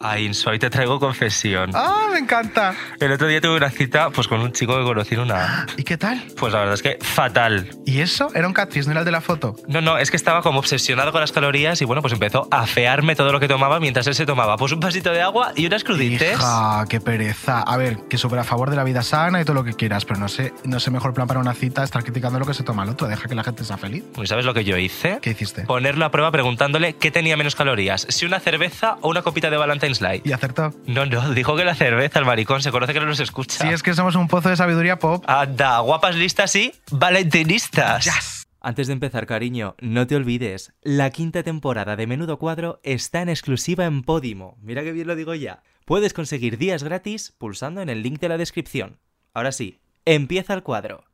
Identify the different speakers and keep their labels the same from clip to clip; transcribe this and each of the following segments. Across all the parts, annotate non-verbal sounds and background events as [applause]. Speaker 1: A Inso, ahí te traigo confesión.
Speaker 2: ¡Ah, me encanta!
Speaker 1: El otro día tuve una cita pues, con un chico que conocí en una...
Speaker 2: ¿Y qué tal?
Speaker 1: Pues la verdad es que fatal.
Speaker 2: ¿Y eso? ¿Era un catfish, no era el de la foto?
Speaker 1: No, no, es que estaba como obsesionado con las calorías y bueno, pues empezó a afearme todo lo que tomaba mientras él se tomaba pues un vasito de agua y unas crudites.
Speaker 2: Hija, qué pereza. A ver, que súper a favor de la vida sana y todo lo que quieras, pero no sé, no sé mejor plan para una cita estar criticando lo que se toma el otro. Deja que la gente sea feliz.
Speaker 1: ¿Y Pues, sabes lo que yo hice?
Speaker 2: ¿Qué hiciste?
Speaker 1: Ponerlo a prueba preguntándole qué tenía menos calorías, si una cerveza o una copita de Valentine's Light.
Speaker 2: ¿Y acertó?
Speaker 1: No, no, dijo que la cerveza, el maricón, se conoce que no nos escucha.
Speaker 2: Sí, es que somos un pozo de sabiduría pop.
Speaker 1: Anda, guapas listas y valentinistas.
Speaker 2: Yes.
Speaker 3: Antes de empezar, cariño, no te olvides, la quinta temporada de Menudo Cuadro está en exclusiva en Podimo. Mira que bien lo digo ya. Puedes conseguir días gratis pulsando en el link de la descripción. Ahora sí, empieza el cuadro.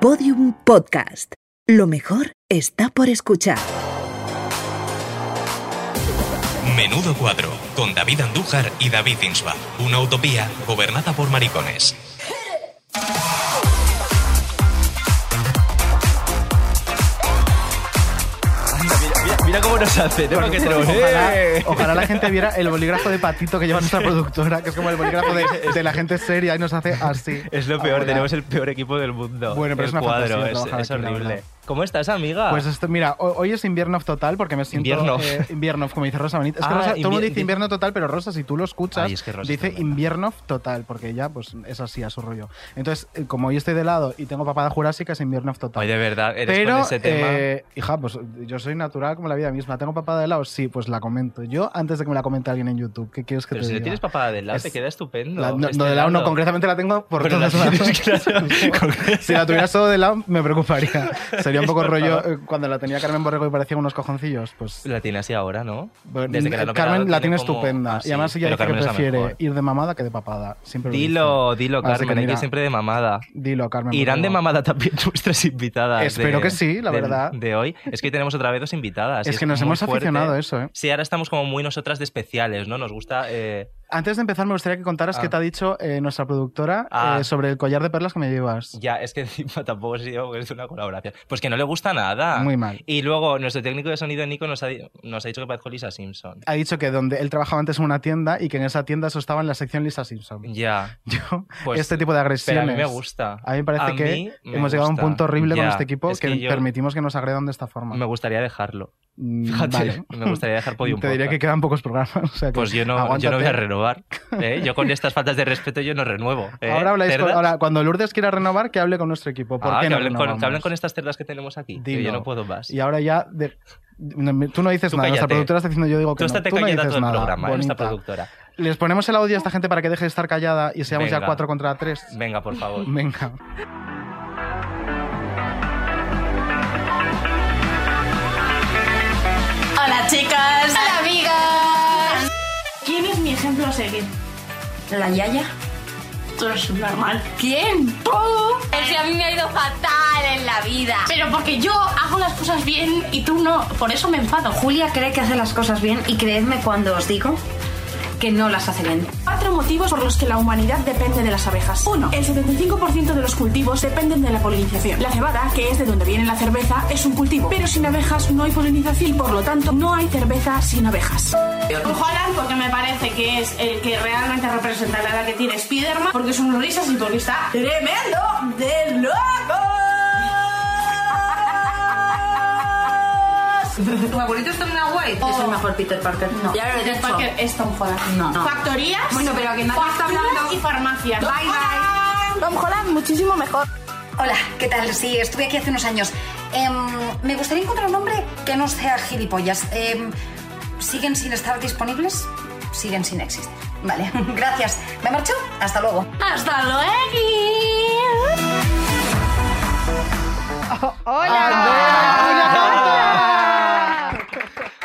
Speaker 4: Podium Podcast. Lo mejor está por escuchar.
Speaker 5: Menudo cuadro, con David Andújar y David Insba. Una utopía gobernada por maricones.
Speaker 1: Mira, mira cómo nos hacen, ¿eh? Porque tenemos-
Speaker 2: Ojalá,
Speaker 1: ¡Eh!
Speaker 2: ojalá la gente viera el bolígrafo de patito que lleva nuestra productora, que es como el bolígrafo de, de la gente seria y nos hace [laughs] así.
Speaker 1: Es lo peor,
Speaker 2: Abuela.
Speaker 1: tenemos el peor equipo del mundo.
Speaker 2: Bueno, pero
Speaker 1: el
Speaker 2: es una
Speaker 1: cuadro,
Speaker 2: fantasía
Speaker 1: es-
Speaker 2: trabajar
Speaker 1: es
Speaker 2: aquí, la verdad.
Speaker 1: horrible. ¿Cómo estás, amiga?
Speaker 2: Pues esto, mira, ho- hoy es invierno total porque me siento.
Speaker 1: Invierno.
Speaker 2: eh, invierno, como dice Rosa Benítez. Es que
Speaker 1: Ah,
Speaker 2: Rosa- todo el mundo
Speaker 1: invi-
Speaker 2: dice invierno total, pero Rosa, si tú lo escuchas,
Speaker 1: Ay, es que Rosa es
Speaker 2: dice
Speaker 1: tremenda.
Speaker 2: invierno total, porque ella pues, es así a su rollo. Entonces, eh, como hoy estoy de lado y tengo papada jurásica, es invierno total.
Speaker 1: Oye, de verdad, eres
Speaker 2: pero,
Speaker 1: con ese tema.
Speaker 2: eh, hija, pues yo soy natural como la vida misma. ¿Tengo papada de lado? Sí, pues la comento. Yo, antes de que me la comente alguien en YouTube, ¿qué quieres que
Speaker 1: pero
Speaker 2: te
Speaker 1: si le
Speaker 2: diga?
Speaker 1: tienes papada del lado,
Speaker 2: Es-
Speaker 1: te queda estupendo.
Speaker 2: La- no,
Speaker 1: Este
Speaker 2: no, de lado no,
Speaker 1: lado.
Speaker 2: concretamente la tengo por
Speaker 1: Pero la
Speaker 2: todas lados.
Speaker 1: tienes, [laughs]
Speaker 2: [laughs]
Speaker 1: claro. Con-
Speaker 2: Si la tuvieras todo de lado, me preocuparía. Sería un poco
Speaker 1: Por
Speaker 2: rollo
Speaker 1: favor.
Speaker 2: eh, cuando la tenía Carmen Borrego y parecían unos cojoncillos.
Speaker 1: [laughs]
Speaker 2: Pues
Speaker 1: La tiene así ahora, ¿no?
Speaker 2: bueno, eh,
Speaker 1: Desde que la han operado
Speaker 2: Carmen la tiene
Speaker 1: como
Speaker 2: estupenda.
Speaker 1: así,
Speaker 2: y además ella
Speaker 1: pero
Speaker 2: dice que
Speaker 1: Carmen es la
Speaker 2: prefiere
Speaker 1: mejor.
Speaker 2: ir de mamada que de papada. Siempre lo
Speaker 1: Dilo, dilo,
Speaker 2: Así que
Speaker 1: Carmen, hay que
Speaker 2: mira.
Speaker 1: ir siempre de mamada.
Speaker 2: dice. Dilo, Carmen.
Speaker 1: Irán de
Speaker 2: Borrego.
Speaker 1: mamada también [laughs] nuestras invitadas. de-
Speaker 2: Espero que sí, la
Speaker 1: del-
Speaker 2: verdad.
Speaker 1: De hoy. Es que tenemos otra vez dos invitadas. y
Speaker 2: Es que nos
Speaker 1: muy
Speaker 2: hemos
Speaker 1: fuerte.
Speaker 2: aficionado a eso, ¿eh?
Speaker 1: Sí, ahora estamos como muy nosotras de especiales, ¿no? Nos gusta. eh,
Speaker 2: Antes de empezar, me gustaría que contaras
Speaker 1: Ah.
Speaker 2: qué te ha dicho eh, nuestra productora
Speaker 1: Ah.
Speaker 2: eh, sobre el collar de perlas que me llevas.
Speaker 1: ya, es que [laughs] encima tampoco se lleva porque es una colaboración. Pues que no le gusta nada.
Speaker 2: Muy mal.
Speaker 1: Y luego nuestro técnico de sonido, Nico, nos ha, di- nos ha dicho que parezco Lisa Simpson.
Speaker 2: Ha dicho que donde él trabajaba antes en una tienda y que en esa tienda eso estaba en la sección Lisa Simpson.
Speaker 1: Ya.
Speaker 2: Yo,
Speaker 1: Pues,
Speaker 2: este tipo de
Speaker 1: Pero
Speaker 2: agresiones.
Speaker 1: a mí me gusta.
Speaker 2: A mí me parece
Speaker 1: A
Speaker 2: que
Speaker 1: mí me
Speaker 2: hemos llegado a un
Speaker 1: gusta.
Speaker 2: punto horrible con
Speaker 1: Ya,
Speaker 2: este equipo
Speaker 1: es
Speaker 2: que,
Speaker 1: que yo-
Speaker 2: permitimos que nos agredan de esta forma.
Speaker 1: Me gustaría dejarlo.
Speaker 2: Mm,
Speaker 1: Fíjate,
Speaker 2: vale.
Speaker 1: me gustaría dejar podium.
Speaker 2: Te diría
Speaker 1: podcast.
Speaker 2: que quedan pocos programas. [laughs] o sea que
Speaker 1: Pues yo no, yo no
Speaker 2: aguántate.
Speaker 1: voy a renovar. ¿eh? Yo con estas faltas de respeto yo no renuevo. ¿eh?
Speaker 2: Ahora habláis con-
Speaker 1: ¿Cerdas?
Speaker 2: ahora, cuando Lourdes quiera renovar, que hable con nuestro equipo. ¿Por
Speaker 1: Ah,
Speaker 2: qué
Speaker 1: que,
Speaker 2: no
Speaker 1: hablen con, que hablen
Speaker 2: renovamos?
Speaker 1: con estas cerdas que tenemos aquí. que
Speaker 2: Dilo.
Speaker 1: yo no puedo más.
Speaker 2: Y ahora ya. de- no, me- tú no dices
Speaker 1: Tú
Speaker 2: nada. Nuestra
Speaker 1: cállate.
Speaker 2: productora está diciendo yo digo que
Speaker 1: Tú
Speaker 2: no.
Speaker 1: estate
Speaker 2: Tú no
Speaker 1: callada
Speaker 2: dices
Speaker 1: todo el
Speaker 2: nada.
Speaker 1: programa, ¿eh? esta
Speaker 2: bonita.
Speaker 1: productora.
Speaker 2: Les ponemos el audio a esta gente para que deje de estar callada y seamos ya
Speaker 1: Venga.
Speaker 2: 4 contra 3.
Speaker 1: Venga, por favor.
Speaker 2: Venga.
Speaker 6: Hola chicas. Hola amigas. ¿Quién es mi ejemplo a seguir?
Speaker 7: La Yaya.
Speaker 6: Tú eres un normal.
Speaker 7: ¿Quién?
Speaker 6: ¡Tú!
Speaker 7: Es que a mí me ha ido fatal en la vida.
Speaker 6: Pero porque yo hago las cosas bien y tú no. Por eso me enfado.
Speaker 7: Julia cree que hace las cosas bien y creedme cuando os digo que no las hace bien.
Speaker 8: Cuatro motivos por los que la humanidad depende de las abejas. Uno, El 75% de los cultivos dependen de la polinización. La cebada, que es de donde viene la cerveza, es un cultivo. Pero sin abejas no hay polinización y por lo tanto no hay cerveza sin abejas.
Speaker 6: Holland porque me parece que es el que realmente representa la edad que tiene Spiderman. Porque son unos risas y porque está tremendo de loco.
Speaker 7: ¿Tu abuelito es Tom White? Es el mejor Peter Parker. No. Ya lo he
Speaker 6: Peter
Speaker 7: dicho.
Speaker 6: Parker es Tom Holland.
Speaker 7: No. No.
Speaker 6: Factorías.
Speaker 7: Bueno, pero que nadie está
Speaker 6: facturas
Speaker 7: hablando.
Speaker 6: y farmacias.
Speaker 7: Bye, bye.
Speaker 6: Holland.
Speaker 8: Tom Holland, muchísimo mejor.
Speaker 9: Hola, ¿qué tal? Sí, estuve aquí hace unos años. Em, me gustaría encontrar un hombre que no sea gilipollas. Em, ¿Siguen sin estar disponibles? Siguen sin existir. Vale, [laughs] gracias. ¿Me marcho? Hasta luego.
Speaker 6: Hasta luego.
Speaker 1: ¿Cómo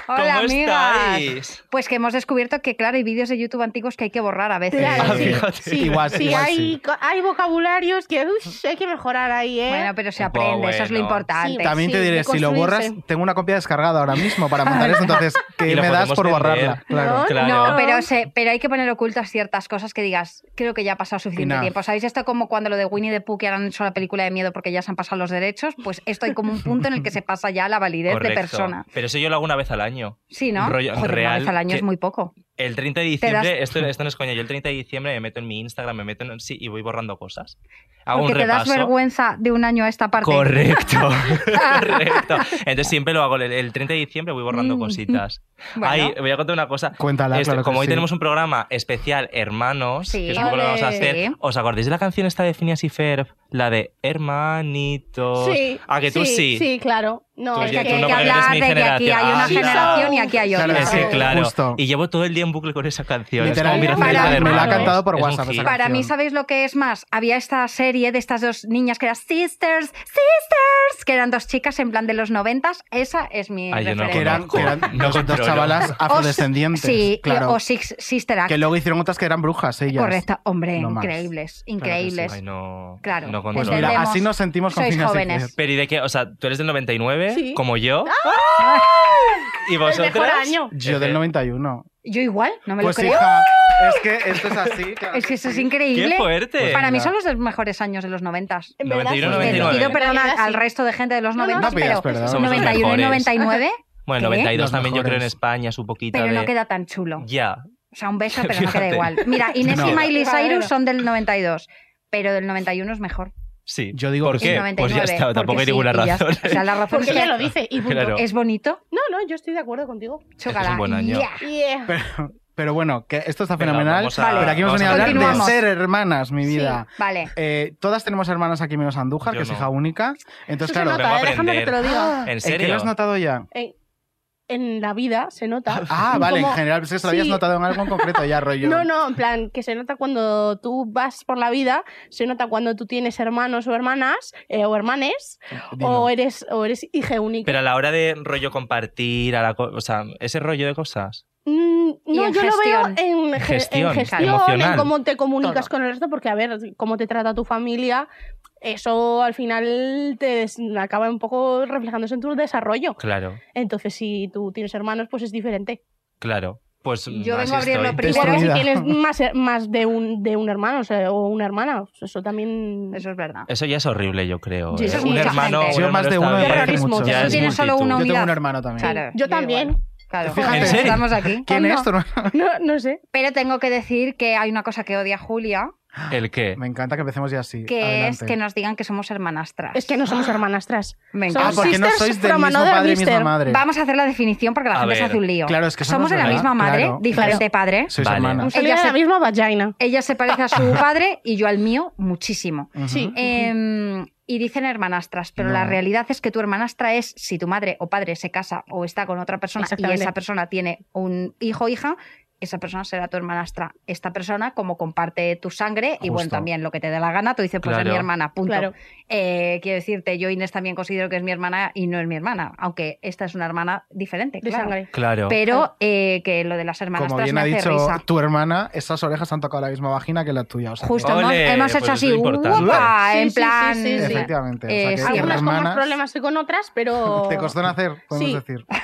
Speaker 10: Hola, amigas.
Speaker 1: estáis?
Speaker 10: Pues que hemos descubierto que, claro, hay vídeos de YouTube antiguos que hay que borrar a veces.
Speaker 1: Ah,
Speaker 2: Claro, sí.
Speaker 1: fíjate.
Speaker 2: igual
Speaker 8: Sí,
Speaker 2: igual
Speaker 8: hay, co- hay vocabularios que uff, hay que mejorar ahí, ¿eh?
Speaker 10: Bueno, pero se
Speaker 1: Oh,
Speaker 10: aprende, eso es lo
Speaker 1: bueno.
Speaker 10: importante.
Speaker 2: También te
Speaker 8: Pues sí,
Speaker 2: diré,
Speaker 8: de
Speaker 2: si lo borras,
Speaker 8: construirse.
Speaker 2: tengo una copia descargada ahora mismo para
Speaker 8: [laughs]
Speaker 2: montar esto, entonces,
Speaker 1: Y
Speaker 2: ¿qué
Speaker 1: lo
Speaker 2: me das
Speaker 1: podemos
Speaker 2: por
Speaker 1: vender.
Speaker 2: borrarla? Claro.
Speaker 8: No,
Speaker 1: Claro.
Speaker 10: No, pero, se, pero hay que poner ocultas ciertas cosas que digas, creo que ya ha pasado suficiente
Speaker 2: Enough.
Speaker 10: tiempo. ¿Sabéis esto como cuando lo de Winnie the Pooh que ahora han hecho la película de miedo porque ya se han pasado los derechos? Pues esto hay como un punto en el que se pasa ya la validez de
Speaker 1: Correcto.
Speaker 10: persona.
Speaker 1: Pero eso yo lo hago una vez al año. año.
Speaker 10: Sí, ¿no?
Speaker 1: Rollo
Speaker 10: Joder, una
Speaker 1: real
Speaker 10: vez al año
Speaker 1: que-
Speaker 10: es muy poco.
Speaker 1: El 30 de
Speaker 10: Te das-
Speaker 1: diciembre, esto, esto no es coña, yo el 30 de diciembre me meto en mi Instagram, me meto en... Sí, y voy borrando cosas. Hago
Speaker 10: Porque
Speaker 1: un
Speaker 10: te das
Speaker 1: repaso.
Speaker 10: vergüenza de un año a esta parte.
Speaker 1: Correcto,
Speaker 10: [laughs]
Speaker 1: correcto. Entonces siempre lo hago, el, el 30 de diciembre voy borrando
Speaker 10: Mm.
Speaker 1: cositas.
Speaker 10: Bueno.
Speaker 1: Ay, voy a contar una cosa.
Speaker 2: Cuéntala,
Speaker 1: Este,
Speaker 2: claro que
Speaker 1: como hoy
Speaker 2: sí.
Speaker 1: tenemos un programa especial, hermanos,
Speaker 10: Sí.
Speaker 1: que es un poco lo que vamos a
Speaker 10: Sí.
Speaker 1: hacer. ¿Os acordáis de la canción esta de Phineas y Ferb? La de hermanitos.
Speaker 8: Sí.
Speaker 1: ¿A Ah, que tú sí?
Speaker 8: Sí, claro. No,
Speaker 1: Tú Pues
Speaker 8: es
Speaker 1: ya-
Speaker 8: que
Speaker 1: tú no
Speaker 10: que
Speaker 1: eres
Speaker 10: hablar
Speaker 1: mi
Speaker 10: de que aquí
Speaker 1: generación.
Speaker 10: hay una
Speaker 1: Ah,
Speaker 10: generación y aquí hay
Speaker 1: claro.
Speaker 10: otra.
Speaker 1: Es que claro.
Speaker 2: Justo.
Speaker 1: Y llevo todo el día en bucle con esa canción. Es
Speaker 2: Literal,
Speaker 1: como mi
Speaker 2: Para
Speaker 1: referencia
Speaker 2: mí-
Speaker 1: de
Speaker 2: me la ha
Speaker 1: hermanos.
Speaker 2: cantado por
Speaker 1: Es un
Speaker 2: WhatsApp
Speaker 1: hit.
Speaker 2: esa
Speaker 10: Para mí, ¿sabéis lo que es más? Había esta serie de estas dos niñas que eran Sisters, Sisters, que eran dos chicas en plan de los noventas. Esa es mi
Speaker 1: Ay, yo no
Speaker 10: referencia.
Speaker 2: Que eran,
Speaker 1: Conozco.
Speaker 2: que eran
Speaker 1: No
Speaker 2: dos, dos
Speaker 1: controlo.
Speaker 2: chavalas afrodescendientes.
Speaker 10: Sí, y-
Speaker 2: claro.
Speaker 10: o Six Sister Act.
Speaker 2: Que luego hicieron otras que eran brujas ellas.
Speaker 10: Correcto, hombre,
Speaker 2: No más.
Speaker 10: increíbles,
Speaker 2: Claro que
Speaker 10: increíbles.
Speaker 2: sí.
Speaker 1: Ay, no.
Speaker 10: Claro,
Speaker 1: No
Speaker 2: Pues
Speaker 1: controlo.
Speaker 10: Entendemos.
Speaker 2: mira, así nos sentimos con
Speaker 10: Sois
Speaker 2: Phineas y
Speaker 10: jóvenes.
Speaker 2: Ferb.
Speaker 1: Pero ¿y de qué? O sea, tú eres del 99,
Speaker 8: Sí.
Speaker 1: como yo.
Speaker 10: ¡Ah!
Speaker 1: ¿Y vosotros?
Speaker 8: mejor año.
Speaker 2: Yo del 91.
Speaker 10: Yo igual, no me
Speaker 2: Pues
Speaker 10: lo creo. ¡Uh!
Speaker 2: hija, es que esto es así. claro
Speaker 10: Es que eso es
Speaker 2: sí.
Speaker 10: increíble. Pues
Speaker 1: ¡Qué fuerte!
Speaker 10: Para mí
Speaker 2: Venga.
Speaker 10: son los dos mejores años de los noventas.
Speaker 8: En verdad,
Speaker 1: 91,
Speaker 8: sí.
Speaker 1: 99.
Speaker 10: Pido perdón
Speaker 8: En
Speaker 10: al,
Speaker 8: realidad,
Speaker 10: al
Speaker 8: sí.
Speaker 10: resto de gente de los
Speaker 8: No, no,
Speaker 10: noventas,
Speaker 2: no pidas
Speaker 10: pero
Speaker 2: perdón.
Speaker 1: Somos los
Speaker 10: 91 y
Speaker 1: mejores.
Speaker 10: 99,
Speaker 1: Bueno,
Speaker 10: ¿Qué?
Speaker 1: 92
Speaker 2: Los
Speaker 1: también yo creo en
Speaker 2: mejores.
Speaker 1: España, su poquito
Speaker 10: pero
Speaker 1: de...
Speaker 10: no queda tan chulo.
Speaker 1: Ya.
Speaker 10: O sea,
Speaker 1: [laughs]
Speaker 10: un beso, pero no queda
Speaker 1: Fíjate.
Speaker 10: igual.
Speaker 1: [laughs]
Speaker 10: Mira, Inés y
Speaker 2: No.
Speaker 10: Miley
Speaker 8: Claro.
Speaker 10: Cyrus son del 92, pero del 91 es mejor.
Speaker 1: Sí.
Speaker 2: Yo digo
Speaker 1: ¿Por
Speaker 2: que
Speaker 10: El
Speaker 1: qué? Pues
Speaker 10: 99,
Speaker 1: ya está,
Speaker 10: porque
Speaker 1: tampoco hay
Speaker 10: sí,
Speaker 1: ninguna
Speaker 10: y ya está.
Speaker 1: razón.
Speaker 10: O sea, la razón
Speaker 8: Porque
Speaker 10: es que
Speaker 8: ella lo dice y punto.
Speaker 1: Claro.
Speaker 10: es bonito,
Speaker 8: No, no, yo estoy de acuerdo contigo. eh,
Speaker 10: chócala.
Speaker 1: un buen año.
Speaker 10: Yeah.
Speaker 8: Yeah.
Speaker 2: Pero bueno, que esto está
Speaker 1: Venga,
Speaker 2: fenomenal.
Speaker 1: vamos a-
Speaker 2: pero aquí hemos
Speaker 1: vamos
Speaker 2: venido
Speaker 1: a
Speaker 2: a hablar de
Speaker 10: continuamos.
Speaker 2: ser hermanas, mi
Speaker 8: Sí.
Speaker 2: vida.
Speaker 10: Vale.
Speaker 2: Eh, todas tenemos hermanas aquí menos Andújar,
Speaker 1: Yo
Speaker 2: que es
Speaker 1: no.
Speaker 2: hija única. Entonces,
Speaker 8: Eso
Speaker 2: claro,
Speaker 8: se
Speaker 1: vengo
Speaker 8: nota,
Speaker 1: a
Speaker 8: eh, déjame que te lo diga.
Speaker 1: ¿En
Speaker 2: ¿eh, ¿qué
Speaker 1: serio?
Speaker 2: lo has notado ya?
Speaker 8: En, en la vida se nota.
Speaker 10: [laughs]
Speaker 2: Ah, vale,
Speaker 8: Como-
Speaker 2: en general, pensé que se lo
Speaker 8: Sí.
Speaker 2: habías notado en algo en concreto ya, rollo.
Speaker 8: No, no, en plan, que se nota cuando tú vas por la vida, se nota cuando tú tienes hermanos o hermanas, eh, o hermanes,
Speaker 2: Dilo.
Speaker 8: o eres, o eres hija
Speaker 1: [laughs]
Speaker 8: única.
Speaker 1: Pero a la hora de rollo compartir, a la co- o sea, ese rollo de cosas.
Speaker 8: Mm,
Speaker 10: Y
Speaker 8: No,
Speaker 10: en
Speaker 8: yo
Speaker 10: gestión.
Speaker 8: lo veo en, ge- en
Speaker 1: Gestión,
Speaker 8: gestión,
Speaker 1: emocional.
Speaker 8: en cómo te comunicas
Speaker 10: Todo.
Speaker 8: con el resto, porque a ver, cómo te trata tu familia, eso al final te des- acaba un poco reflejándose en tu desarrollo.
Speaker 1: Claro,
Speaker 8: Entonces, si tú tienes hermanos, pues es diferente.
Speaker 1: claro. Pues
Speaker 10: Yo
Speaker 1: así
Speaker 10: vengo a abrirlo
Speaker 1: estoy.
Speaker 10: primero.
Speaker 8: Pero si
Speaker 2: Destruida. [laughs]
Speaker 8: tienes más, her- más de, un, de un hermano o, sea, o una hermana, pues eso también...
Speaker 10: Eso es verdad.
Speaker 1: Eso ya es horrible, yo creo.
Speaker 8: Sí,
Speaker 1: ¿eh?
Speaker 8: eso es
Speaker 1: un
Speaker 8: mucha
Speaker 1: hermano,
Speaker 10: gente.
Speaker 1: un
Speaker 10: Yo
Speaker 1: hermano
Speaker 2: más de
Speaker 1: está
Speaker 2: uno me
Speaker 1: bien.
Speaker 8: parece mucho.
Speaker 1: Ya
Speaker 8: Tú
Speaker 1: es
Speaker 10: tienes solo
Speaker 1: multitud.
Speaker 10: uno.
Speaker 2: Yo tengo
Speaker 10: unidad.
Speaker 2: un hermano también.
Speaker 10: Claro,
Speaker 8: Yo también.
Speaker 10: igual. Claro,
Speaker 2: Fíjate.
Speaker 1: ¿En serio?
Speaker 10: estamos aquí.
Speaker 2: ¿Quién
Speaker 8: Anda.
Speaker 2: es tu hermano?
Speaker 8: No, no sé.
Speaker 10: Pero tengo que decir que hay una cosa que odia Julia,
Speaker 1: ¿El qué?
Speaker 2: Me encanta que empecemos ya así.
Speaker 10: que
Speaker 2: Adelante.
Speaker 10: es que nos digan que somos hermanastras.
Speaker 8: Es que no somos hermanastras.
Speaker 10: Me
Speaker 2: Ah,
Speaker 10: encanta.
Speaker 2: porque no
Speaker 8: sisters
Speaker 2: sois del
Speaker 8: from
Speaker 2: mismo
Speaker 8: another
Speaker 2: padre y misma
Speaker 8: mister.
Speaker 2: madre.
Speaker 10: Vamos a hacer la definición porque la
Speaker 1: A
Speaker 10: gente se
Speaker 1: ver.
Speaker 10: hace un lío.
Speaker 2: Claro, es que eso
Speaker 10: somos
Speaker 2: no
Speaker 10: de
Speaker 2: es
Speaker 10: la
Speaker 2: verdad,
Speaker 10: misma madre,
Speaker 2: claro.
Speaker 10: diferente padre.
Speaker 2: Sois
Speaker 1: Vale.
Speaker 2: hermanas.
Speaker 8: Nos salió
Speaker 10: Ella
Speaker 8: de
Speaker 10: se-
Speaker 8: la misma vagina.
Speaker 10: Ella se parece
Speaker 2: [laughs]
Speaker 10: a su padre y yo al mío muchísimo.
Speaker 2: Ujú.
Speaker 8: Sí.
Speaker 10: Em, y dicen hermanastras, pero
Speaker 2: No.
Speaker 10: la realidad es que tu hermanastra es si tu madre o padre se casa o está con otra persona y
Speaker 8: Exactamente.
Speaker 10: esa persona tiene un hijo o hija, esa persona será tu hermanastra. Esta persona, como comparte tu sangre y bueno,
Speaker 2: Justo.
Speaker 10: también lo que te dé la gana, tú dices, pues es
Speaker 1: Claro.
Speaker 10: mi hermana, punto.
Speaker 8: Claro.
Speaker 10: Eh, quiero decirte, yo Inés también considero que es mi hermana y no es mi hermana, aunque esta es una hermana diferente,
Speaker 8: De
Speaker 10: claro.
Speaker 8: sangre.
Speaker 1: Claro.
Speaker 10: Pero eh, que lo de las hermanastras
Speaker 2: Como bien
Speaker 10: me
Speaker 2: ha
Speaker 10: hace
Speaker 2: dicho
Speaker 10: risa.
Speaker 2: tu hermana, esas orejas han tocado la misma vagina que la tuya. O sea, que-
Speaker 10: Justo, hemos-
Speaker 1: Ole,
Speaker 10: hemos hecho
Speaker 1: pues eso
Speaker 10: así,
Speaker 1: es importante.
Speaker 10: ¡guapa!
Speaker 8: Sí,
Speaker 10: en
Speaker 8: sí,
Speaker 10: plan...
Speaker 8: sí, sí, sí.
Speaker 2: Efectivamente. o
Speaker 10: Eh,
Speaker 2: sea que
Speaker 10: sí,
Speaker 2: ser
Speaker 8: Algunas con más
Speaker 2: hermanas
Speaker 8: problemas que con otras, pero...
Speaker 2: [laughs] te costó nacer, podemos
Speaker 8: Sí.
Speaker 2: decir.
Speaker 1: [laughs]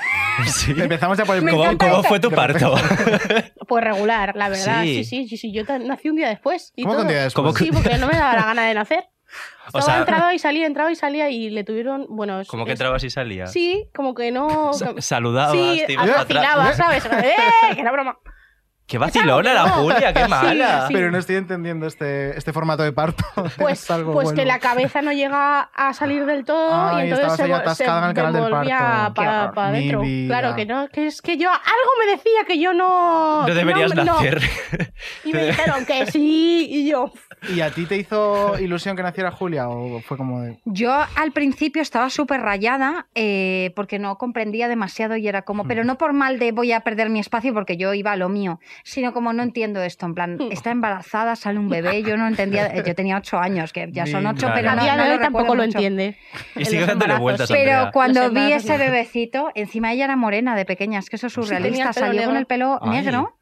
Speaker 1: Sí.
Speaker 2: Empezamos ya por el
Speaker 1: ¿Cómo,
Speaker 2: principio.
Speaker 1: cómo fue tu parto? [laughs]
Speaker 8: Pues regular, la verdad.
Speaker 1: Sí.
Speaker 8: Sí, sí, sí, sí. Yo ta- nací un día después. Y
Speaker 2: ¿Cómo
Speaker 8: todo.
Speaker 2: que un día después?
Speaker 8: Sí, porque no me daba la gana
Speaker 2: [laughs]
Speaker 8: de nacer.
Speaker 1: o
Speaker 8: Estaba
Speaker 1: sea,
Speaker 8: entraba y salía, entraba y salía y le tuvieron. Bueno, es-
Speaker 1: como que
Speaker 8: es-
Speaker 1: entrabas y salías.
Speaker 8: Sí, como
Speaker 2: [laughs]
Speaker 8: que no.
Speaker 1: Sa-
Speaker 8: que-
Speaker 1: Saludabas,
Speaker 8: sí,
Speaker 1: te ibas para atrás.
Speaker 8: vacilaba, ¿sabes? ¡Eh! Que era
Speaker 2: [laughs]
Speaker 8: broma.
Speaker 1: ¡Qué vacilona la Julia! ¡Qué mala!
Speaker 8: sí.
Speaker 2: Pero no estoy entendiendo este, este formato de parto. [laughs]
Speaker 8: Pues,
Speaker 2: Es algo
Speaker 8: pues
Speaker 2: bueno.
Speaker 8: que la cabeza no llega a salir del todo
Speaker 2: Ay,
Speaker 8: y entonces
Speaker 2: estabas
Speaker 8: se,
Speaker 2: ahí
Speaker 8: vol-
Speaker 2: atascada en el canal del
Speaker 8: volvía
Speaker 2: parto. Qué
Speaker 8: para
Speaker 2: horror. Mi
Speaker 8: adentro.
Speaker 2: vida.
Speaker 8: Claro que no, que es que yo algo me decía que yo no.
Speaker 1: No
Speaker 8: que
Speaker 1: deberías
Speaker 8: no- no.
Speaker 1: nacer.
Speaker 2: [laughs]
Speaker 8: Y me dijeron que sí, y yo.
Speaker 2: ¿Y a ti te hizo ilusión que naciera Julia? ¿O fue como de.?
Speaker 10: Yo al principio estaba súper rayada eh, porque no comprendía demasiado y era como, pero no por mal de voy a perder mi espacio porque yo iba a lo mío, sino como no entiendo esto, en plan,
Speaker 8: Hmm.
Speaker 10: está embarazada, sale un bebé, yo no entendía, eh, yo tenía ocho años, que ya son
Speaker 2: Ni-
Speaker 10: ocho,
Speaker 1: Claro.
Speaker 10: pero
Speaker 8: a
Speaker 10: no,
Speaker 8: día
Speaker 10: no
Speaker 8: de
Speaker 10: lo
Speaker 8: hoy tampoco
Speaker 10: recuerdo
Speaker 8: lo
Speaker 10: mucho.
Speaker 8: entiende.
Speaker 1: Y
Speaker 8: En
Speaker 1: sigue
Speaker 8: los
Speaker 1: dándole
Speaker 8: embarazos.
Speaker 1: vueltas,
Speaker 10: Pero
Speaker 1: Andrea.
Speaker 10: cuando
Speaker 8: Los
Speaker 10: vi
Speaker 8: embarazos
Speaker 10: ese
Speaker 8: no.
Speaker 10: bebecito, encima ella era morena de pequeña, es que eso es
Speaker 8: Sí, tenía
Speaker 10: surrealista,
Speaker 8: el pelo
Speaker 10: salió con
Speaker 8: negro.
Speaker 10: el pelo
Speaker 1: Ay.
Speaker 10: negro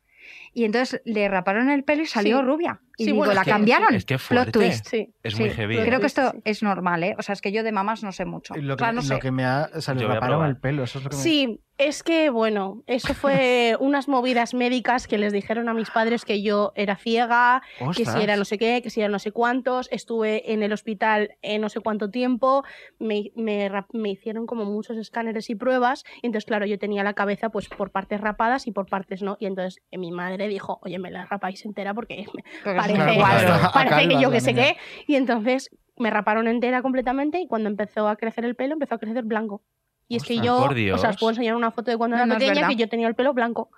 Speaker 10: y entonces le raparon el pelo y salió
Speaker 8: Sí.
Speaker 10: rubia. Y
Speaker 8: Sí,
Speaker 10: digo,
Speaker 8: bueno,
Speaker 10: la
Speaker 8: es que-
Speaker 10: cambiaron.
Speaker 1: es que
Speaker 10: Plot
Speaker 1: fuerte.
Speaker 10: twist.
Speaker 8: Sí,
Speaker 1: Es muy sí, heavy, ¿eh? plot
Speaker 10: Creo que
Speaker 1: twist,
Speaker 10: esto es normal, ¿eh? O sea, es que yo de mamás no sé mucho.
Speaker 11: Lo que,
Speaker 10: Claro, no
Speaker 11: lo
Speaker 10: sé.
Speaker 11: que me ha salido
Speaker 1: Yo voy a
Speaker 11: la paloma
Speaker 1: probar.
Speaker 11: el pelo, eso es lo que me-
Speaker 8: Sí, es que bueno, eso
Speaker 11: [laughs]
Speaker 8: fue unas movidas médicas que les dijeron a mis padres que yo era ciega, que
Speaker 11: Ostras.
Speaker 8: si era no sé qué, que si era no sé cuántos, estuve en el hospital en no sé cuánto tiempo, me, me ra- me hicieron como muchos escáneres y pruebas, y entonces claro, yo tenía la cabeza pues por partes rapadas y por partes no, y entonces eh, mi madre dijo, oye, me la rapáis entera porque me
Speaker 10: Porque es
Speaker 8: parece,
Speaker 10: un [laughs] cuadro.
Speaker 8: parece que
Speaker 10: Acalmas
Speaker 8: yo
Speaker 10: la
Speaker 8: que sé
Speaker 10: niña.
Speaker 8: qué, y entonces me raparon entera completamente y cuando empezó a crecer el pelo empezó a crecer blanco. Y es que
Speaker 1: Ostras,
Speaker 8: yo,
Speaker 1: por Dios.
Speaker 8: o sea, os puedo enseñar una foto de cuando
Speaker 10: No,
Speaker 8: era
Speaker 10: no es
Speaker 8: pequeña
Speaker 10: verdad.
Speaker 8: que yo tenía el pelo blanco.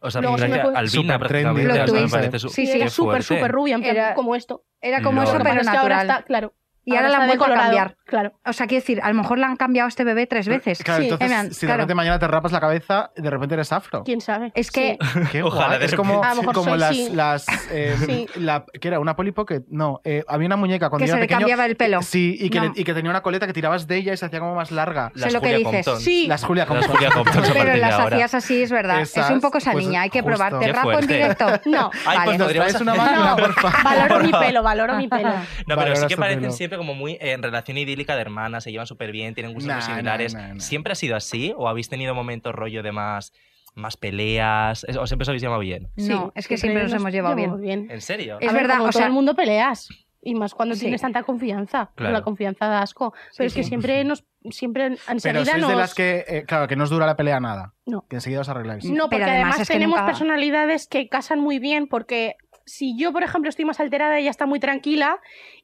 Speaker 1: O sea,
Speaker 8: Luego
Speaker 1: mira
Speaker 8: se me
Speaker 1: que
Speaker 8: fue-
Speaker 1: albina
Speaker 11: Super trendy,
Speaker 1: prácticamente.
Speaker 10: plot
Speaker 1: o sea, me
Speaker 10: twist.
Speaker 1: parece su-
Speaker 10: Sí,
Speaker 8: Y
Speaker 10: sí.
Speaker 1: qué
Speaker 8: era súper,
Speaker 1: fuerte.
Speaker 8: súper rubia, en plan,
Speaker 10: Era-
Speaker 8: como esto.
Speaker 10: Era como
Speaker 1: No.
Speaker 10: eso,
Speaker 8: Lo que
Speaker 10: pero
Speaker 8: pasa es que ahora
Speaker 10: natural.
Speaker 8: está, claro.
Speaker 10: Y ahora la han
Speaker 8: está
Speaker 10: vuelto a
Speaker 8: decolorado,
Speaker 10: cambiar.
Speaker 8: Claro.
Speaker 10: O sea, quiero decir, a lo mejor la han cambiado a este bebé tres veces.
Speaker 11: Claro,
Speaker 8: Sí.
Speaker 11: entonces,
Speaker 10: En plan,
Speaker 11: si de
Speaker 10: claro.
Speaker 11: repente mañana te rapas la cabeza, de repente eres afro.
Speaker 8: ¿Quién sabe?
Speaker 10: Es que
Speaker 8: Sí.
Speaker 11: Qué
Speaker 1: Ojalá
Speaker 11: guay.
Speaker 1: de
Speaker 11: es como,
Speaker 8: A lo mejor
Speaker 11: como
Speaker 8: soy,
Speaker 11: las,
Speaker 8: sí.
Speaker 11: las eh,
Speaker 8: Sí.
Speaker 11: la, que era una Polly Pocket, no, eh, había una muñeca cuando
Speaker 10: Que
Speaker 11: yo
Speaker 10: se
Speaker 11: era
Speaker 10: le
Speaker 11: pequeño.
Speaker 10: cambiaba
Speaker 2: [laughs]
Speaker 10: el pelo.
Speaker 11: Sí, y que,
Speaker 10: No.
Speaker 11: le- y que tenía una coleta que tirabas de ella y se hacía como más larga.
Speaker 10: Sé lo que
Speaker 1: Julia
Speaker 10: dices.
Speaker 1: Compton.
Speaker 8: Sí.
Speaker 11: Las Julia
Speaker 1: Las
Speaker 11: Compton.
Speaker 1: Julia
Speaker 11: [laughs]
Speaker 1: Compton a
Speaker 10: Pero
Speaker 1: partir de
Speaker 10: las
Speaker 1: ahora.
Speaker 10: hacías así, es verdad.
Speaker 11: Esas,
Speaker 10: es un poco esa
Speaker 11: pues,
Speaker 10: niña, hay que
Speaker 11: justo.
Speaker 10: probar. ¿Te
Speaker 1: Qué
Speaker 10: rapo en
Speaker 1: fuerte.
Speaker 10: directo? [laughs]
Speaker 8: No.
Speaker 1: Ay, pues
Speaker 10: Vale.
Speaker 1: podría-
Speaker 11: ¿Traes una
Speaker 1: No,
Speaker 11: máquina, por favor?
Speaker 8: Valoro mi pelo,
Speaker 10: [laughs]
Speaker 8: valoro mi pelo.
Speaker 1: No, pero
Speaker 11: Valoras
Speaker 1: sí que
Speaker 11: tu
Speaker 1: parecen
Speaker 11: pelo.
Speaker 1: siempre como muy eh, en relación idílica de hermanas, se llevan súper bien, tienen gustos
Speaker 11: Nah,
Speaker 1: muy
Speaker 11: nah,
Speaker 1: similares.
Speaker 11: nah, nah.
Speaker 1: ¿Siempre ha sido así o habéis tenido momentos rollo de más, más peleas? Es- ¿O siempre os habéis llevado bien?
Speaker 10: No, es que siempre nos hemos llevado bien.
Speaker 1: ¿En serio?
Speaker 10: Es
Speaker 8: A ver,
Speaker 10: verdad,
Speaker 8: como
Speaker 10: o
Speaker 8: todo
Speaker 10: sea-
Speaker 8: el mundo peleas. Y más cuando
Speaker 10: Sí.
Speaker 8: tienes tanta confianza.
Speaker 1: Claro.
Speaker 8: La confianza da asco. Pero es que siempre nos. Siempre
Speaker 11: Pero
Speaker 8: enseguida
Speaker 11: sois
Speaker 8: nos.
Speaker 11: de las que, eh, claro, que no os dura la pelea nada.
Speaker 8: No.
Speaker 11: Que enseguida os arregláis.
Speaker 8: No, porque
Speaker 10: Pero además
Speaker 8: además,
Speaker 10: es que
Speaker 8: tenemos
Speaker 10: nunca-
Speaker 8: personalidades que casan muy bien, porque si yo, por ejemplo, estoy más alterada, ella está muy tranquila,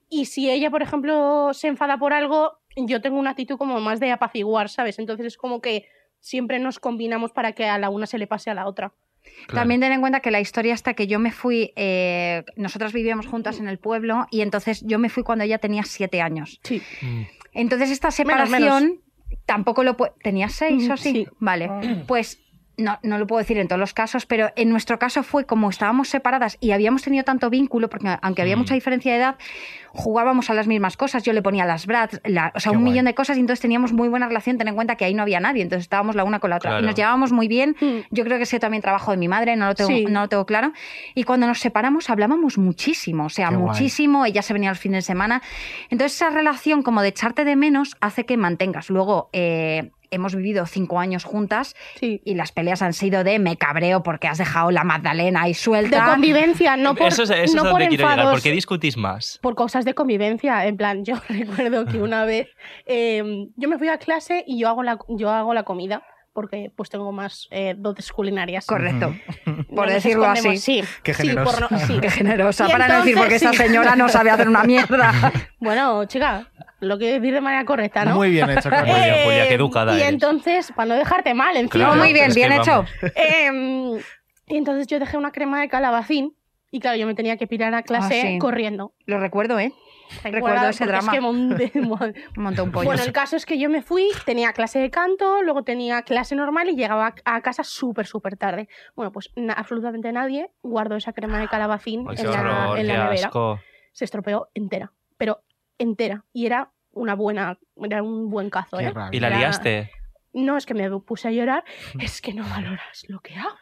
Speaker 8: y si ella, por ejemplo, se enfada por algo, yo tengo una actitud como más de apaciguar, ¿sabes? Entonces es como que siempre nos combinamos para que a la una se le pase a la otra.
Speaker 10: También ten en cuenta que la historia hasta que yo me fui, eh, nosotras vivíamos juntas en el pueblo y entonces yo me fui cuando ella tenía siete años.
Speaker 8: Sí.
Speaker 11: Mm.
Speaker 10: Entonces esta
Speaker 8: Menos,
Speaker 10: separación tampoco lo puedo... ¿Tenía seis o sí?
Speaker 8: Sí. Ah.
Speaker 10: Vale, pues no, no lo puedo decir en todos los casos, pero en nuestro caso fue como estábamos separadas y habíamos tenido tanto vínculo, porque aunque había
Speaker 1: Mm.
Speaker 10: mucha diferencia de edad, jugábamos a las mismas cosas, yo le ponía las brats, la- o sea,
Speaker 11: Qué
Speaker 10: un
Speaker 11: guay.
Speaker 10: millón de cosas y entonces teníamos muy buena relación, ten en cuenta que ahí no había nadie, entonces estábamos la una con la otra
Speaker 1: Claro.
Speaker 10: y nos llevábamos muy bien.
Speaker 8: Mm.
Speaker 10: Yo creo que ese también trabajo de mi madre, no lo tengo,
Speaker 8: Sí.
Speaker 10: no lo tengo claro. Y cuando nos separamos hablábamos muchísimo, o sea,
Speaker 11: Qué guay.
Speaker 10: muchísimo. Ella se venía los fines de semana. Entonces esa relación como de echarte de menos hace que mantengas. Luego eh, hemos vivido cinco años juntas
Speaker 8: Sí.
Speaker 10: y las peleas han sido de me cabreo porque has dejado la Magdalena ahí
Speaker 8: De
Speaker 10: suelta.
Speaker 8: convivencia, no por,
Speaker 1: eso es, eso
Speaker 8: no
Speaker 1: es
Speaker 8: por
Speaker 1: donde quiero llegar.
Speaker 8: enfados.
Speaker 1: ¿Por qué discutís más?
Speaker 8: por cosas de convivencia. En plan, yo [laughs] recuerdo que una vez eh, yo me fui a clase y yo hago la, yo hago la comida porque pues tengo más eh, dotes culinarias.
Speaker 10: Correcto.
Speaker 8: No
Speaker 10: Por
Speaker 8: nos
Speaker 10: decirlo
Speaker 8: escondemos.
Speaker 10: así.
Speaker 8: Sí,
Speaker 11: Qué
Speaker 8: sí,
Speaker 11: generosa.
Speaker 8: por no-
Speaker 1: [laughs]
Speaker 8: sí.
Speaker 10: Qué generosa,
Speaker 8: Y
Speaker 10: para no decir
Speaker 8: entonces,
Speaker 10: porque esa
Speaker 8: sí.
Speaker 10: señora no sabe hacer
Speaker 1: [laughs]
Speaker 10: una mierda.
Speaker 8: Bueno, chica, lo quiero decir de manera correcta, ¿no?
Speaker 11: Muy bien
Speaker 10: [laughs]
Speaker 11: hecho, Carmen.
Speaker 1: Muy bien, Julia, qué
Speaker 8: Eh,
Speaker 1: educada
Speaker 8: Y
Speaker 1: eres.
Speaker 8: entonces, para no dejarte mal, encima.
Speaker 1: Claro,
Speaker 10: muy bien,
Speaker 1: es que
Speaker 10: bien hecho.
Speaker 1: vamos.
Speaker 8: Eh, y entonces yo dejé una crema de calabacín y claro, yo me tenía que pirar a clase
Speaker 10: Ah, sí.
Speaker 8: corriendo.
Speaker 10: Lo recuerdo, ¿eh?
Speaker 8: Recuerda,
Speaker 10: ese
Speaker 8: porque es
Speaker 10: drama.
Speaker 8: que mon- [laughs]
Speaker 10: Monté un pollo.
Speaker 8: Bueno, el caso es que yo me fui, tenía clase de canto, luego tenía clase normal y llegaba a casa súper, súper tarde. Bueno, pues na- absolutamente nadie guardó esa crema de calabacín
Speaker 1: Ay,
Speaker 8: en
Speaker 1: qué
Speaker 8: la,
Speaker 1: horror,
Speaker 8: en la
Speaker 1: qué
Speaker 8: nevera.
Speaker 1: asco.
Speaker 8: Se estropeó entera, pero entera. Y era una buena, era un buen cazo,
Speaker 11: Qué
Speaker 8: ¿eh?
Speaker 11: rabia.
Speaker 1: ¿Y la
Speaker 8: Ya.
Speaker 1: liaste?
Speaker 8: No, es que me puse a llorar, es que no valoras lo que hago,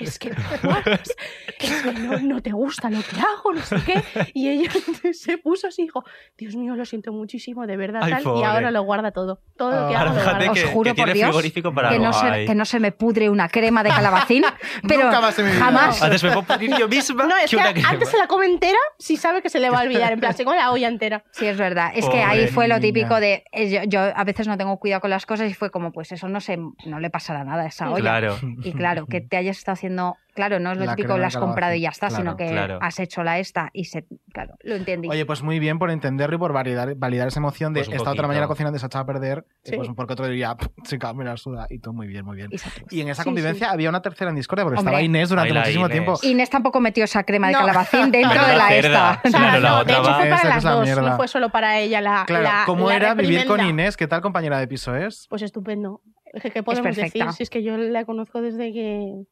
Speaker 8: es que no me valoras, es que no, no te gusta lo que hago, no sé qué. Y ella [laughs] se puso así y dijo, Dios mío, lo siento muchísimo, de verdad,
Speaker 1: Ay,
Speaker 8: tal, y
Speaker 1: pobre.
Speaker 8: ahora lo guarda todo. Todo lo que
Speaker 11: Ah.
Speaker 8: hago lo
Speaker 1: Fíjate
Speaker 8: guarda.
Speaker 10: Os
Speaker 1: que-
Speaker 10: juro
Speaker 1: que
Speaker 10: por
Speaker 1: tiene
Speaker 10: Dios
Speaker 1: frigorífico para
Speaker 10: que, no
Speaker 1: algo.
Speaker 10: se,
Speaker 1: Ay.
Speaker 10: que no se me pudre una crema de calabacín, [laughs] pero
Speaker 11: Nunca más en mi vida. [laughs]
Speaker 10: jamás.
Speaker 1: Antes me puedo poner yo misma
Speaker 8: No, es
Speaker 1: que
Speaker 8: que
Speaker 1: una crema.
Speaker 8: antes se la come entera si sabe que se le va a olvidar, en plan, se come la olla entera.
Speaker 10: Sí, es verdad. Es
Speaker 1: Pobre
Speaker 10: que ahí fue lo
Speaker 11: niña.
Speaker 10: típico de. eh, Yo, yo a veces no tengo cuidado con las cosas y fue como, pues eso no sé, no le pasará nada a esa olla.
Speaker 1: Claro.
Speaker 10: Y
Speaker 2: [laughs]
Speaker 10: claro, que te hayas estado haciendo. Claro, no es lo
Speaker 11: La
Speaker 10: típico,
Speaker 11: crema
Speaker 10: la
Speaker 11: de
Speaker 10: has comprado y ya está,
Speaker 11: calabaza,
Speaker 10: sino que
Speaker 1: claro.
Speaker 10: has hecho la esta y se. Claro, lo entendí.
Speaker 11: Oye, pues muy bien por entenderlo y por validar, validar esa emoción de
Speaker 1: Pues un
Speaker 11: esta otra
Speaker 1: poquito.
Speaker 11: mañana cocinando y se ha echado a perder, eh,
Speaker 8: Sí.
Speaker 11: pues porque otro diría, chica, me la suda, y todo muy bien, muy bien.
Speaker 10: y, se puso.
Speaker 11: Y en esa
Speaker 8: Sí,
Speaker 11: convivencia había una tercera en discordia, porque
Speaker 10: Hombre.
Speaker 11: estaba Inés durante
Speaker 1: Ay, la
Speaker 11: muchísimo
Speaker 1: Inés.
Speaker 11: tiempo.
Speaker 10: Inés tampoco metió esa crema de
Speaker 8: No.
Speaker 10: calabacín dentro
Speaker 1: Menuda
Speaker 10: de la
Speaker 1: cerda.
Speaker 10: [laughs] esta.
Speaker 8: O sea,
Speaker 1: Claro, la
Speaker 8: no,
Speaker 1: otra
Speaker 8: de hecho
Speaker 1: va-
Speaker 8: fue
Speaker 11: Esa
Speaker 8: para
Speaker 11: es
Speaker 8: las
Speaker 11: la
Speaker 8: dos,
Speaker 11: mierda.
Speaker 8: no fue solo para ella la.
Speaker 11: Claro,
Speaker 8: la-
Speaker 11: ¿cómo
Speaker 8: la
Speaker 11: era vivir con
Speaker 8: reprimenda.
Speaker 11: Inés? ¿Qué tal compañera de piso es?
Speaker 8: Pues estupendo. ¿Qué, qué podemos
Speaker 10: perfecta.
Speaker 8: decir? Si es que yo la conozco desde que,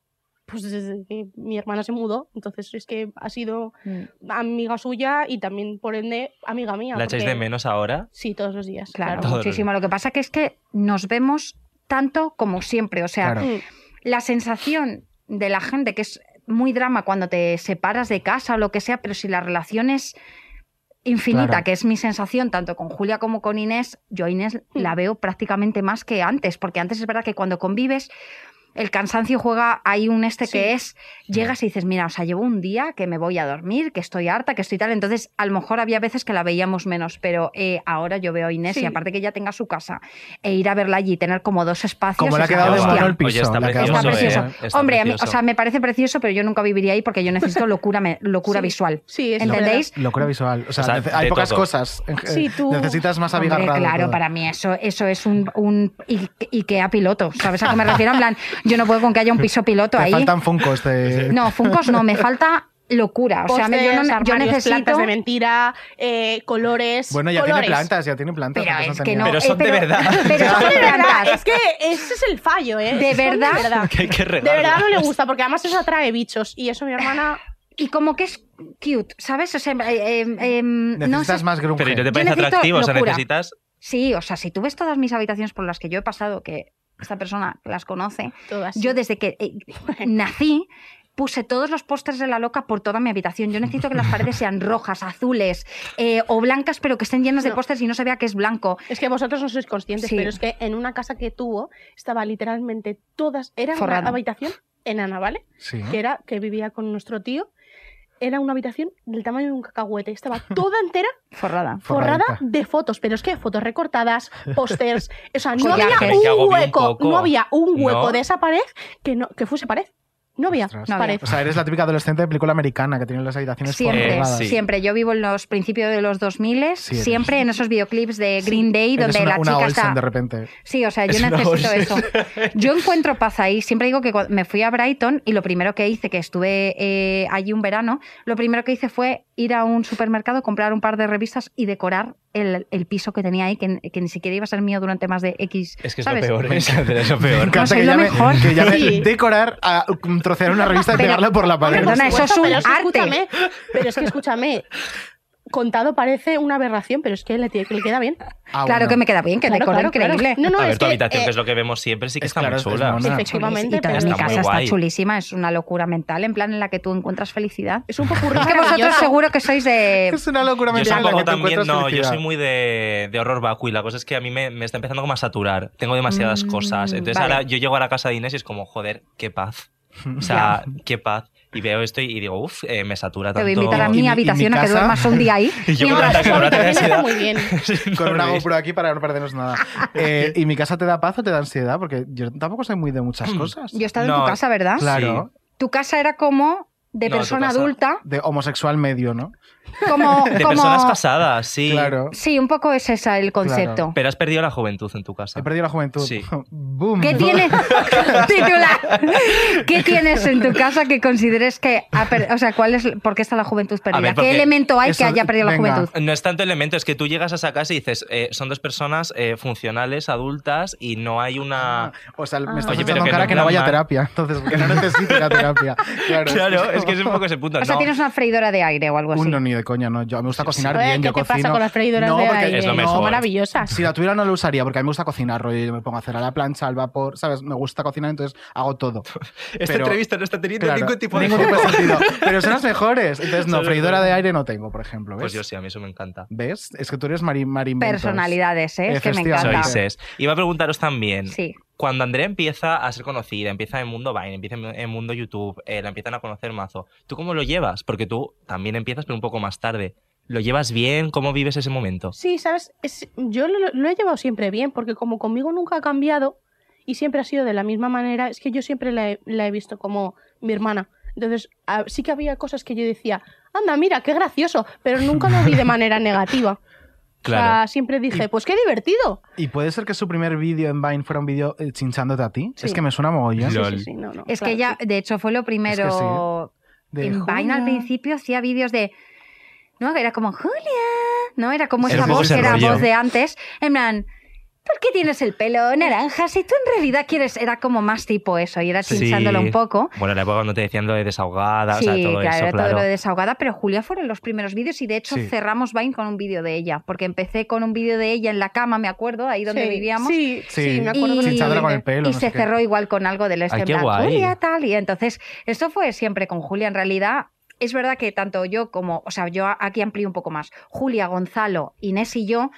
Speaker 8: pues desde que mi hermana se mudó, entonces es que ha sido
Speaker 10: Mm,
Speaker 8: amiga suya y también, por ende, amiga mía.
Speaker 1: ¿La echáis
Speaker 8: porque-
Speaker 1: de menos ahora?
Speaker 8: Sí, todos los días.
Speaker 10: Claro,
Speaker 1: Todo el-
Speaker 10: muchísimo. Lo que pasa que es que nos vemos tanto como siempre. O sea,
Speaker 11: Claro.
Speaker 8: Mm,
Speaker 10: la sensación de la gente que es muy drama cuando te separas de casa o lo que sea, pero si la relación es infinita,
Speaker 12: Claro.
Speaker 10: que es mi sensación tanto con Julia como con Inés, yo a Inés la veo prácticamente más que antes, porque antes es verdad que cuando convives el cansancio juega, hay un este que es, llegas y dices, mira, o sea, llevo un día que me voy a dormir, que estoy harta, que estoy tal, entonces a lo mejor había veces que la veíamos menos, pero eh, ahora yo veo a Inés
Speaker 12: Sí.
Speaker 10: y aparte que ella tenga su casa e ir a verla allí, tener como dos espacios.
Speaker 2: Como le ha
Speaker 10: es la
Speaker 2: quedado de
Speaker 10: hostia.
Speaker 2: mono el piso.
Speaker 1: Oye, está
Speaker 2: le ha quedado
Speaker 1: precioso,
Speaker 2: mono el
Speaker 1: eh.
Speaker 2: piso.
Speaker 1: Está
Speaker 10: Hombre, a mí- o
Speaker 1: precioso.
Speaker 10: sea, me parece precioso, pero yo nunca viviría ahí porque yo necesito locura, me- locura
Speaker 8: Sí.
Speaker 10: visual.
Speaker 8: Sí,
Speaker 2: Lo-
Speaker 10: ¿Entendéis?
Speaker 2: Locura visual. O sea,
Speaker 1: O sea,
Speaker 2: nece-
Speaker 1: de
Speaker 2: hay pocas
Speaker 1: todo.
Speaker 2: cosas. En-
Speaker 10: Mm. Sí,
Speaker 11: eh,
Speaker 10: tú-
Speaker 2: Necesitas más
Speaker 10: Hombre,
Speaker 2: abigarrado.
Speaker 10: claro,
Speaker 2: todo.
Speaker 10: para mí eso, eso es un, un I- IKEA piloto. ¿Sabes a qué me refiero? En plan, yo no puedo con que haya un piso
Speaker 2: [laughs]
Speaker 10: piloto
Speaker 2: Te
Speaker 10: ahí.
Speaker 2: faltan funcos
Speaker 10: [laughs]
Speaker 2: de...
Speaker 10: No, Funcos no, me falta locura. O sea, me- yo, no-
Speaker 8: Pósters,
Speaker 10: yo
Speaker 8: armarios,
Speaker 10: necesito.
Speaker 8: plantas de mentira, eh, colores.
Speaker 2: Bueno, ya
Speaker 8: colores.
Speaker 2: tiene plantas, ya tiene plantas.
Speaker 10: Pero
Speaker 2: antes
Speaker 10: es que
Speaker 2: tenía.
Speaker 10: no, Pero son eh, de pero- verdad. pero
Speaker 8: Son de verdad,
Speaker 10: plantas.
Speaker 8: Es que ese es el fallo, ¿eh?
Speaker 10: De
Speaker 8: Son
Speaker 10: verdad.
Speaker 1: [laughs]
Speaker 8: De verdad,
Speaker 1: [laughs] Que hay que
Speaker 8: De
Speaker 1: regarlas.
Speaker 8: verdad no le gusta, porque además eso atrae bichos. Y eso mi
Speaker 10: [laughs]
Speaker 8: hermana.
Speaker 10: Y como que es cute, ¿sabes? O sea, eh, eh, eh, no
Speaker 2: Necesitas
Speaker 10: sé.
Speaker 2: más grunge.
Speaker 1: Pero ¿y no
Speaker 10: Yo
Speaker 1: te parece
Speaker 10: necesito
Speaker 1: atractivo? O sea,
Speaker 10: locura.
Speaker 1: necesitas.
Speaker 10: Sí, o sea, si tú ves todas mis habitaciones por las que yo he pasado, que esta persona las conoce,
Speaker 8: Todas.
Speaker 10: yo desde que eh, nací puse todos los pósters de la loca por toda mi habitación. Yo necesito que las paredes sean rojas, azules eh, o blancas, pero que estén llenas de
Speaker 8: No.
Speaker 10: pósters y no se vea que es blanco.
Speaker 8: Es que vosotros no sois conscientes,
Speaker 10: Sí.
Speaker 8: pero es que en una casa que tuvo estaba literalmente todas. Era
Speaker 10: Forrada.
Speaker 8: una habitación enana, ¿vale?
Speaker 2: Sí.
Speaker 8: Que era que vivía con nuestro tío. Era una habitación del tamaño de un
Speaker 10: [laughs]
Speaker 8: cacahuete. Estaba toda entera
Speaker 10: Forrada.
Speaker 8: forrada
Speaker 2: Forradita.
Speaker 8: de fotos, pero es que
Speaker 10: [laughs]
Speaker 8: fotos recortadas, pósters, o sea, no
Speaker 10: Collages.
Speaker 8: había
Speaker 10: Pero
Speaker 1: es que
Speaker 8: un
Speaker 1: agobia un
Speaker 8: hueco,
Speaker 1: poco,
Speaker 8: no había un hueco
Speaker 1: ¿no?
Speaker 8: de esa pared que no que fuese pared. No había
Speaker 2: Ostras.
Speaker 10: No había.
Speaker 8: pared.
Speaker 2: O sea, eres la típica adolescente de película americana que tiene las habitaciones
Speaker 10: Siempre,
Speaker 2: forradas.
Speaker 1: sí.
Speaker 10: siempre. Yo vivo en los principios de los 2000,
Speaker 2: Sí, eres.
Speaker 10: siempre en esos videoclips de Green Day
Speaker 2: Eres
Speaker 10: donde
Speaker 2: una,
Speaker 10: la
Speaker 2: una
Speaker 10: chica
Speaker 2: Olsen
Speaker 10: está...
Speaker 2: de [laughs] repente.
Speaker 10: Sí, o
Speaker 1: [laughs]
Speaker 10: sea,
Speaker 1: Es
Speaker 10: yo
Speaker 1: una
Speaker 10: necesito
Speaker 1: bolsa.
Speaker 10: eso. Yo encuentro paz ahí. Siempre digo que cuando me fui a Brighton y lo primero que hice, que estuve eh, allí un verano, lo primero que hice fue ir a un supermercado, comprar un par de revistas y decorar el, el piso que tenía ahí, que, que ni siquiera iba a ser mío durante más de X.
Speaker 1: Es que es
Speaker 10: ¿sabes?
Speaker 1: lo peor. ¿eh? Es, [laughs] es lo peor.
Speaker 10: No, soy
Speaker 2: que
Speaker 10: Pues lo
Speaker 2: llame-
Speaker 10: mejor.
Speaker 2: que llame
Speaker 8: Sí.
Speaker 2: decorar a mm, trocear una revista y
Speaker 10: Pero-
Speaker 2: pegarla por la pared.
Speaker 10: Hombre, Oh, Perdona, eso es un
Speaker 8: pero que
Speaker 10: arte.
Speaker 8: Escúchame, pero es que escúchame, contado parece una aberración, pero es que le, tiene- que le queda bien.
Speaker 2: Ah,
Speaker 10: claro
Speaker 2: bueno.
Speaker 10: que me queda bien, que
Speaker 8: Claro,
Speaker 10: decoro
Speaker 8: claro, claro.
Speaker 10: increíble.
Speaker 8: No, no,
Speaker 1: a ver,
Speaker 8: es
Speaker 1: tu
Speaker 8: que,
Speaker 1: habitación,
Speaker 8: eh,
Speaker 1: que es lo que vemos siempre, sí que
Speaker 2: es
Speaker 1: está
Speaker 2: claro,
Speaker 1: muy
Speaker 2: es- es
Speaker 1: chula.
Speaker 2: mona.
Speaker 8: Efectivamente,
Speaker 10: Y toda
Speaker 8: pero
Speaker 10: mi
Speaker 8: está muy
Speaker 10: casa está
Speaker 1: guay.
Speaker 10: chulísima, es una locura mental, en plan en la que tú encuentras felicidad.
Speaker 8: es un popurrí
Speaker 10: Es que vosotros
Speaker 8: maravilloso.
Speaker 10: seguro que sois de...
Speaker 2: Es una locura
Speaker 1: Yo soy
Speaker 2: mentira
Speaker 1: un
Speaker 2: en la
Speaker 1: poco
Speaker 2: que te
Speaker 1: también,
Speaker 2: encuentras
Speaker 1: no, yo
Speaker 2: felicidad.
Speaker 1: soy muy de, de horror vacuo y la cosa es que a mí me, me está empezando como a saturar. Tengo demasiadas
Speaker 10: Mm,
Speaker 1: cosas. Entonces
Speaker 10: vale.
Speaker 1: ahora yo llego a la casa de Inés y es como, joder, qué paz. O sea, qué paz. Y veo esto y, y digo, uff, me satura
Speaker 10: Te
Speaker 1: tanto.
Speaker 10: voy a invitar a
Speaker 2: Y mi-
Speaker 10: mi
Speaker 2: y
Speaker 10: habitación
Speaker 2: mi
Speaker 10: a que
Speaker 2: casa.
Speaker 10: duermas un día ahí.
Speaker 1: Y yo con
Speaker 10: [laughs]
Speaker 8: Mientras
Speaker 1: ataque,
Speaker 8: su
Speaker 1: con ataque de
Speaker 8: habitación está
Speaker 1: ansiedad.
Speaker 8: muy bien.
Speaker 1: [laughs] Sí,
Speaker 2: Con una
Speaker 1: ¿veis?
Speaker 2: GoPro aquí para no
Speaker 1: [laughs]
Speaker 2: perdernos nada. Eh, ¿Y mi casa te da paz o te da ansiedad? Porque yo tampoco soy muy de muchas
Speaker 1: Mm.
Speaker 2: cosas.
Speaker 10: Yo he estado en
Speaker 1: No,
Speaker 10: tu casa, ¿verdad?
Speaker 2: Claro,
Speaker 10: Tu casa era como de
Speaker 1: No, tu
Speaker 10: persona
Speaker 1: casa.
Speaker 10: adulta,
Speaker 2: de homosexual medio, ¿no?
Speaker 1: [laughs]
Speaker 10: como...
Speaker 1: De
Speaker 10: como...
Speaker 1: personas casadas, sí.
Speaker 2: Claro.
Speaker 10: Sí, un poco es ese el concepto.
Speaker 1: Pero has perdido la juventud en tu casa.
Speaker 2: He perdido la juventud.
Speaker 1: Sí.
Speaker 2: [laughs] Boom.
Speaker 1: [laughs]
Speaker 10: ¿Qué tienes, titular, ¿qué tienes en tu casa que consideres que, ha per- o sea, cuál es, por qué está la juventud perdida?
Speaker 1: ver,
Speaker 10: ¿Qué
Speaker 1: porque
Speaker 10: elemento hay
Speaker 2: eso-
Speaker 10: que haya perdido
Speaker 2: venga.
Speaker 10: la juventud?
Speaker 1: No es tanto elemento, es que tú llegas a esa casa y dices, eh, son dos personas eh, funcionales, adultas, y no hay una...
Speaker 2: O sea,
Speaker 8: Ah.
Speaker 2: me estás
Speaker 1: Oye, pero
Speaker 2: echando en
Speaker 1: que
Speaker 2: cara
Speaker 1: no
Speaker 2: que no
Speaker 1: plan
Speaker 2: vaya a
Speaker 1: mal.
Speaker 2: terapia, entonces, porque no necesito la terapia. Claro,
Speaker 1: [laughs] Claro, es que es un poco ese punto.
Speaker 10: O sea,
Speaker 1: no.
Speaker 10: tienes una freidora de aire o algo así.
Speaker 2: Un no, ni de coña, no. Yo, me gusta cocinar
Speaker 8: Joder,
Speaker 2: bien,
Speaker 8: ¿Qué
Speaker 2: yo
Speaker 8: te pasa
Speaker 2: cocino.
Speaker 8: con las freidoras
Speaker 2: No,
Speaker 8: de
Speaker 2: porque-
Speaker 8: aire?
Speaker 1: Es lo
Speaker 8: No,
Speaker 1: mejor.
Speaker 8: maravosas.
Speaker 2: Si la tuviera no la usaría, porque a mí me gusta cocinar, rollo, yo me pongo a hacer a la plancha, al vapor, ¿sabes? Me gusta cocinar, entonces hago todo.
Speaker 1: Esta
Speaker 2: pero-
Speaker 1: entrevista no está teniendo
Speaker 2: Claro,
Speaker 1: ningún tipo de...
Speaker 2: ningún tipo de sentido. Pero son las mejores. Entonces, no,
Speaker 1: Son las
Speaker 2: freidora de
Speaker 1: mejores.
Speaker 2: aire no tengo, por ejemplo, ¿ves?
Speaker 1: Pues yo sí, a mí eso me encanta.
Speaker 2: ¿Ves? Es que tú eres marín marín
Speaker 10: Personalidades, ¿eh? Es que me
Speaker 2: Efectivamente.
Speaker 10: encanta.
Speaker 1: Soy SES. Iba a preguntaros también,
Speaker 10: Sí.
Speaker 1: cuando Andrea empieza a ser conocida, empieza en mundo Vine, empieza en en mundo YouTube, eh, la empiezan a conocer mazo, ¿tú cómo lo llevas? Porque tú también empiezas, pero un poco más tarde. ¿Lo llevas bien? ¿Cómo vives ese momento?
Speaker 8: Sí, sabes, Es- yo lo, lo he llevado siempre bien, porque como conmigo nunca ha cambiado y siempre ha sido de la misma manera, es que yo siempre la he, la he visto como mi hermana. Entonces, a- sí que había cosas que yo decía, anda, mira, qué gracioso, pero nunca lo
Speaker 1: [laughs]
Speaker 8: vi de manera negativa. O sea,
Speaker 1: Claro.
Speaker 8: siempre dije, pues qué divertido.
Speaker 2: ¿Y puede ser que su primer vídeo en Vine fuera un vídeo eh, chinchándote a ti?
Speaker 8: Sí.
Speaker 2: Es que me suena mogollón.
Speaker 8: Sí,
Speaker 1: Lol.
Speaker 8: sí, sí, no, no,
Speaker 10: Es que
Speaker 8: claro,
Speaker 10: ella,
Speaker 8: sí.
Speaker 10: de hecho, fue lo primero...
Speaker 2: De [laughs]
Speaker 10: en Vine
Speaker 2: Julia.
Speaker 10: al principio hacía vídeos de. No, era como Julia. No, era como
Speaker 1: Era
Speaker 10: esa
Speaker 1: un poco
Speaker 10: voz
Speaker 1: ese
Speaker 10: que era
Speaker 1: rollo.
Speaker 10: voz de antes. En plan. ¿Por qué tienes el pelo naranja? Si tú en realidad quieres, era como más tipo eso, y era chinchándolo
Speaker 1: Sí.
Speaker 10: un poco.
Speaker 1: Bueno, la época cuando te decían lo de desahogada,
Speaker 10: Sí,
Speaker 1: o sea, todo
Speaker 10: claro,
Speaker 1: eso,
Speaker 10: era
Speaker 1: claro.
Speaker 10: todo lo de desahogada, pero Julia fueron los primeros vídeos y de hecho
Speaker 1: Sí.
Speaker 10: cerramos Vine con un vídeo de ella, porque empecé con un vídeo de ella en la cama, me acuerdo, ahí donde
Speaker 8: Sí,
Speaker 10: vivíamos.
Speaker 8: sí,
Speaker 11: Sí, sí, me acuerdo
Speaker 10: Y,
Speaker 11: Chinchándola con el pelo,
Speaker 10: y
Speaker 11: no
Speaker 10: se
Speaker 11: sé qué.
Speaker 10: cerró igual con algo del
Speaker 11: Ay,
Speaker 10: este en
Speaker 11: qué
Speaker 10: plan,
Speaker 11: guay.
Speaker 10: Julia tal, y entonces esto fue siempre con Julia en realidad. Es verdad que tanto yo como, o sea, yo aquí amplío un poco más, Julia, Gonzalo, Inés y yo,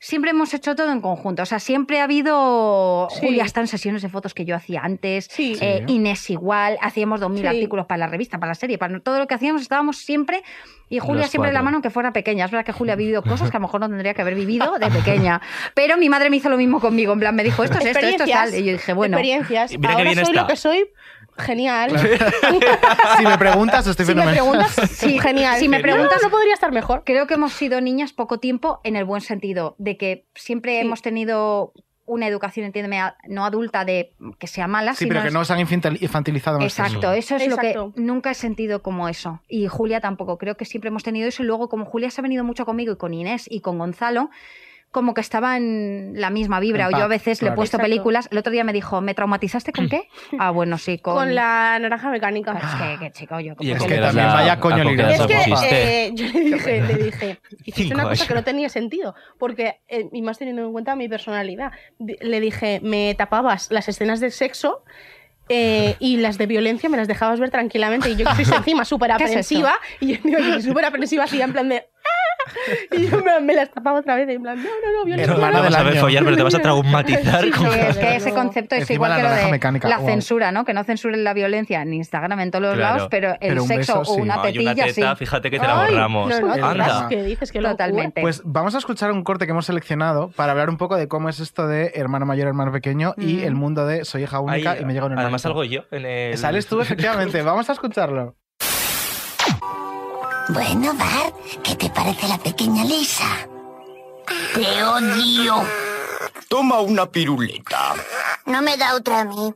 Speaker 10: siempre hemos hecho todo en conjunto. O sea, siempre ha habido.
Speaker 8: Sí.
Speaker 10: Julia está en sesiones de fotos que yo hacía antes.
Speaker 8: Sí.
Speaker 10: eh,
Speaker 8: Sí.
Speaker 10: Inés igual. Hacíamos 2.000
Speaker 8: Sí.
Speaker 10: artículos para la revista, para la serie, para todo lo que hacíamos. Estábamos siempre. Y Julia
Speaker 8: Los
Speaker 10: siempre de la
Speaker 8: cuatro.
Speaker 10: mano, aunque fuera pequeña. Es verdad que Julia ha vivido cosas que a lo mejor no tendría que haber vivido
Speaker 11: [laughs]
Speaker 10: de pequeña. Pero mi madre me hizo lo mismo conmigo. En plan, me dijo, esto es esto, esto es tal. Y yo dije, bueno.
Speaker 8: Experiencias.
Speaker 10: Mira qué
Speaker 8: Ahora soy
Speaker 10: bien está. este
Speaker 8: lo que soy. Genial.
Speaker 11: Si me preguntas, estoy
Speaker 8: Si me
Speaker 11: fenomenal.
Speaker 10: [laughs]
Speaker 8: preguntas, sí, genial.
Speaker 10: Si me preguntas,
Speaker 8: no, no podría estar mejor.
Speaker 10: Creo que hemos sido niñas poco tiempo en el buen sentido, de que siempre hemos tenido una educación, entiéndeme, a- no adulta de que sea mala,
Speaker 11: Sí,
Speaker 10: sino
Speaker 11: pero que
Speaker 10: es-
Speaker 11: no os han infantil- infantilizado. más que
Speaker 10: Exacto, eso es lo
Speaker 8: Exacto.
Speaker 10: que nunca he sentido como eso. Y Julia tampoco, creo que siempre hemos tenido eso. Y luego, como Julia se ha venido mucho conmigo y con Inés y con Gonzalo, como que estaba en la misma vibra.
Speaker 8: En
Speaker 10: o yo a
Speaker 8: paz,
Speaker 10: veces le
Speaker 8: claro.
Speaker 10: he puesto
Speaker 8: Exacto.
Speaker 10: películas. El otro día me dijo, ¿me traumatizaste
Speaker 1: Mm.
Speaker 10: con qué? Ah, bueno, sí, con. Ah,
Speaker 8: Con la naranja mecánica.
Speaker 10: Es que, que chico, yo
Speaker 1: Y
Speaker 10: como
Speaker 1: es
Speaker 10: que
Speaker 1: que
Speaker 10: le-
Speaker 1: también vaya coño le irás a
Speaker 8: Es que
Speaker 1: pusiste.
Speaker 8: eh, yo le dije, le dije, hiciste
Speaker 1: Cinco
Speaker 8: una cosa
Speaker 1: años.
Speaker 8: que no tenía sentido, porque, eh, y más teniendo en cuenta mi personalidad, Di- le dije, me tapabas las escenas de sexo eh, y las de violencia me las dejabas ver tranquilamente, y yo
Speaker 1: [laughs]
Speaker 8: que soy encima súper
Speaker 10: ¿Qué es
Speaker 8: aprensiva, y yo digo, yo soy súper aprensiva, así en plan de... "Ah", Y yo me, me las tapaba otra vez, y en plan, no, no, no, violencia.
Speaker 1: No
Speaker 8: no".
Speaker 1: vas a ver follar, pero te vas a traumatizar.
Speaker 8: Sí,
Speaker 1: con-
Speaker 8: sí,
Speaker 10: Es que ese concepto es
Speaker 1: Encima
Speaker 10: igual
Speaker 1: la
Speaker 10: que lo
Speaker 1: naranja
Speaker 10: de
Speaker 1: mecánica,
Speaker 10: la
Speaker 1: wow.
Speaker 10: censura, ¿no? Que no censuren la violencia en Instagram, en todos los
Speaker 1: Claro.
Speaker 10: lados, pero el
Speaker 1: Pero un
Speaker 10: sexo
Speaker 1: beso,
Speaker 10: o
Speaker 1: sí.
Speaker 10: una
Speaker 1: No, y
Speaker 10: tetilla
Speaker 1: una teta,
Speaker 10: sí.
Speaker 1: fíjate que te la Ay, borramos. no, no, Anda. ostras,
Speaker 8: ¿qué dices? Qué locura.
Speaker 10: Totalmente.
Speaker 11: Pues vamos a escuchar un corte que hemos seleccionado para hablar un poco de cómo es esto de hermano mayor, hermano pequeño y
Speaker 1: Ujú.
Speaker 11: el mundo de soy hija única
Speaker 1: Ahí,
Speaker 11: y me llega un hermano.
Speaker 1: Además salgo yo en el...
Speaker 11: Sales tú,
Speaker 1: [laughs]
Speaker 11: efectivamente. vamos a escucharlo.
Speaker 13: Bueno, Bart, ¿qué te parece la pequeña Lisa? Te odio.
Speaker 14: Toma una piruleta.
Speaker 13: No me da otra a mí.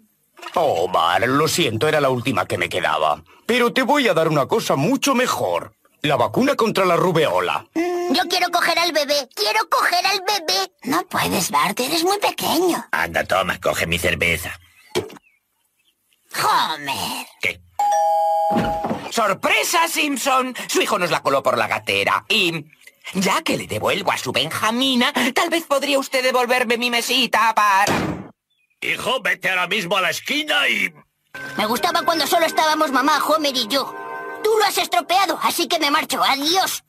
Speaker 14: Oh, Bar, lo siento, era la última que me quedaba. Pero te voy a dar una cosa mucho mejor. La vacuna contra la rubeola.
Speaker 13: Yo quiero coger al bebé. Quiero coger al bebé. No puedes, Bart, eres muy pequeño.
Speaker 15: Anda, toma, coge mi cerveza.
Speaker 13: Homer.
Speaker 15: ¡Sorpresa, Simpson! Su hijo nos la coló por la gatera. Y ya que le devuelvo a su Benjamina, tal vez podría usted devolverme mi mesita para...
Speaker 16: Hijo, vete ahora mismo a la esquina y...
Speaker 13: Me gustaba cuando solo estábamos mamá, Homer y yo. Tú lo has estropeado, así que me marcho. Adiós.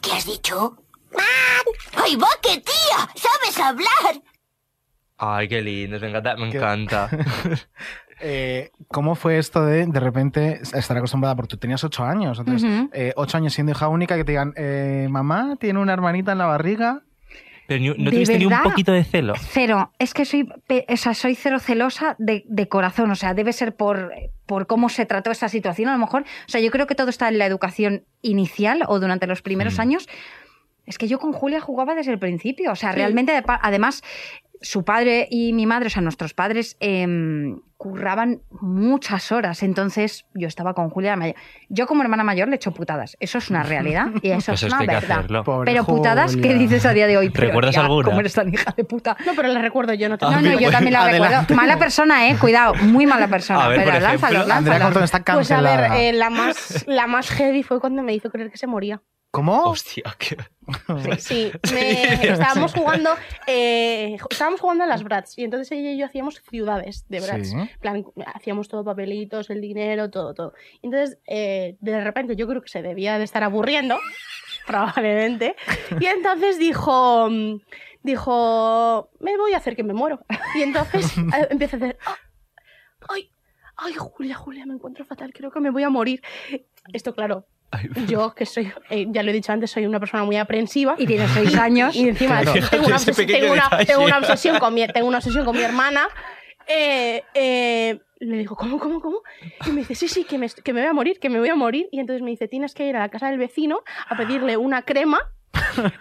Speaker 13: ¿Qué has dicho? ¡Ay, va, qué tía! ¡Sabes hablar!
Speaker 1: Ay, qué lindo, me encanta, me encanta.
Speaker 11: Eh, ¿Cómo fue esto de de repente estar acostumbrada? Porque tú tenías ocho años. Entonces,
Speaker 10: Ujú.
Speaker 11: eh, ocho años siendo hija única que te digan, eh, mamá tiene una hermanita en la barriga.
Speaker 1: Pero ni-
Speaker 10: ¿De
Speaker 1: no tuviste ni un
Speaker 10: verdad?
Speaker 1: poquito de celo.
Speaker 10: Cero, es que soy, pe- o sea, soy cero celosa de, de corazón, o sea, debe ser por, por cómo se trató esa situación, a lo mejor, o sea, yo creo que todo está en la educación inicial o durante los primeros
Speaker 1: Mm.
Speaker 10: años. Es que yo con Julia jugaba desde el principio, o sea,
Speaker 8: Sí.
Speaker 10: realmente, de pa- además, su padre y mi madre, o sea, nuestros padres, em, curraban muchas horas, entonces yo estaba con Julia la mayor. Yo como hermana mayor le echo putadas,
Speaker 1: [laughs]
Speaker 10: eso es una realidad y eso, es
Speaker 1: Eso es
Speaker 10: una
Speaker 1: que Pues hay que
Speaker 10: verdad.
Speaker 1: hacerlo. Pobre
Speaker 10: Pero putadas,
Speaker 1: Julia.
Speaker 10: ¿qué dices a día de hoy? Pero
Speaker 1: ¿Recuerdas
Speaker 10: ya,
Speaker 1: alguna?
Speaker 10: ¿Cómo eres tan hija de puta?
Speaker 8: No, pero la recuerdo yo, no te
Speaker 10: No, no, yo también la recuerdo. Mala persona, eh, cuidado, muy mala persona.
Speaker 1: A ver,
Speaker 10: pero
Speaker 1: por ejemplo,
Speaker 10: lánzalo, lánzalo.
Speaker 11: Andrea Cortón
Speaker 1: Ah,
Speaker 11: está
Speaker 8: Pues a
Speaker 11: cancelada.
Speaker 8: ver, eh, la, más, la más heavy fue cuando me hizo creer que se moría.
Speaker 11: ¿Cómo?
Speaker 1: Hostia, [laughs] qué...
Speaker 8: Sí, me- estábamos jugando eh, estábamos jugando a las Brats y entonces ella y yo hacíamos ciudades de Brats.
Speaker 10: Sí.
Speaker 8: En plan, hacíamos todo papelitos, el dinero, todo, todo. Entonces, eh, de repente yo creo que se debía de estar aburriendo, [laughs] probablemente, y entonces dijo, mm, dijo, me voy a hacer que me muero. Y entonces eh, empieza a hacer, "Ah, ay, ay, Julia, Julia, me encuentro fatal, creo que me voy a morir. Esto, claro, yo, que soy, eh, ya lo he dicho antes, soy una persona muy aprensiva.
Speaker 10: Y tienes seis años.
Speaker 8: Y encima
Speaker 10: Claro.
Speaker 8: tengo,
Speaker 10: [laughs]
Speaker 8: una
Speaker 10: Ese
Speaker 8: obsesión,
Speaker 10: pequeño
Speaker 8: tengo una-
Speaker 10: detalle.
Speaker 8: tengo una obsesión con mi, tengo una obsesión con mi hermana. Eh, eh, le digo, ¿cómo, cómo, cómo? Y me dice, sí, sí, que me, que me voy a morir, que me voy a morir. Y entonces me dice, tienes que ir a la casa del vecino a pedirle una crema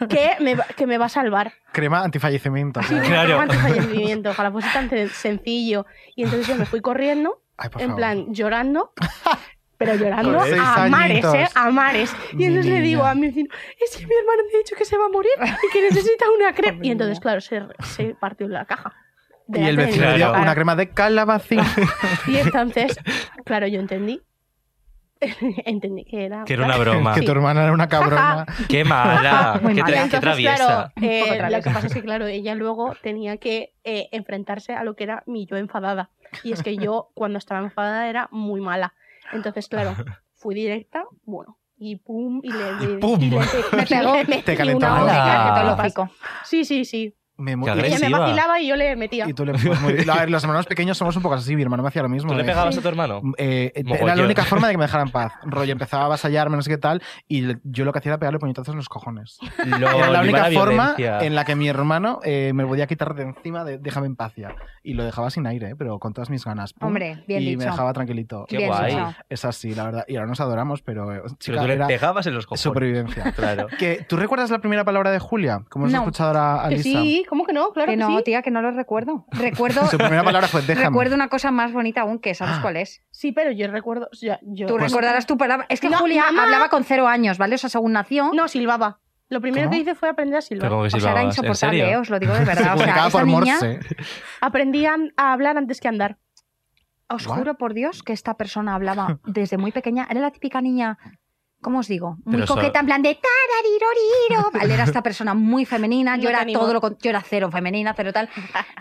Speaker 8: que me, va- que me va
Speaker 10: [laughs]
Speaker 8: a salvar.
Speaker 11: Crema antifallecimiento.
Speaker 8: Sí, una crema antifallecimiento. Ojalá fuese tan sen- sencillo. Y entonces yo me fui corriendo,
Speaker 11: Ay, por
Speaker 8: en
Speaker 11: favor.
Speaker 8: plan llorando. [laughs] pero llorando
Speaker 2: Con seis
Speaker 8: a mares,
Speaker 2: añitos.
Speaker 8: ¿eh? A mares. Y entonces le
Speaker 2: niña.
Speaker 8: digo a mi vecino, es que mi hermano me ha dicho que se va a morir y que necesita
Speaker 2: [laughs]
Speaker 8: una crema. Y entonces, claro, se, se partió la caja.
Speaker 2: Y el
Speaker 8: delante de
Speaker 2: vecino
Speaker 8: mi
Speaker 2: dio
Speaker 8: cara.
Speaker 2: una crema de calabacín.
Speaker 8: Y entonces, claro, yo entendí. [laughs] entendí que era...
Speaker 1: Que era
Speaker 10: [laughs]
Speaker 1: una broma.
Speaker 2: que tu hermana era una cabrona.
Speaker 1: ¡Qué mala! ¡Qué, tra- qué
Speaker 8: Entonces,
Speaker 1: traviesa!
Speaker 8: claro,
Speaker 2: Un
Speaker 8: eh,
Speaker 2: poco
Speaker 8: lo que
Speaker 2: traviesa.
Speaker 8: pasa es que, claro, ella luego tenía que eh, enfrentarse a lo que era mi yo enfadada. Y es que yo, cuando estaba enfadada, era muy mala. Entonces, claro, fui directa, bueno, y pum, y le... Y
Speaker 2: pum.
Speaker 8: y le-
Speaker 2: Me pegó.
Speaker 8: le metí
Speaker 2: Te calentó
Speaker 8: una
Speaker 2: la
Speaker 8: hostia
Speaker 2: boca.
Speaker 8: que te lo
Speaker 2: Ah.
Speaker 8: pasó. Sí, sí, sí.
Speaker 2: Me mu-
Speaker 1: Qué
Speaker 2: y-
Speaker 8: Ella me vacilaba y yo le metía.
Speaker 2: Y tú le pues, muy bien. A ver, los hermanos pequeños somos un poco así. Mi hermano me hacía lo mismo.
Speaker 1: ¿Tú le
Speaker 2: me-
Speaker 1: pegabas a tu hermano?
Speaker 2: Eh, eh, era
Speaker 1: Mogollón.
Speaker 2: la única forma de que me dejara
Speaker 1: [laughs]
Speaker 2: en paz. Rollo, empezaba a avasallarme, no sé qué tal, y le- yo lo que hacía era pegarle puñetazos en los cojones.
Speaker 1: Oh,
Speaker 2: era la única forma en la que mi hermano eh, me podía quitar de encima de déjame en paz ya. Y lo dejaba sin aire, eh, pero con todas mis ganas. Pum,
Speaker 10: Hombre, bien
Speaker 2: Y me
Speaker 10: dicho.
Speaker 2: dejaba tranquilito.
Speaker 1: Qué Bien guay. dicho.
Speaker 2: Es así, la verdad. Y ahora nos adoramos, pero... eh, chica,
Speaker 1: tú le
Speaker 2: era
Speaker 1: pegabas en los cojones.
Speaker 2: Supervivencia.
Speaker 1: Claro.
Speaker 2: Que, ¿Tú recuerdas la primera palabra de Julia? Como hemos
Speaker 10: No.
Speaker 2: escuchado ahora a
Speaker 10: Que
Speaker 2: Lisa.
Speaker 10: sí,
Speaker 8: ¿cómo que no? Claro
Speaker 10: que, no, tía, que no lo recuerdo. [laughs] Recuerdo.
Speaker 2: Su primera palabra fue pues, déjame.
Speaker 10: Recuerdo una cosa más bonita aún, que sabes cuál es.
Speaker 8: Sí, pero yo recuerdo. yo-
Speaker 10: Tú
Speaker 8: Pues-
Speaker 10: recordarás tu palabra. Es que
Speaker 8: No,
Speaker 10: Julia
Speaker 8: mi mamá-
Speaker 10: hablaba con cero años, ¿vale? O sea, según nació.
Speaker 8: No, silbaba. Lo primero que hice fue aprender a silbar.
Speaker 1: Pero como que
Speaker 10: O sea, era
Speaker 1: silbabas, Pues ¿en
Speaker 10: insoportable,
Speaker 1: serio?
Speaker 10: eh, os lo digo de verdad.
Speaker 2: Se
Speaker 10: o sea,
Speaker 2: comunicaba
Speaker 10: esta
Speaker 2: por
Speaker 10: niña-
Speaker 2: Morse.
Speaker 8: Aprendí a, a hablar antes que a andar.
Speaker 10: Os
Speaker 8: What?
Speaker 10: juro por Dios que esta persona
Speaker 8: [laughs]
Speaker 10: hablaba desde muy pequeña. Era la típica niña, ¿cómo os digo? Muy
Speaker 8: Pero eso-
Speaker 10: coqueta, en plan de
Speaker 8: [laughs]
Speaker 10: tarariroriro. Vale, era esta persona muy femenina.
Speaker 8: No
Speaker 10: Yo
Speaker 8: te
Speaker 10: era
Speaker 8: animo.
Speaker 10: todo lo con- Yo era cero femenina, cero tal.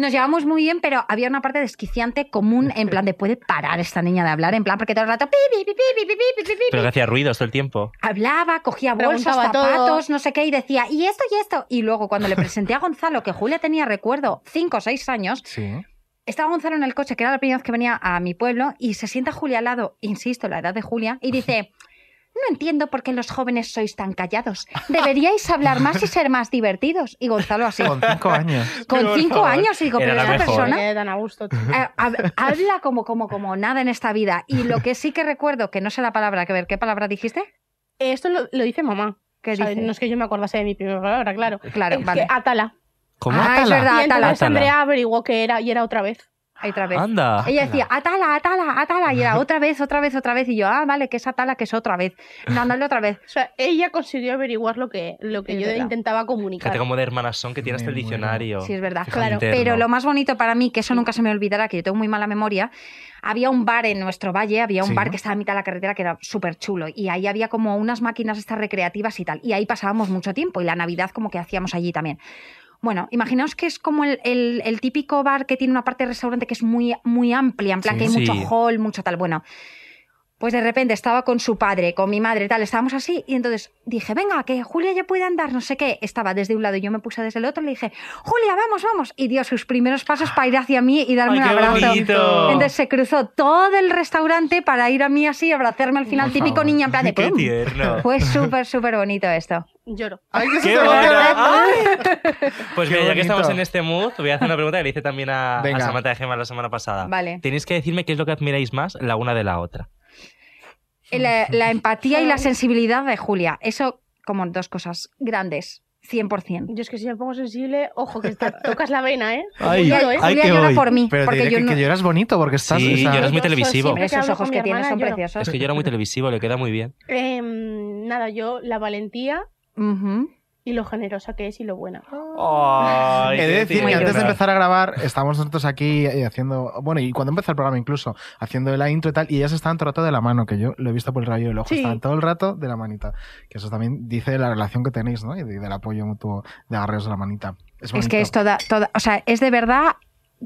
Speaker 10: Nos llevamos muy bien, pero había una parte desquiciante común en plan de puede parar esta niña de hablar, en plan porque todo el rato pi, pi, pi, pi, pi, pi, pi, pi, pi,
Speaker 1: Pero que
Speaker 10: pi.
Speaker 1: hacía ruidos todo el tiempo.
Speaker 10: Ah, Hablaba, cogía bolsas,
Speaker 8: Preguntaba todo.
Speaker 10: zapatos, no sé qué, y decía, y esto y esto. Y luego, cuando le presenté a Gonzalo, que Julia tenía, recuerdo, cinco o seis años,
Speaker 2: Sí.
Speaker 10: estaba Gonzalo en el coche, que era la primera vez que venía a mi pueblo, y se sienta Julia al lado, insisto, la edad de Julia, y dice, no entiendo por qué los jóvenes sois tan callados. Deberíais hablar más y ser más divertidos. Y Gonzalo así.
Speaker 2: Con cinco años.
Speaker 10: Con
Speaker 2: Pero, por
Speaker 10: cinco
Speaker 2: favor.
Speaker 10: años, y digo,
Speaker 2: Era
Speaker 10: pero
Speaker 2: la
Speaker 10: esta
Speaker 2: mejor.
Speaker 10: persona
Speaker 8: Eh, Dan Augusto.
Speaker 10: eh, hab- habla como, como, como nada en esta vida. Y lo que sí que recuerdo, que no sé la palabra, que ver, ¿qué palabra dijiste?
Speaker 8: Esto lo, lo dice mamá.
Speaker 10: ¿Qué
Speaker 8: O sea,
Speaker 10: dice?
Speaker 8: No es que yo me acordase de mi primera palabra, claro.
Speaker 10: Claro,
Speaker 8: Es
Speaker 10: vale.
Speaker 8: que Atala.
Speaker 1: ¿Cómo?
Speaker 10: Ah, es verdad,
Speaker 8: Y entonces
Speaker 10: Atala.
Speaker 8: Andrea averiguó que era y era otra vez.
Speaker 10: Otra vez.
Speaker 1: Anda.
Speaker 10: Ella decía, atala, atala, atala. Y era otra vez, otra vez, otra vez. Y yo, ah, vale, que es atala, que es otra vez. No, dale otra vez.
Speaker 8: O sea, ella consiguió averiguar lo que, lo que
Speaker 10: Es
Speaker 8: yo
Speaker 10: verdad.
Speaker 8: intentaba comunicar.
Speaker 1: Fíjate como de hermanas son que tiene hasta el diccionario.
Speaker 10: Sí, es verdad.
Speaker 1: Fíjate interno.
Speaker 10: Pero lo más bonito para mí, que eso nunca se me olvidará, que yo tengo muy mala memoria, había un bar en nuestro valle, había un
Speaker 8: Sí.
Speaker 10: bar que estaba a mitad de la carretera que era súper chulo. Y ahí había como unas máquinas estas recreativas y tal. Y ahí pasábamos mucho tiempo. Y la Navidad como que hacíamos allí también. Bueno, imaginaos que es como el, el- el típico bar que tiene una parte de restaurante que es muy, muy amplia, en plan
Speaker 8: Sí.
Speaker 10: que hay mucho
Speaker 8: Sí.
Speaker 10: hall, mucho tal. Bueno, pues de repente estaba con su padre, con mi madre, tal, estábamos así, y entonces dije, venga, que Julia ya puede andar, no sé qué. Estaba desde un lado y yo me puse desde el otro, le dije, Julia, vamos, vamos. Y dio sus primeros pasos para ir hacia mí y darme
Speaker 8: ¡Ay,
Speaker 10: un
Speaker 8: qué
Speaker 10: abrazo.
Speaker 8: bonito!
Speaker 10: Entonces se cruzó todo el restaurante para ir a mí así, abrazarme al final,
Speaker 8: Por
Speaker 10: típico
Speaker 8: favor.
Speaker 10: niña en plan de
Speaker 8: ¡Qué
Speaker 10: "Pum".
Speaker 1: tierno!
Speaker 10: Fue súper, súper bonito esto.
Speaker 8: Lloro.
Speaker 10: [laughs]
Speaker 1: ¡Qué buena! Pues
Speaker 8: Qué
Speaker 1: mira, ya que
Speaker 8: bonito.
Speaker 1: estamos en este mood, te voy a hacer una pregunta que le hice también a, a
Speaker 2: Venga.
Speaker 1: Samantha de Gemma la semana pasada.
Speaker 10: Vale.
Speaker 1: Tenéis que decirme qué es lo que admiráis más la una de la otra.
Speaker 10: La, la empatía y la sensibilidad de Julia, eso como dos cosas grandes, 100%.
Speaker 8: Yo es que si me pongo sensible, ojo, que te [laughs] tocas la vena, ¿eh?
Speaker 2: Ay,
Speaker 8: Lloro, ¿eh?
Speaker 2: ay, que voy. Pero te diré
Speaker 10: yo
Speaker 2: que,
Speaker 10: no-
Speaker 2: que lloras bonito porque estás.
Speaker 1: Sí,
Speaker 2: esa-
Speaker 1: lloras muy televisivo.
Speaker 10: Hombre,
Speaker 8: que
Speaker 10: esos
Speaker 8: hablo
Speaker 10: ojos
Speaker 8: con
Speaker 10: que
Speaker 8: mi
Speaker 10: tienes
Speaker 8: hermana,
Speaker 10: son
Speaker 8: lloro.
Speaker 10: preciosos.
Speaker 1: Es que yo era muy televisivo, le queda muy bien.
Speaker 8: Em, nada, yo la valentía y lo generosa que es y lo buena.
Speaker 1: Ay,
Speaker 2: He de
Speaker 1: qué
Speaker 2: decir que
Speaker 1: tierno.
Speaker 2: antes de empezar a grabar, estábamos nosotros aquí eh, haciendo. Bueno, y cuando empezó el programa incluso, haciendo la intro y tal, y ellas estaban todo el rato de la mano, que yo lo he visto por el rayo del ojo,
Speaker 8: Sí.
Speaker 2: estaban todo el rato de la manita. Que eso también dice la relación que tenéis, ¿no? Y de- del apoyo mutuo de agarreos de la manita. Es,
Speaker 10: Es que es toda, toda, o sea, es de verdad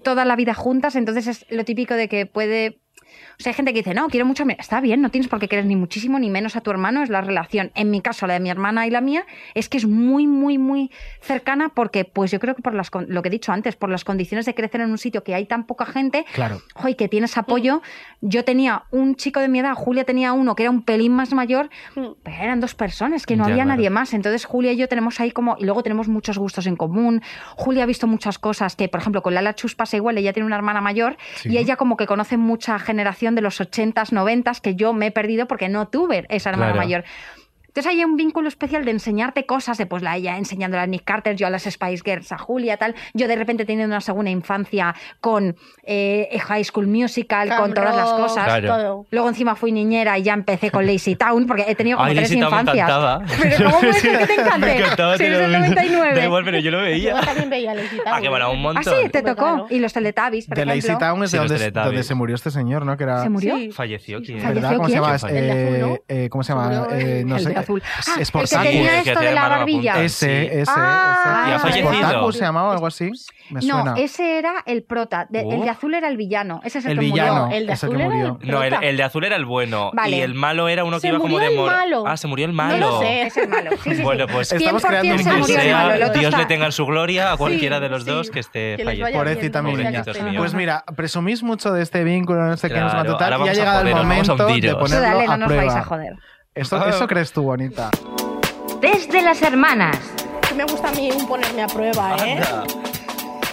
Speaker 10: toda la vida juntas, entonces es lo típico de que puede... O sea, hay gente que dice, no, quiero mucho a mi... Está bien, no tienes por qué querer ni muchísimo ni menos a tu hermano, es la relación. En mi caso, la de mi hermana y la mía, es que es muy, muy, muy cercana porque, pues yo creo que por las, con- lo que he dicho antes, por las condiciones de crecer en un sitio que hay tan poca gente,
Speaker 2: Claro.
Speaker 10: Joy, que tienes apoyo. Yo tenía un chico de mi edad, Julia tenía uno que era un pelín más mayor, pero eran dos personas, que no
Speaker 8: Ya,
Speaker 10: había
Speaker 8: claro.
Speaker 10: nadie más. Entonces Julia y yo tenemos ahí como, y luego tenemos muchos gustos en común. Julia ha visto muchas cosas que, por ejemplo, con Lala Chus pasa igual, ella tiene una hermana mayor
Speaker 8: Sí.
Speaker 10: y ella como que conoce mucha generación de los 80s, 90s que yo me he perdido porque no tuve esa hermana
Speaker 8: Claro.
Speaker 10: mayor. Entonces hay un vínculo especial de enseñarte cosas, de pues la ella enseñándola a Nick Carter, yo a las Spice Girls, a Julia, tal. Yo de repente teniendo una segunda infancia con eh, High School Musical,
Speaker 8: Camp
Speaker 10: con todas las
Speaker 8: Rock,
Speaker 10: cosas.
Speaker 8: Claro.
Speaker 10: Luego encima fui niñera y ya empecé
Speaker 1: [laughs]
Speaker 10: con Lazy Town, porque he tenido como
Speaker 1: Ay,
Speaker 10: tres
Speaker 1: Lazy Town me
Speaker 10: infancias. [laughs]
Speaker 1: encantaba.
Speaker 10: Pero ¿cómo puede ser que te
Speaker 1: [laughs] Me
Speaker 10: encante?
Speaker 1: encantaba,
Speaker 10: Si
Speaker 1: te
Speaker 10: eres
Speaker 1: lo
Speaker 10: del
Speaker 1: digo.
Speaker 10: 99.
Speaker 1: Da igual, pero yo lo veía.
Speaker 10: [laughs]
Speaker 8: Yo también veía Lazy Town.
Speaker 1: [laughs] Ah, que molaba un
Speaker 10: Ah,
Speaker 1: montón.
Speaker 10: sí, te tocó. Y los Teletubbies, por
Speaker 2: De
Speaker 10: ejemplo.
Speaker 2: Lazy Town es
Speaker 1: Sí,
Speaker 2: de
Speaker 1: los
Speaker 2: donde,
Speaker 1: Teletubbies.
Speaker 2: donde se murió este señor, ¿no? Que era...
Speaker 10: ¿Se murió? Sí.
Speaker 1: Falleció quién?
Speaker 2: ¿Verdad? ¿Cómo se
Speaker 10: ¿Falleció
Speaker 2: llama?
Speaker 10: quién? El de azul,
Speaker 2: Eh,
Speaker 10: ¿no?
Speaker 2: eh, ¿Cómo se llama?
Speaker 10: Seguro,
Speaker 2: Eh, no
Speaker 10: el
Speaker 2: sé.
Speaker 10: de azul. Ah, el que
Speaker 2: Sportacus.
Speaker 10: tenía esto de la
Speaker 2: Eh,
Speaker 10: barbilla.
Speaker 2: Ese, ese,
Speaker 10: Ah,
Speaker 1: Y ha
Speaker 2: ese.
Speaker 1: fallecido.
Speaker 2: Sportacus se llamaba o algo así. Me suena. Oh.
Speaker 10: No, ese era el prota. de- El de azul era el villano. Ese es el,
Speaker 2: El
Speaker 10: que
Speaker 2: villano,
Speaker 10: murió. Eh,
Speaker 2: El de es el azul que era el murió.
Speaker 1: No, el, el de azul era el bueno.
Speaker 10: Vale.
Speaker 1: Y el malo era uno que
Speaker 10: Se
Speaker 1: iba como
Speaker 10: murió
Speaker 1: de
Speaker 10: el
Speaker 1: mora.
Speaker 10: malo.
Speaker 1: Ah, se murió el malo.
Speaker 10: Es el malo. Sí, sí, sí.
Speaker 1: Bueno, pues
Speaker 10: 100%
Speaker 1: quien
Speaker 10: se murió el
Speaker 1: sea,
Speaker 10: malo. El otro
Speaker 1: Dios
Speaker 10: está-
Speaker 1: le tenga en su gloria a cualquiera
Speaker 10: Sí,
Speaker 1: de los
Speaker 10: sí.
Speaker 1: dos que esté
Speaker 10: Que les vaya
Speaker 1: fallecido.
Speaker 2: Pobrecita mi niña.
Speaker 1: Pobrecitos míos.
Speaker 2: Pues mira, presumís mucho de este vínculo, no sé qué, no sé
Speaker 1: Claro,
Speaker 2: cuánto
Speaker 1: ahora
Speaker 2: tal, y ha
Speaker 1: vamos a
Speaker 2: llegado el
Speaker 1: joderos, vamos a
Speaker 2: momento de
Speaker 1: hundiros. Oh.
Speaker 2: ponerlo
Speaker 10: Pues Dale, no
Speaker 2: a
Speaker 10: nos
Speaker 2: prueba.
Speaker 10: vais a joder.
Speaker 2: Eso, eso crees tú,
Speaker 10: [laughs]
Speaker 2: bonita.
Speaker 10: Desde las hermanas.
Speaker 8: Que me gusta a mí un ponerme a prueba, ¿eh?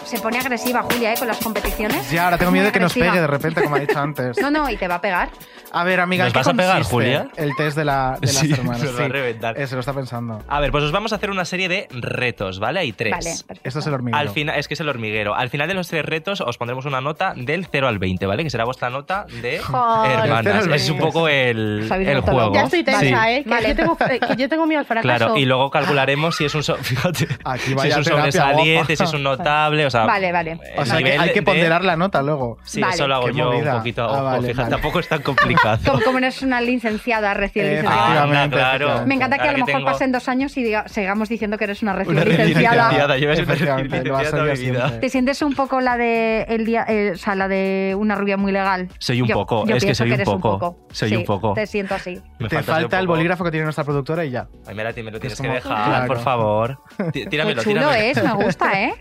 Speaker 10: Se pone agresiva Julia, ¿eh? Con las competiciones.
Speaker 2: Ya, ahora tengo miedo de que nos
Speaker 10: Agresiva.
Speaker 2: pegue de repente, como ha dicho antes.
Speaker 10: No, no, y te va a pegar.
Speaker 2: A ver, amiga,
Speaker 1: ¿Nos
Speaker 2: ¿en qué
Speaker 1: vas a pegar,
Speaker 2: consiste
Speaker 1: Julia?
Speaker 2: El test de, la, de las
Speaker 1: Sí, [laughs]
Speaker 2: hermanas.
Speaker 1: nos va a reventar.
Speaker 2: Eh, se lo está pensando.
Speaker 1: A ver, pues os vamos a hacer una serie de retos, ¿vale? Hay tres.
Speaker 10: Vale, perfecto.
Speaker 2: Esto es el hormiguero.
Speaker 1: Al final, es que es el hormiguero. Al final de los tres retos os pondremos una nota del 0 al 20, ¿vale? Que será vuestra nota
Speaker 10: [laughs]
Speaker 1: de
Speaker 8: Joder. Del 0
Speaker 1: hermanas.
Speaker 8: al
Speaker 1: Es un
Speaker 8: 20.
Speaker 1: poco el,
Speaker 8: Sabéis
Speaker 1: el
Speaker 8: notarlo.
Speaker 1: juego.
Speaker 8: Ya estoy tensa,
Speaker 1: Sí.
Speaker 8: ¿eh? Que, Yo tengo, eh, que yo tengo miedo al fracaso.
Speaker 1: Claro, y luego calcularemos si es un, so- [laughs] fíjate, si
Speaker 2: vaya
Speaker 1: es un
Speaker 2: terapia,
Speaker 1: sobresaliente,
Speaker 2: guapa.
Speaker 1: si es un notable, o sea...
Speaker 10: [laughs] Vale, vale.
Speaker 1: el
Speaker 2: O sea, que
Speaker 1: nivel
Speaker 2: hay que
Speaker 1: de-
Speaker 2: ponderar la nota luego.
Speaker 1: Sí, eso lo hago
Speaker 2: Qué
Speaker 1: yo
Speaker 2: movida.
Speaker 1: un poquito. a
Speaker 2: Ah,
Speaker 1: ojo,
Speaker 2: vale,
Speaker 1: fíjate,
Speaker 2: vale.
Speaker 1: tampoco es tan
Speaker 10: [laughs]
Speaker 1: complicado.
Speaker 10: Como, como no es una licenciada recién licenciada.
Speaker 1: Anda,
Speaker 2: efectivamente,
Speaker 1: claro.
Speaker 10: Me encanta
Speaker 1: Eh,
Speaker 10: que
Speaker 1: Ahora
Speaker 10: a lo mejor
Speaker 1: tengo-
Speaker 10: pasen dos años y diga- sigamos diciendo que eres una recién
Speaker 1: Una recién
Speaker 10: licenciada.
Speaker 1: licenciada, yo voy a ser una recién
Speaker 2: Efectivamente, lo vas a
Speaker 1: licenciada toda mi
Speaker 2: hacer
Speaker 1: vida.
Speaker 10: ¿Te sientes un poco la de el día, eh, o sea, la de una rubia muy legal?
Speaker 1: Soy un
Speaker 10: Yo-
Speaker 1: poco,
Speaker 10: yo
Speaker 1: es que
Speaker 10: pienso
Speaker 1: soy un
Speaker 10: eres
Speaker 1: poco, soy
Speaker 10: Sí,
Speaker 1: un poco.
Speaker 10: Te siento así.
Speaker 1: Me
Speaker 2: Te
Speaker 1: falta ser un
Speaker 2: falta el
Speaker 1: poco-
Speaker 2: bolígrafo que tiene nuestra productora y ya.
Speaker 1: Ay, mira, me lo tienes que
Speaker 2: como-
Speaker 1: dejar,
Speaker 2: Claro.
Speaker 1: por favor. Tí-
Speaker 10: Qué
Speaker 1: Tíramelo,
Speaker 10: chulo
Speaker 1: tíramelo.
Speaker 10: es, me gusta, ¿eh?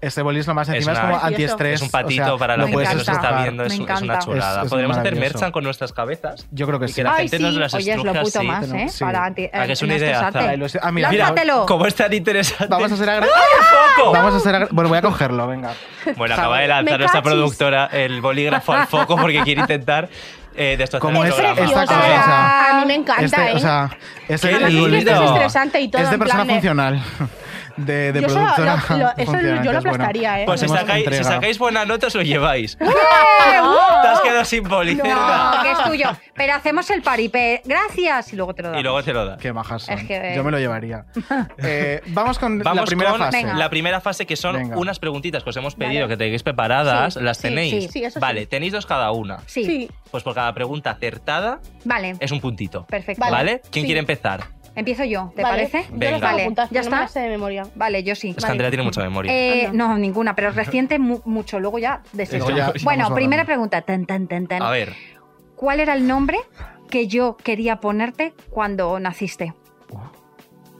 Speaker 2: Este boli es lo más encima, es,
Speaker 1: una-
Speaker 2: como antiestrés.
Speaker 1: Es un
Speaker 2: o
Speaker 1: patito
Speaker 2: sea,
Speaker 1: para
Speaker 2: lo
Speaker 1: la gente
Speaker 2: puedes
Speaker 1: que nos está
Speaker 2: enchufar.
Speaker 1: viendo.
Speaker 10: Me
Speaker 1: Es, un- es una
Speaker 10: encanta.
Speaker 1: chorada.
Speaker 2: Es- es
Speaker 1: Podríamos hacer
Speaker 2: maravilloso.
Speaker 1: merchan con nuestras cabezas.
Speaker 2: Yo creo que
Speaker 1: y
Speaker 2: sí.
Speaker 1: que la
Speaker 10: Ay,
Speaker 1: gente
Speaker 10: sí.
Speaker 1: nos [laughs] las
Speaker 10: Oye, es lo
Speaker 1: estruje
Speaker 10: puto
Speaker 1: así.
Speaker 10: más, ¿eh?
Speaker 2: Sí.
Speaker 10: Para anti-
Speaker 1: ¿A que es una
Speaker 10: eh,
Speaker 1: idea?
Speaker 10: estresarte.
Speaker 2: La ilusión- Ah, mira, mira,
Speaker 10: ¡Lánzatelo!
Speaker 1: ¿Cómo es tan interesante? [laughs]
Speaker 2: Vamos a hacer agre-
Speaker 1: ¡Foco!
Speaker 2: Vamos a hacer agre- Bueno, voy a cogerlo, venga.
Speaker 1: Bueno, acaba de lanzar
Speaker 8: Me
Speaker 1: nuestra
Speaker 8: cachis.
Speaker 1: productora el bolígrafo al foco porque quiere intentar eh, destrozar
Speaker 2: Como
Speaker 1: el
Speaker 2: es
Speaker 1: programa.
Speaker 2: esta
Speaker 1: A
Speaker 2: cosa,
Speaker 1: ver,
Speaker 2: o sea,
Speaker 8: A mí me encanta,
Speaker 2: Este,
Speaker 8: ¿eh?
Speaker 2: o sea, este
Speaker 1: Qué
Speaker 8: Además, es que esto es
Speaker 1: lindo.
Speaker 8: estresante y todo.
Speaker 2: es de
Speaker 8: en
Speaker 2: Este persona
Speaker 8: plan de-
Speaker 2: funcional. De, de
Speaker 8: Yo eso lo-
Speaker 2: productora.
Speaker 8: lo- lo- eso yo
Speaker 2: funcional,
Speaker 8: lo
Speaker 2: entonces, bueno,
Speaker 8: aplastaría, ¿eh?
Speaker 1: Pues si
Speaker 2: hacemos
Speaker 1: sacáis, si
Speaker 2: entrega.
Speaker 1: sacáis buenas notas, lo lleváis. Te has quedado sin
Speaker 10: No,
Speaker 1: policerda.
Speaker 10: que es tuyo. Pero hacemos el paripé. Gracias. Y luego te lo
Speaker 1: Y
Speaker 10: damos.
Speaker 1: luego te lo da.
Speaker 2: Qué bajas son.
Speaker 10: Es que-
Speaker 2: Yo me lo
Speaker 8: [laughs]
Speaker 2: llevaría. Eh, vamos con
Speaker 1: Vamos
Speaker 2: la primera
Speaker 1: con
Speaker 2: fase.
Speaker 10: Venga.
Speaker 1: la primera fase, que son
Speaker 2: Venga.
Speaker 1: unas preguntitas que os hemos pedido
Speaker 8: Vale.
Speaker 1: que tengáis preparadas.
Speaker 8: Sí,
Speaker 1: las
Speaker 8: sí,
Speaker 1: tenéis.
Speaker 8: sí, sí, eso sí.
Speaker 1: vale, tenéis dos cada una.
Speaker 10: Sí.
Speaker 8: Sí.
Speaker 1: Pues por cada pregunta acertada
Speaker 10: Vale.
Speaker 1: es un puntito.
Speaker 10: Perfecto.
Speaker 1: ¿Vale?
Speaker 8: Vale.
Speaker 1: ¿Quién
Speaker 8: Sí.
Speaker 1: quiere empezar?
Speaker 10: Empiezo yo, ¿te
Speaker 8: Vale,
Speaker 10: parece?
Speaker 8: Yo
Speaker 1: Venga.
Speaker 8: las tengo
Speaker 10: Vale,
Speaker 8: apuntadas,
Speaker 10: ¿ya
Speaker 8: pero no me
Speaker 10: está?
Speaker 8: las sé de meandria.
Speaker 10: Vale, yo sí.
Speaker 1: Es que Pues, Andrea tiene mucha memoria.
Speaker 10: Eh,
Speaker 8: Anda.
Speaker 10: no, ninguna, pero reciente mu- mucho. Luego ya desecho.
Speaker 2: Luego ya
Speaker 10: bueno,
Speaker 2: vamos
Speaker 10: primera
Speaker 2: hablando.
Speaker 10: pregunta. Tan, tan, tan, tan.
Speaker 1: A ver.
Speaker 10: ¿Cuál era el nombre que yo quería ponerte cuando naciste?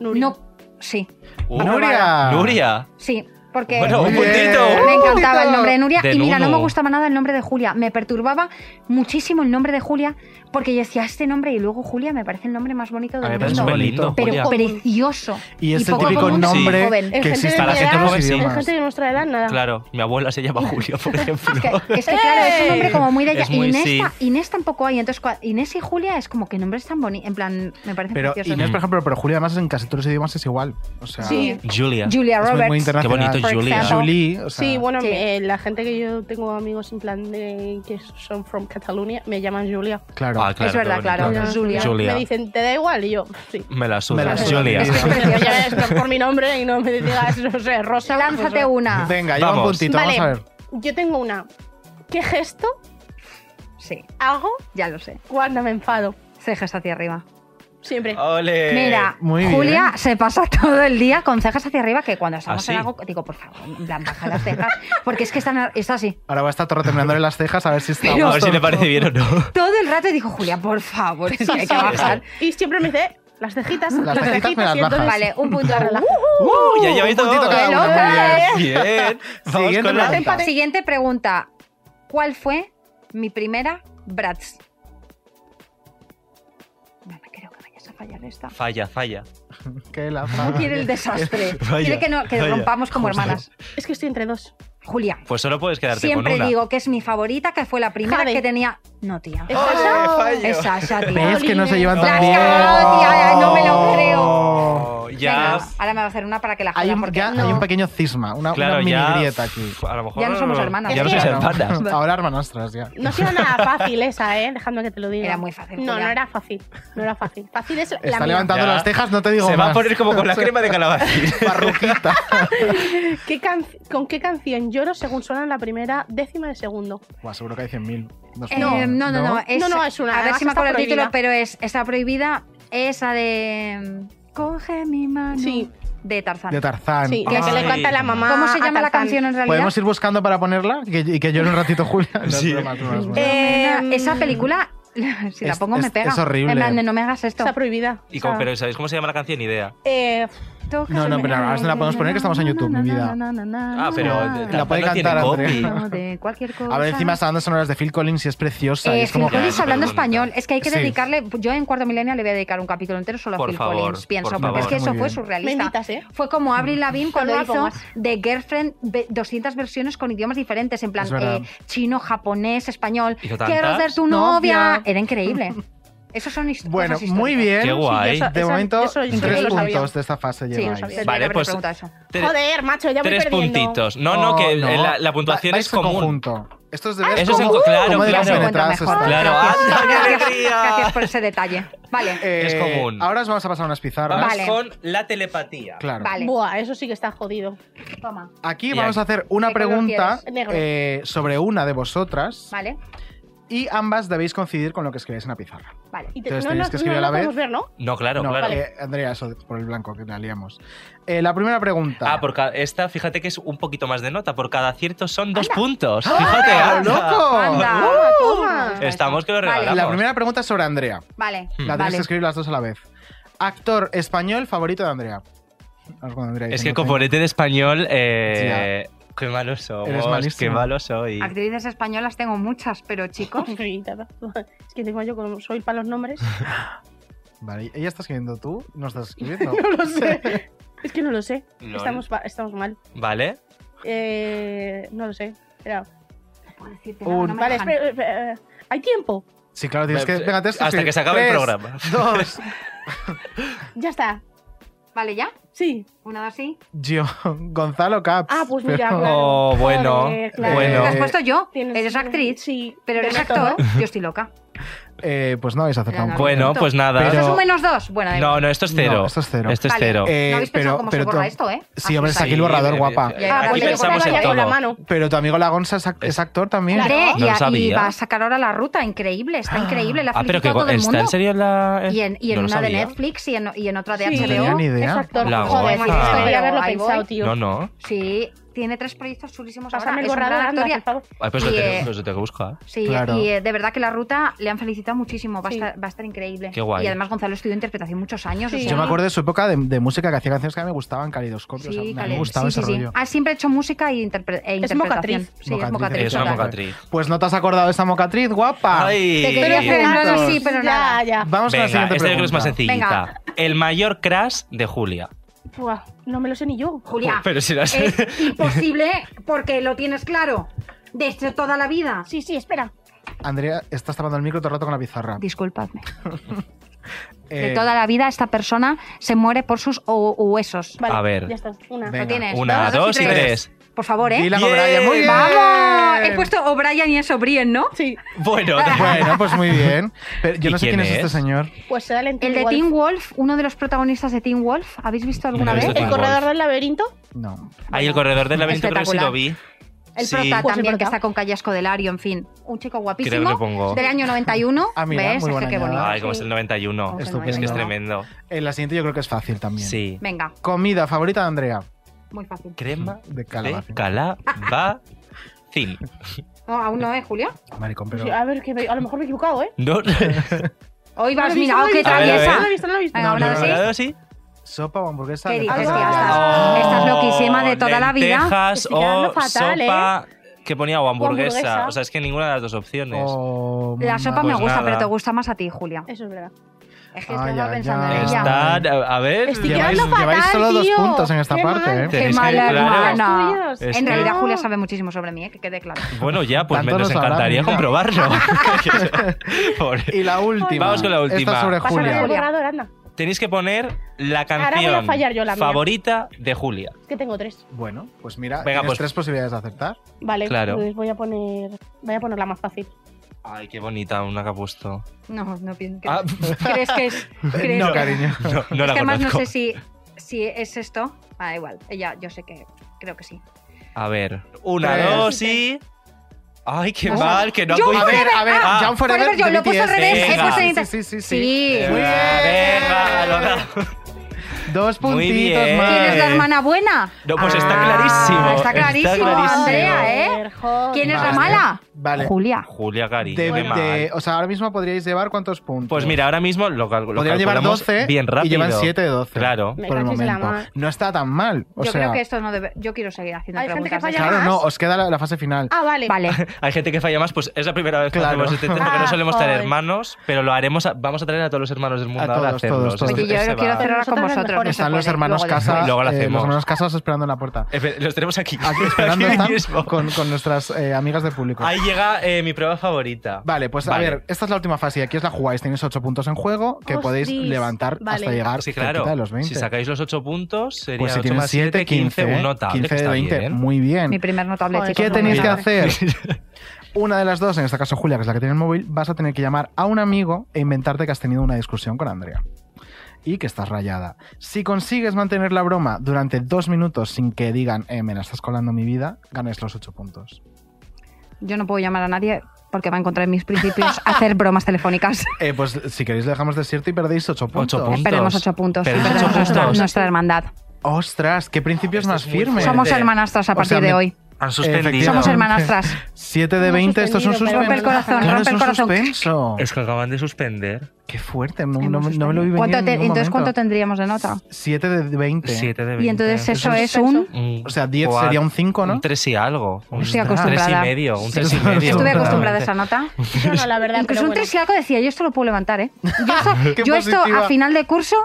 Speaker 8: Nuria.
Speaker 10: No, sí,
Speaker 1: Uh,
Speaker 2: Nuria.
Speaker 1: Nuria.
Speaker 10: sí, porque
Speaker 1: Bueno, un
Speaker 2: Muy bien.
Speaker 1: puntito.
Speaker 10: me encantaba el nombre de Nuria
Speaker 1: De
Speaker 10: y mira, no me
Speaker 1: Nuno.
Speaker 10: gustaba nada el nombre de Julia. Me perturbaba muchísimo el nombre de Julia porque yo decía este nombre y luego Julia me parece el nombre más bonito
Speaker 2: A
Speaker 10: del
Speaker 2: mí me parece
Speaker 10: mundo.
Speaker 1: súper
Speaker 2: bonito.
Speaker 1: lindo.
Speaker 10: Pero
Speaker 1: Julia.
Speaker 10: precioso.
Speaker 2: Y es el
Speaker 10: poco
Speaker 2: típico
Speaker 10: común,
Speaker 2: nombre
Speaker 10: joven.
Speaker 8: En
Speaker 2: que
Speaker 8: gente
Speaker 2: existe
Speaker 8: de
Speaker 1: para
Speaker 8: mi
Speaker 1: gente
Speaker 8: edad,
Speaker 1: joven, sí.
Speaker 8: En gente de nuestra edad, nada.
Speaker 1: Claro, mi abuela se
Speaker 10: [laughs]
Speaker 1: llama Julia, por ejemplo.
Speaker 10: Es que claro, es un nombre
Speaker 8: ¡Ey!
Speaker 10: como muy de ella.
Speaker 1: Es muy
Speaker 10: y Inés,
Speaker 1: sí.
Speaker 10: ta- Inés tampoco hay. Entonces, cua- Inés y Julia es como que nombres tan bonitos. En plan, me parece
Speaker 2: Pero
Speaker 10: precioso.
Speaker 2: Inés, por ejemplo, pero Julia además en casi todos los idiomas es igual. O sea,
Speaker 10: Sí.
Speaker 1: Julia.
Speaker 10: Julia
Speaker 2: es muy-
Speaker 10: Roberts.
Speaker 2: muy, internacional.
Speaker 1: Qué bonito,
Speaker 10: por
Speaker 1: Julia.
Speaker 10: ejemplo.
Speaker 2: Julie, o sea,
Speaker 1: Ah.
Speaker 8: sí, bueno,
Speaker 10: Sí.
Speaker 8: eh, la gente que yo tengo amigos en plan de, que son from Cataluña me llaman Julia.
Speaker 2: claro.
Speaker 1: Ah, claro,
Speaker 10: es verdad,
Speaker 1: qué
Speaker 10: claro.
Speaker 1: bonito.
Speaker 10: Julia.
Speaker 1: Julia.
Speaker 8: Me dicen, ¿te da igual? Y yo, sí.
Speaker 1: Me la
Speaker 2: Me la
Speaker 1: suda.
Speaker 2: suda.
Speaker 1: Julia. [laughs]
Speaker 2: Es que-
Speaker 8: Yo ya es por mi nombre y no me digas, [laughs] no sé, Rosa.
Speaker 10: Lánzate
Speaker 8: pues,
Speaker 10: una.
Speaker 2: Venga, lleva un
Speaker 1: Vamos.
Speaker 2: puntito,
Speaker 8: Vale,
Speaker 2: vamos a ver.
Speaker 8: yo tengo una. ¿Qué gesto
Speaker 10: Sí,
Speaker 8: hago
Speaker 10: ya lo sé.
Speaker 8: cuando me enfado?
Speaker 10: Cejas hacia arriba.
Speaker 8: Siempre.
Speaker 2: Ah,
Speaker 1: Ole.
Speaker 10: Mira,
Speaker 2: Eh, muy bien.
Speaker 10: Julia se pasa [laughs] todo el día con cejas hacia arriba que cuando estamos
Speaker 1: ¿Ah, sí?
Speaker 10: en algo digo, por favor, en plan, baja las cejas, porque es que están a- está así.
Speaker 2: Ahora va a estar Torre terminándole las cejas a ver si está.
Speaker 1: a ver si le parece bien o no.
Speaker 10: Todo el rato y digo, Julia, por favor, es que hay que bajar.
Speaker 8: Y siempre me dice, las cejitas,
Speaker 2: Las
Speaker 8: las
Speaker 2: cejitas me
Speaker 8: cejitas,
Speaker 2: las
Speaker 8: y entonces-
Speaker 2: bajas.
Speaker 10: Vale, un punto de relajo.
Speaker 1: Uh, ya lleváis
Speaker 2: un puntito
Speaker 1: dos.
Speaker 2: cada
Speaker 10: ¡Qué
Speaker 2: uno, muy
Speaker 10: loca,
Speaker 2: bien.
Speaker 1: Bien. Vamos
Speaker 2: Siguiente
Speaker 1: con la-
Speaker 2: pregunta.
Speaker 10: Siguiente pregunta. ¿Cuál fue mi primera Bratz? No me creo que vayas a fallar esta.
Speaker 1: Falla, falla.
Speaker 2: Que la Ah,
Speaker 10: No quiere el desastre.
Speaker 1: Vaya,
Speaker 10: quiere que, no, que
Speaker 1: vaya.
Speaker 10: rompamos como hermanas.
Speaker 8: Es que estoy entre dos.
Speaker 10: Julia.
Speaker 1: Pues solo puedes quedarte con
Speaker 10: Siempre
Speaker 1: una.
Speaker 10: digo que es mi favorita, que fue la primera que tenía. No, tía.
Speaker 8: ¿Es Sasha?
Speaker 10: Es Sasha, tía.
Speaker 2: ¿Ves que no se llevan
Speaker 10: La
Speaker 2: tan
Speaker 10: has
Speaker 2: bien? Oh.
Speaker 10: cagado, tía, no me lo creo.
Speaker 1: Ya,
Speaker 10: Venga, ahora me va a hacer una para que la
Speaker 2: Hay
Speaker 10: jodan,
Speaker 2: un,
Speaker 10: porque
Speaker 2: ya hay un pequeño cisma, una,
Speaker 1: Claro,
Speaker 2: una mini
Speaker 1: ya-
Speaker 2: grieta aquí.
Speaker 1: a lo mejor
Speaker 10: Ya no somos hermanas.
Speaker 1: Ya no
Speaker 10: Es
Speaker 1: sois
Speaker 10: que-
Speaker 1: hermanas.
Speaker 2: Ahora hermanastras, ya.
Speaker 8: No ha sido nada fácil esa, ¿eh? Dejadme que te lo diga.
Speaker 10: Era muy fácil,
Speaker 8: No,
Speaker 10: Julia.
Speaker 8: no era fácil. No era fácil. Fácil es la
Speaker 2: Está
Speaker 8: mía.
Speaker 2: levantando
Speaker 1: Ya.
Speaker 2: las cejas, no te digo
Speaker 1: Se va a
Speaker 2: más.
Speaker 1: poner como con la crema de
Speaker 2: [laughs]
Speaker 1: calabacín.
Speaker 8: ¿Qué can- ¿Con qué canción lloro según suena en la primera décima de segundo?
Speaker 2: Buah, seguro que hay 100.000. No,
Speaker 10: Eh, no, no, no, Es,
Speaker 8: No, no, es una,
Speaker 10: A ver
Speaker 8: además
Speaker 10: si me
Speaker 8: está
Speaker 10: acuerdo el
Speaker 8: prohibida.
Speaker 10: título, pero es está prohibida. Esa de. mm, Coge mi mano. Sí. De Tarzán.
Speaker 2: De Tarzán.
Speaker 8: Sí, la que le
Speaker 2: Ay.
Speaker 8: canta la mamá.
Speaker 10: ¿Cómo se
Speaker 8: a
Speaker 10: llama la
Speaker 8: Tarzán?
Speaker 10: canción en realidad?
Speaker 2: Ah. ¿Podemos ir buscando para ponerla? Y que, y que llore un ratito, [laughs] Julia. No, es broma, es broma, es broma.
Speaker 10: Eh,
Speaker 8: Em,
Speaker 10: esa película, [laughs] si la
Speaker 2: Es-
Speaker 10: pongo me
Speaker 2: es-
Speaker 10: pega.
Speaker 2: es horrible.
Speaker 10: En plan de, no me hagas esto.
Speaker 8: Está prohibida.
Speaker 1: Y como, pero ¿sabéis cómo se llama la canción? Ni Idea.
Speaker 8: Eh,
Speaker 2: No, no, pero ahora no la podemos poner que estamos en YouTube, mi vida.
Speaker 1: Ah, pero
Speaker 2: La puede
Speaker 1: no tiene
Speaker 2: cantar
Speaker 1: copy.
Speaker 2: Andrea.
Speaker 10: de cualquier cosa.
Speaker 2: A ver, encima está dando sonoras de Phil Collins y es preciosa. y
Speaker 10: Eh,
Speaker 2: es como
Speaker 10: Phil
Speaker 2: que-
Speaker 10: Collins hablando español. Es que hay que
Speaker 2: Sí.
Speaker 10: dedicarle. Yo en cuarto milenio le voy a dedicar un capítulo entero solo a
Speaker 1: Por
Speaker 10: Phil
Speaker 1: favor,
Speaker 10: Collins,
Speaker 1: por
Speaker 10: pienso, porque
Speaker 1: favor.
Speaker 10: es que eso
Speaker 2: Muy
Speaker 10: fue
Speaker 2: bien.
Speaker 8: me
Speaker 10: surrealista.
Speaker 8: invitas, ¿eh?
Speaker 10: Fue como
Speaker 1: Mm.
Speaker 10: Avril Lavigne cuando
Speaker 1: [laughs]
Speaker 8: Cuando la
Speaker 10: hizo
Speaker 8: pongas.
Speaker 10: de Girlfriend ve- 200 versiones con idiomas diferentes, en plan
Speaker 2: Es verdad.
Speaker 10: eh, chino, japonés, español.
Speaker 1: ¿Hizo
Speaker 10: Quiero
Speaker 1: tantas?
Speaker 10: ser tu novia.
Speaker 1: [laughs]
Speaker 2: Novia.
Speaker 10: Era increíble. Esos son his-
Speaker 2: Bueno,
Speaker 10: cosas históricas.
Speaker 2: muy bien.
Speaker 1: Qué guay.
Speaker 8: eso-
Speaker 2: De
Speaker 8: eso-
Speaker 2: momento,
Speaker 8: eso yo
Speaker 2: tres
Speaker 8: lo sabía.
Speaker 2: puntos de esta fase
Speaker 10: Sí, lo
Speaker 2: lleváis.
Speaker 1: Vale,
Speaker 10: sabía. Tendría que haberle
Speaker 1: pues-
Speaker 10: preguntado eso.
Speaker 1: Te-
Speaker 8: Joder, macho, ya voy
Speaker 1: Tres
Speaker 8: perdiendo.
Speaker 1: puntitos. No, no, que
Speaker 2: Oh, No,
Speaker 1: la, la puntuación
Speaker 2: va-
Speaker 1: es
Speaker 2: vais en
Speaker 1: común.
Speaker 2: conjunto. Esto es de ver
Speaker 1: Eso es en
Speaker 2: cómo-
Speaker 1: co- claro,
Speaker 2: cómo de
Speaker 1: claro.
Speaker 2: bien
Speaker 10: Cuenta
Speaker 2: penetradas
Speaker 10: Ah, mejor.
Speaker 2: estáis.
Speaker 1: Claro, anda, qué
Speaker 10: Gracias, gracias
Speaker 1: alegría.
Speaker 10: por ese detalle. Vale,
Speaker 2: Eh,
Speaker 1: Es común.
Speaker 2: Ahora os vamos a pasar unas pizarras.
Speaker 1: Vamos
Speaker 10: Vale.
Speaker 1: con la telepatía.
Speaker 2: Claro.
Speaker 10: vale.
Speaker 8: Buah, eso sí que está jodido.
Speaker 10: Toma.
Speaker 2: Aquí
Speaker 1: Y
Speaker 2: vamos
Speaker 1: aquí.
Speaker 2: a hacer una
Speaker 10: ¿Qué color
Speaker 2: pregunta
Speaker 8: quieres? Negro.
Speaker 2: eh, sobre una de vosotras
Speaker 10: Vale,
Speaker 2: y ambas debéis coincidir con lo que escribáis en la pizarra.
Speaker 10: vale.
Speaker 8: Y te-
Speaker 2: Entonces
Speaker 8: no, no,
Speaker 2: tenéis que
Speaker 8: no,
Speaker 2: escribir a
Speaker 8: no
Speaker 2: la vez.
Speaker 8: podemos ver, ¿no?
Speaker 1: No, claro,
Speaker 2: no,
Speaker 1: claro.
Speaker 2: eh, Andrea, eso por el blanco que la liamos. Eh, la primera pregunta.
Speaker 1: Ah, por ca- esta, fíjate que es un poquito más de nota. Por cada acierto son dos puntos. Fíjate, anda.
Speaker 2: ¡Ah, loco!
Speaker 10: Anda, toma.
Speaker 1: Uh. Estamos que lo
Speaker 10: Vale,
Speaker 1: regalamos.
Speaker 2: La primera pregunta es sobre Andrea.
Speaker 10: Vale,
Speaker 1: Hmm.
Speaker 2: La tenéis
Speaker 10: vale.
Speaker 2: que escribir las dos a la vez. Actor español favorito de Andrea. Vamos con Andrea,
Speaker 1: Es
Speaker 2: diciendo
Speaker 1: que componente de español, eh, qué malo somos.
Speaker 2: Eres malísimo.
Speaker 1: Qué malo soy.
Speaker 10: Actrices españolas tengo muchas, pero chicos.
Speaker 1: [laughs]
Speaker 8: Es que tengo yo como soy para los nombres. [laughs]
Speaker 2: Vale, ella está escribiendo tú, no
Speaker 1: [laughs]
Speaker 2: estás escribiendo.
Speaker 8: No lo sé. Es que no lo sé.
Speaker 1: Lol.
Speaker 8: Estamos, pa- estamos mal.
Speaker 1: ¿Vale?
Speaker 8: Eh, no lo sé. Espera.
Speaker 10: Puedo decirte,
Speaker 2: Un-
Speaker 10: no, no me
Speaker 8: Vale,
Speaker 10: dejan.
Speaker 8: espera, espera, eh, Hay tiempo.
Speaker 2: Sí, claro, tienes que. Venga, tienes
Speaker 1: Hasta
Speaker 2: escribir.
Speaker 1: que se acabe el
Speaker 2: Tres,
Speaker 1: programa.
Speaker 2: [laughs] Dos.
Speaker 8: Ya está.
Speaker 10: Vale, ya.
Speaker 8: Sí.
Speaker 10: Una, dos, sí.
Speaker 2: Yo, Gonzalo Caps.
Speaker 8: Ah, pues mira,
Speaker 2: Pero-
Speaker 8: claro.
Speaker 1: Oh, bueno,
Speaker 8: Joder, claro.
Speaker 1: bueno.
Speaker 10: ¿Lo
Speaker 2: Eh,
Speaker 10: has puesto yo?
Speaker 8: Tienes-
Speaker 10: Eres actriz,
Speaker 8: Sí.
Speaker 10: pero eres
Speaker 8: de
Speaker 10: actor.
Speaker 8: método.
Speaker 10: Yo estoy loca.
Speaker 2: Eh, pues no habéis acertado.
Speaker 10: Era
Speaker 2: un
Speaker 1: Bueno,
Speaker 2: punto.
Speaker 1: pues nada.
Speaker 2: Pero-
Speaker 10: ¿Esto es un menos dos? Bueno, da
Speaker 1: No,
Speaker 10: igual.
Speaker 1: no, esto es cero.
Speaker 2: No, esto es cero.
Speaker 1: Esto es
Speaker 10: Vale.
Speaker 1: cero.
Speaker 2: Eh,
Speaker 10: No habéis pensado cómo se borra
Speaker 2: tu-
Speaker 10: esto, ¿eh?
Speaker 2: Sí, hombre,
Speaker 10: Así.
Speaker 2: está aquí el borrador, guapa.
Speaker 1: eh,
Speaker 8: Ah,
Speaker 10: Ya,
Speaker 1: Aquí
Speaker 10: pues le llevo
Speaker 1: pensamos
Speaker 10: con la
Speaker 1: en
Speaker 10: llave
Speaker 1: todo.
Speaker 10: con la
Speaker 8: mano.
Speaker 2: Pero tu amigo La Gonza es, ac-
Speaker 1: Es-
Speaker 2: es actor también.
Speaker 10: Hombre,
Speaker 1: No lo
Speaker 10: y, a- y
Speaker 1: sabía.
Speaker 10: va a sacar ahora la ruta, increíble, está increíble, la
Speaker 1: ah, pero
Speaker 10: felicito
Speaker 1: que
Speaker 10: a todo el
Speaker 1: está
Speaker 10: mundo.
Speaker 1: en serio en la. eh?
Speaker 10: Y en, y en
Speaker 1: No lo
Speaker 10: una de
Speaker 1: sabía.
Speaker 10: Netflix y en, y en otra de
Speaker 8: Sí.
Speaker 10: HBO.
Speaker 8: No
Speaker 2: tenía ni idea.
Speaker 8: Es actor.
Speaker 1: La
Speaker 8: Joder,
Speaker 1: guapa.
Speaker 8: esto debería haberlo
Speaker 10: Ahí voy.
Speaker 8: pensado, tío.
Speaker 1: No, no.
Speaker 10: Sí, tiene tres proyectos chulísimos ahora.
Speaker 8: Pásame el
Speaker 10: es una
Speaker 8: borrador,
Speaker 10: gran
Speaker 8: anda,
Speaker 10: actoria.
Speaker 8: por favor.
Speaker 1: Ay, pues lo,
Speaker 10: Y,
Speaker 1: tengo,
Speaker 10: eh,
Speaker 1: pues lo tengo que buscar.
Speaker 10: Sí,
Speaker 2: Claro.
Speaker 10: y eh, de verdad que la ruta le han felicitado muchísimo, va,
Speaker 8: Sí.
Speaker 10: a, estar, va a estar increíble.
Speaker 1: Qué guay.
Speaker 10: Y además Gonzalo estudió interpretación muchos años.
Speaker 8: Sí.
Speaker 10: o sea,
Speaker 2: Yo me acuerdo de su época de, de música que hacía canciones que a mí me gustaban,
Speaker 10: Sí,
Speaker 2: Calidoscopio. o sea, me-
Speaker 10: Cale-
Speaker 2: me gustaba
Speaker 10: sí,
Speaker 2: ese
Speaker 10: sí, sí.
Speaker 2: rollo.
Speaker 10: Ah, siempre ha hecho música e, interpre- e
Speaker 8: Es
Speaker 10: interpretación.
Speaker 8: mocatriz.
Speaker 10: Sí, es
Speaker 2: Mocatriz,
Speaker 10: mocatriz.
Speaker 1: Es una
Speaker 10: total.
Speaker 1: mocatriz.
Speaker 2: Pues no te has acordado de esa mocatriz, guapa.
Speaker 1: Ay.
Speaker 10: Te quería hacer en plan así, pero
Speaker 8: ya,
Speaker 10: nada.
Speaker 8: ya.
Speaker 2: Vamos
Speaker 1: Venga,
Speaker 2: a la siguiente
Speaker 1: esta yo creo que es
Speaker 2: pregunta.
Speaker 1: más sencillita. El mayor crash de Julia.
Speaker 8: Buah, no me lo sé ni yo.
Speaker 10: Julia,
Speaker 1: Pero si la sé.
Speaker 10: es imposible porque lo tienes claro. Desde toda la vida.
Speaker 8: Sí, sí, espera.
Speaker 2: Andrea, estás tapando el micro todo el rato con la pizarra.
Speaker 10: Disculpadme.
Speaker 2: Eh,
Speaker 10: De toda la vida esta persona se muere por sus o- huesos.
Speaker 8: Vale,
Speaker 1: A ver.
Speaker 8: Ya está. Una.
Speaker 2: Venga.
Speaker 10: ¿Lo tienes?
Speaker 1: Una, dos y tres.
Speaker 10: Por favor, ¿eh?
Speaker 2: Y la
Speaker 1: Bien.
Speaker 2: O'Brien, muy bien.
Speaker 10: ¡Vamos! He puesto O'Brien y es O'Brien, ¿no?
Speaker 8: Sí,
Speaker 10: [laughs]
Speaker 1: Bueno,
Speaker 2: Bueno, pues muy bien. Pero yo
Speaker 1: ¿Y
Speaker 2: no sé
Speaker 1: quién
Speaker 2: quién es, este
Speaker 1: es?
Speaker 2: señor.
Speaker 8: pues se da el
Speaker 10: El de
Speaker 8: Wolf.
Speaker 10: Teen Wolf, uno de los protagonistas de Teen Wolf, ¿habéis visto alguna
Speaker 1: No he
Speaker 10: vez?
Speaker 1: visto
Speaker 8: ¿El
Speaker 1: Teen
Speaker 8: corredor
Speaker 1: Wolf.
Speaker 8: del laberinto?
Speaker 2: No.
Speaker 1: ahí el corredor del laberinto creo que sí
Speaker 10: Espectacular.
Speaker 1: lo vi.
Speaker 10: El
Speaker 1: sí.
Speaker 10: prota
Speaker 8: Pues el
Speaker 10: también, que
Speaker 8: prota.
Speaker 10: está con Callasco del Ario, en fin. Un chico guapísimo.
Speaker 1: Creo que pongo-
Speaker 10: Del año 91.
Speaker 2: Ah, mira,
Speaker 10: ¿Ves?
Speaker 2: muy
Speaker 10: Es
Speaker 2: buena
Speaker 10: que qué
Speaker 2: añada.
Speaker 10: bonito.
Speaker 1: Ay, como es el 91.
Speaker 10: Como
Speaker 2: es
Speaker 1: Es
Speaker 2: el
Speaker 1: que es
Speaker 2: 91.
Speaker 1: tremendo.
Speaker 2: En Eh, la siguiente yo creo que es fácil también.
Speaker 1: Sí.
Speaker 10: Venga,
Speaker 2: Comida favorita de Andrea.
Speaker 10: muy fácil.
Speaker 1: Crema
Speaker 2: De
Speaker 1: de
Speaker 2: calabacín.
Speaker 1: calabacín.
Speaker 2: [laughs]
Speaker 10: No, aún no, ¿eh, Julio?
Speaker 2: Maricón, pero...
Speaker 8: Sí, a ver, que me- a lo mejor me he equivocado, ¿eh?
Speaker 1: No,
Speaker 10: Hoy vas,
Speaker 8: No lo he visto,
Speaker 10: mira, oh,
Speaker 8: no lo he
Speaker 10: qué
Speaker 8: visto.
Speaker 1: A ver, a ver.
Speaker 10: traviesa.
Speaker 8: No lo he visto, no lo he visto.
Speaker 10: Venga, una, dos, sí.
Speaker 1: ¿Dorado sí?
Speaker 2: Sopa o hamburguesa.
Speaker 10: Qué Ah,
Speaker 2: de
Speaker 10: dices,
Speaker 2: pasta
Speaker 8: tía,
Speaker 2: rallada.
Speaker 1: Oh,
Speaker 10: estás- estás loquísima de toda la vida.
Speaker 1: Lentejas
Speaker 8: Estoy quedando
Speaker 1: o
Speaker 8: fatal, ¿eh?
Speaker 1: sopa que ponía o hamburguesa.
Speaker 8: hamburguesa.
Speaker 1: O sea, es que ninguna de las dos opciones.
Speaker 2: Oh,
Speaker 10: La sopa
Speaker 1: Pues
Speaker 10: me gusta,
Speaker 1: nada.
Speaker 10: pero te gusta más a ti, Julia.
Speaker 8: Eso es verdad.
Speaker 10: Es que estaba pensando en ella.
Speaker 1: Están, a a ver,
Speaker 10: Estoy quedando fatal, tío. Qué mal. Qué
Speaker 1: Tenéis que-
Speaker 10: mala
Speaker 1: claro.
Speaker 10: hermana.
Speaker 1: Es que-
Speaker 10: En realidad Julia sabe muchísimo sobre mí, ¿eh? que quede claro.
Speaker 1: Bueno, ya, pues me
Speaker 2: Tanto
Speaker 1: nos
Speaker 2: no sabrá,
Speaker 1: encantaría
Speaker 2: mira. [laughs]
Speaker 1: comprobarlo. [laughs] Pobre.
Speaker 2: Y
Speaker 1: [laughs]
Speaker 2: la última.
Speaker 1: Vamos con la última.
Speaker 2: Esta es sobre
Speaker 1: Pásame
Speaker 2: Julia.
Speaker 8: El borrador, anda.
Speaker 1: Tenéis que poner la
Speaker 8: Ahora voy a
Speaker 1: canción
Speaker 8: fallar yo la mía.
Speaker 1: favorita de Julia.
Speaker 8: Es que tengo tres.
Speaker 2: Bueno, pues mira,
Speaker 1: Venga,
Speaker 2: tienes
Speaker 1: pues-
Speaker 2: tres posibilidades de
Speaker 10: [laughs]
Speaker 2: acertar.
Speaker 8: Vale,
Speaker 1: Claro.
Speaker 8: pues voy a poner. Voy a poner la más fácil.
Speaker 1: Ay, qué bonita una que ha puesto.
Speaker 10: No, no pienso. que- ¿Crees que es.? ¿crees
Speaker 1: Ah. [laughs] no,
Speaker 10: que-
Speaker 1: cariño. No,
Speaker 2: [laughs]
Speaker 1: no
Speaker 10: es
Speaker 1: la
Speaker 10: que además
Speaker 1: conozco.
Speaker 10: no sé si, si es esto. Ah, igual. Ella, yo sé que. Creo que sí.
Speaker 1: A ver, una,
Speaker 2: Tres.
Speaker 1: dos y. Ay, qué
Speaker 2: Vamos a
Speaker 1: mal,
Speaker 2: ver.
Speaker 1: que no
Speaker 2: John
Speaker 1: coincide.
Speaker 2: Forever, a ver,
Speaker 1: Ah,
Speaker 2: John Forever
Speaker 10: Forever, yo
Speaker 2: de
Speaker 10: lo he puesto al
Speaker 2: BTS.
Speaker 10: revés. He
Speaker 1: Venga.
Speaker 10: puesto en-
Speaker 2: Sí, sí, sí, sí.
Speaker 10: Sí.
Speaker 1: Venga,
Speaker 2: Muy bien.
Speaker 1: venga, lo da-
Speaker 2: Dos
Speaker 1: Muy
Speaker 2: puntitos
Speaker 1: bien.
Speaker 2: más.
Speaker 10: ¿Quién es la hermana buena?
Speaker 1: Eh, No, pues está
Speaker 10: Ah,
Speaker 1: clarísimo.
Speaker 10: Está clarísimo,
Speaker 1: clarísimo.
Speaker 10: Andrea, ¿eh? ¿Quién es la
Speaker 2: Vale.
Speaker 10: mala?
Speaker 2: Vale.
Speaker 10: Julia.
Speaker 1: Julia Cari.
Speaker 2: De- de- o sea, ahora mismo podríais llevar cuántos puntos.
Speaker 1: Pues mira, ahora mismo lo, cal- lo
Speaker 2: Podrían llevar
Speaker 1: calculamos
Speaker 2: 12
Speaker 1: bien rápido.
Speaker 2: y llevan 7 de 12.
Speaker 1: Claro.
Speaker 10: Me
Speaker 2: por el
Speaker 10: cachis en la
Speaker 2: momento.
Speaker 10: mar.
Speaker 2: No está tan mal. O
Speaker 10: yo
Speaker 2: sea,
Speaker 10: creo que esto no debe. Yo quiero seguir haciendo
Speaker 8: Hay gente
Speaker 10: preguntas.
Speaker 8: que
Speaker 10: de
Speaker 8: falla
Speaker 10: estas.
Speaker 2: claro, no, os queda la, la fase final.
Speaker 8: Ah, vale.
Speaker 1: [laughs]
Speaker 10: Vale.
Speaker 1: Hay gente que falla más, pues es la primera vez que
Speaker 2: Claro.
Speaker 1: hacemos este test, porque
Speaker 8: Ah,
Speaker 1: no solemos
Speaker 2: [laughs]
Speaker 8: joder.
Speaker 1: traer hermanos, pero lo haremos, a- vamos a traer a todos los hermanos del mundo
Speaker 2: A
Speaker 1: ahora
Speaker 2: todos,
Speaker 1: a hacerlos.
Speaker 2: todos, todos.
Speaker 1: Este-
Speaker 10: Oye, yo
Speaker 1: este
Speaker 10: lo quiero
Speaker 1: va-
Speaker 10: cerrar
Speaker 8: Nosotras
Speaker 10: con
Speaker 8: las
Speaker 10: vosotros.
Speaker 8: mejores.
Speaker 10: no se
Speaker 2: Están los
Speaker 10: puede,
Speaker 2: hermanos
Speaker 10: luego después.
Speaker 2: Casas. eh,
Speaker 1: Luego lo hacemos.
Speaker 2: los hermanos Casas esperando en la puerta.
Speaker 1: Efe, Los tenemos [laughs] aquí.
Speaker 2: Aquí esperando están
Speaker 1: mismo.
Speaker 2: con, con nuestras eh, amigas del público.
Speaker 1: Ahí llega eh, mi prueba favorita.
Speaker 2: Vale, pues
Speaker 1: Vale.
Speaker 2: a ver, esta es la última fase y aquí es la jugáis. Tenéis 8 puntos en juego que
Speaker 8: Hostis,
Speaker 2: podéis levantar
Speaker 8: vale.
Speaker 2: hasta llegar
Speaker 1: Sí,
Speaker 2: cerquita
Speaker 1: claro.
Speaker 2: de los 20.
Speaker 1: Si sacáis los 8 puntos, sería
Speaker 2: pues si
Speaker 1: 8
Speaker 2: tienes
Speaker 1: más 7,
Speaker 2: 7, 15,
Speaker 1: 15,
Speaker 2: ¿eh?
Speaker 1: un notable.
Speaker 2: 15
Speaker 1: que
Speaker 2: de
Speaker 1: está
Speaker 2: 20.
Speaker 1: bien.
Speaker 2: Muy bien.
Speaker 10: Mi primer notable.
Speaker 8: Joder,
Speaker 10: chicos,
Speaker 2: ¿Qué
Speaker 10: no
Speaker 2: tenéis que
Speaker 10: notable.
Speaker 2: hacer?
Speaker 8: [laughs]
Speaker 2: Una de las dos, en este caso Julia, que es la que tiene el móvil, vas a tener que llamar a un amigo e inventarte que has tenido una discusión con Andrea. Y que estás rayada. Si consigues mantener la broma durante dos minutos sin que digan, eh, me la estás colando mi vida, ganas los ocho puntos.
Speaker 10: Yo no puedo llamar a nadie porque va a encontrar en mis
Speaker 8: [laughs]
Speaker 10: principios hacer bromas telefónicas.
Speaker 2: Eh, pues si queréis le dejamos desierto y perdéis ocho puntos.
Speaker 1: Ocho [laughs] puntos.
Speaker 10: Perdemos ocho puntos.
Speaker 1: Perdéis
Speaker 10: Perdemos
Speaker 1: ocho
Speaker 10: nuestra,
Speaker 1: puntos.
Speaker 10: nuestra hermandad.
Speaker 2: Ostras, qué principios
Speaker 1: Esto
Speaker 2: más
Speaker 1: Este es muy
Speaker 2: firmes.
Speaker 1: fuerte.
Speaker 10: Somos hermanastras a
Speaker 2: O sea,
Speaker 10: partir de
Speaker 2: me-
Speaker 10: hoy.
Speaker 1: Han suspendido.
Speaker 2: Efectivamente.
Speaker 10: Somos hermanastras.
Speaker 2: 7 de 20, esto es un suspenso.
Speaker 8: suspendido, pero- Rompe el
Speaker 10: corazón,
Speaker 2: Claro,
Speaker 10: rompe
Speaker 2: es
Speaker 10: el
Speaker 2: un
Speaker 10: corazón.
Speaker 2: suspenso.
Speaker 1: Es que acaban de suspender.
Speaker 2: Qué fuerte, no, no- no me lo vi venir
Speaker 10: ¿Cuánto
Speaker 2: en
Speaker 10: te-
Speaker 2: ningún
Speaker 10: entonces, ¿cuánto
Speaker 2: momento.
Speaker 10: tendríamos de nota?
Speaker 2: 7 de 20.
Speaker 1: 7 de 20.
Speaker 10: Y entonces eso es un...
Speaker 2: O sea, 10 sería un 5, ¿no?
Speaker 1: Un 3 y algo. Un
Speaker 10: Estoy
Speaker 1: 3 y
Speaker 10: acostumbrada.
Speaker 1: medio. Un
Speaker 2: Sí,
Speaker 1: 3 y
Speaker 2: estoy
Speaker 1: medio.
Speaker 10: Estuve
Speaker 2: Totalmente.
Speaker 10: acostumbrada a esa nota.
Speaker 8: Yo no, la verdad, pero
Speaker 10: Incluso un
Speaker 8: bueno.
Speaker 10: tres y algo decía, yo esto lo puedo levantar,
Speaker 8: [laughs]
Speaker 10: ¿eh? Yo, esto-
Speaker 2: Qué
Speaker 10: yo esto
Speaker 2: positiva.
Speaker 10: a final de curso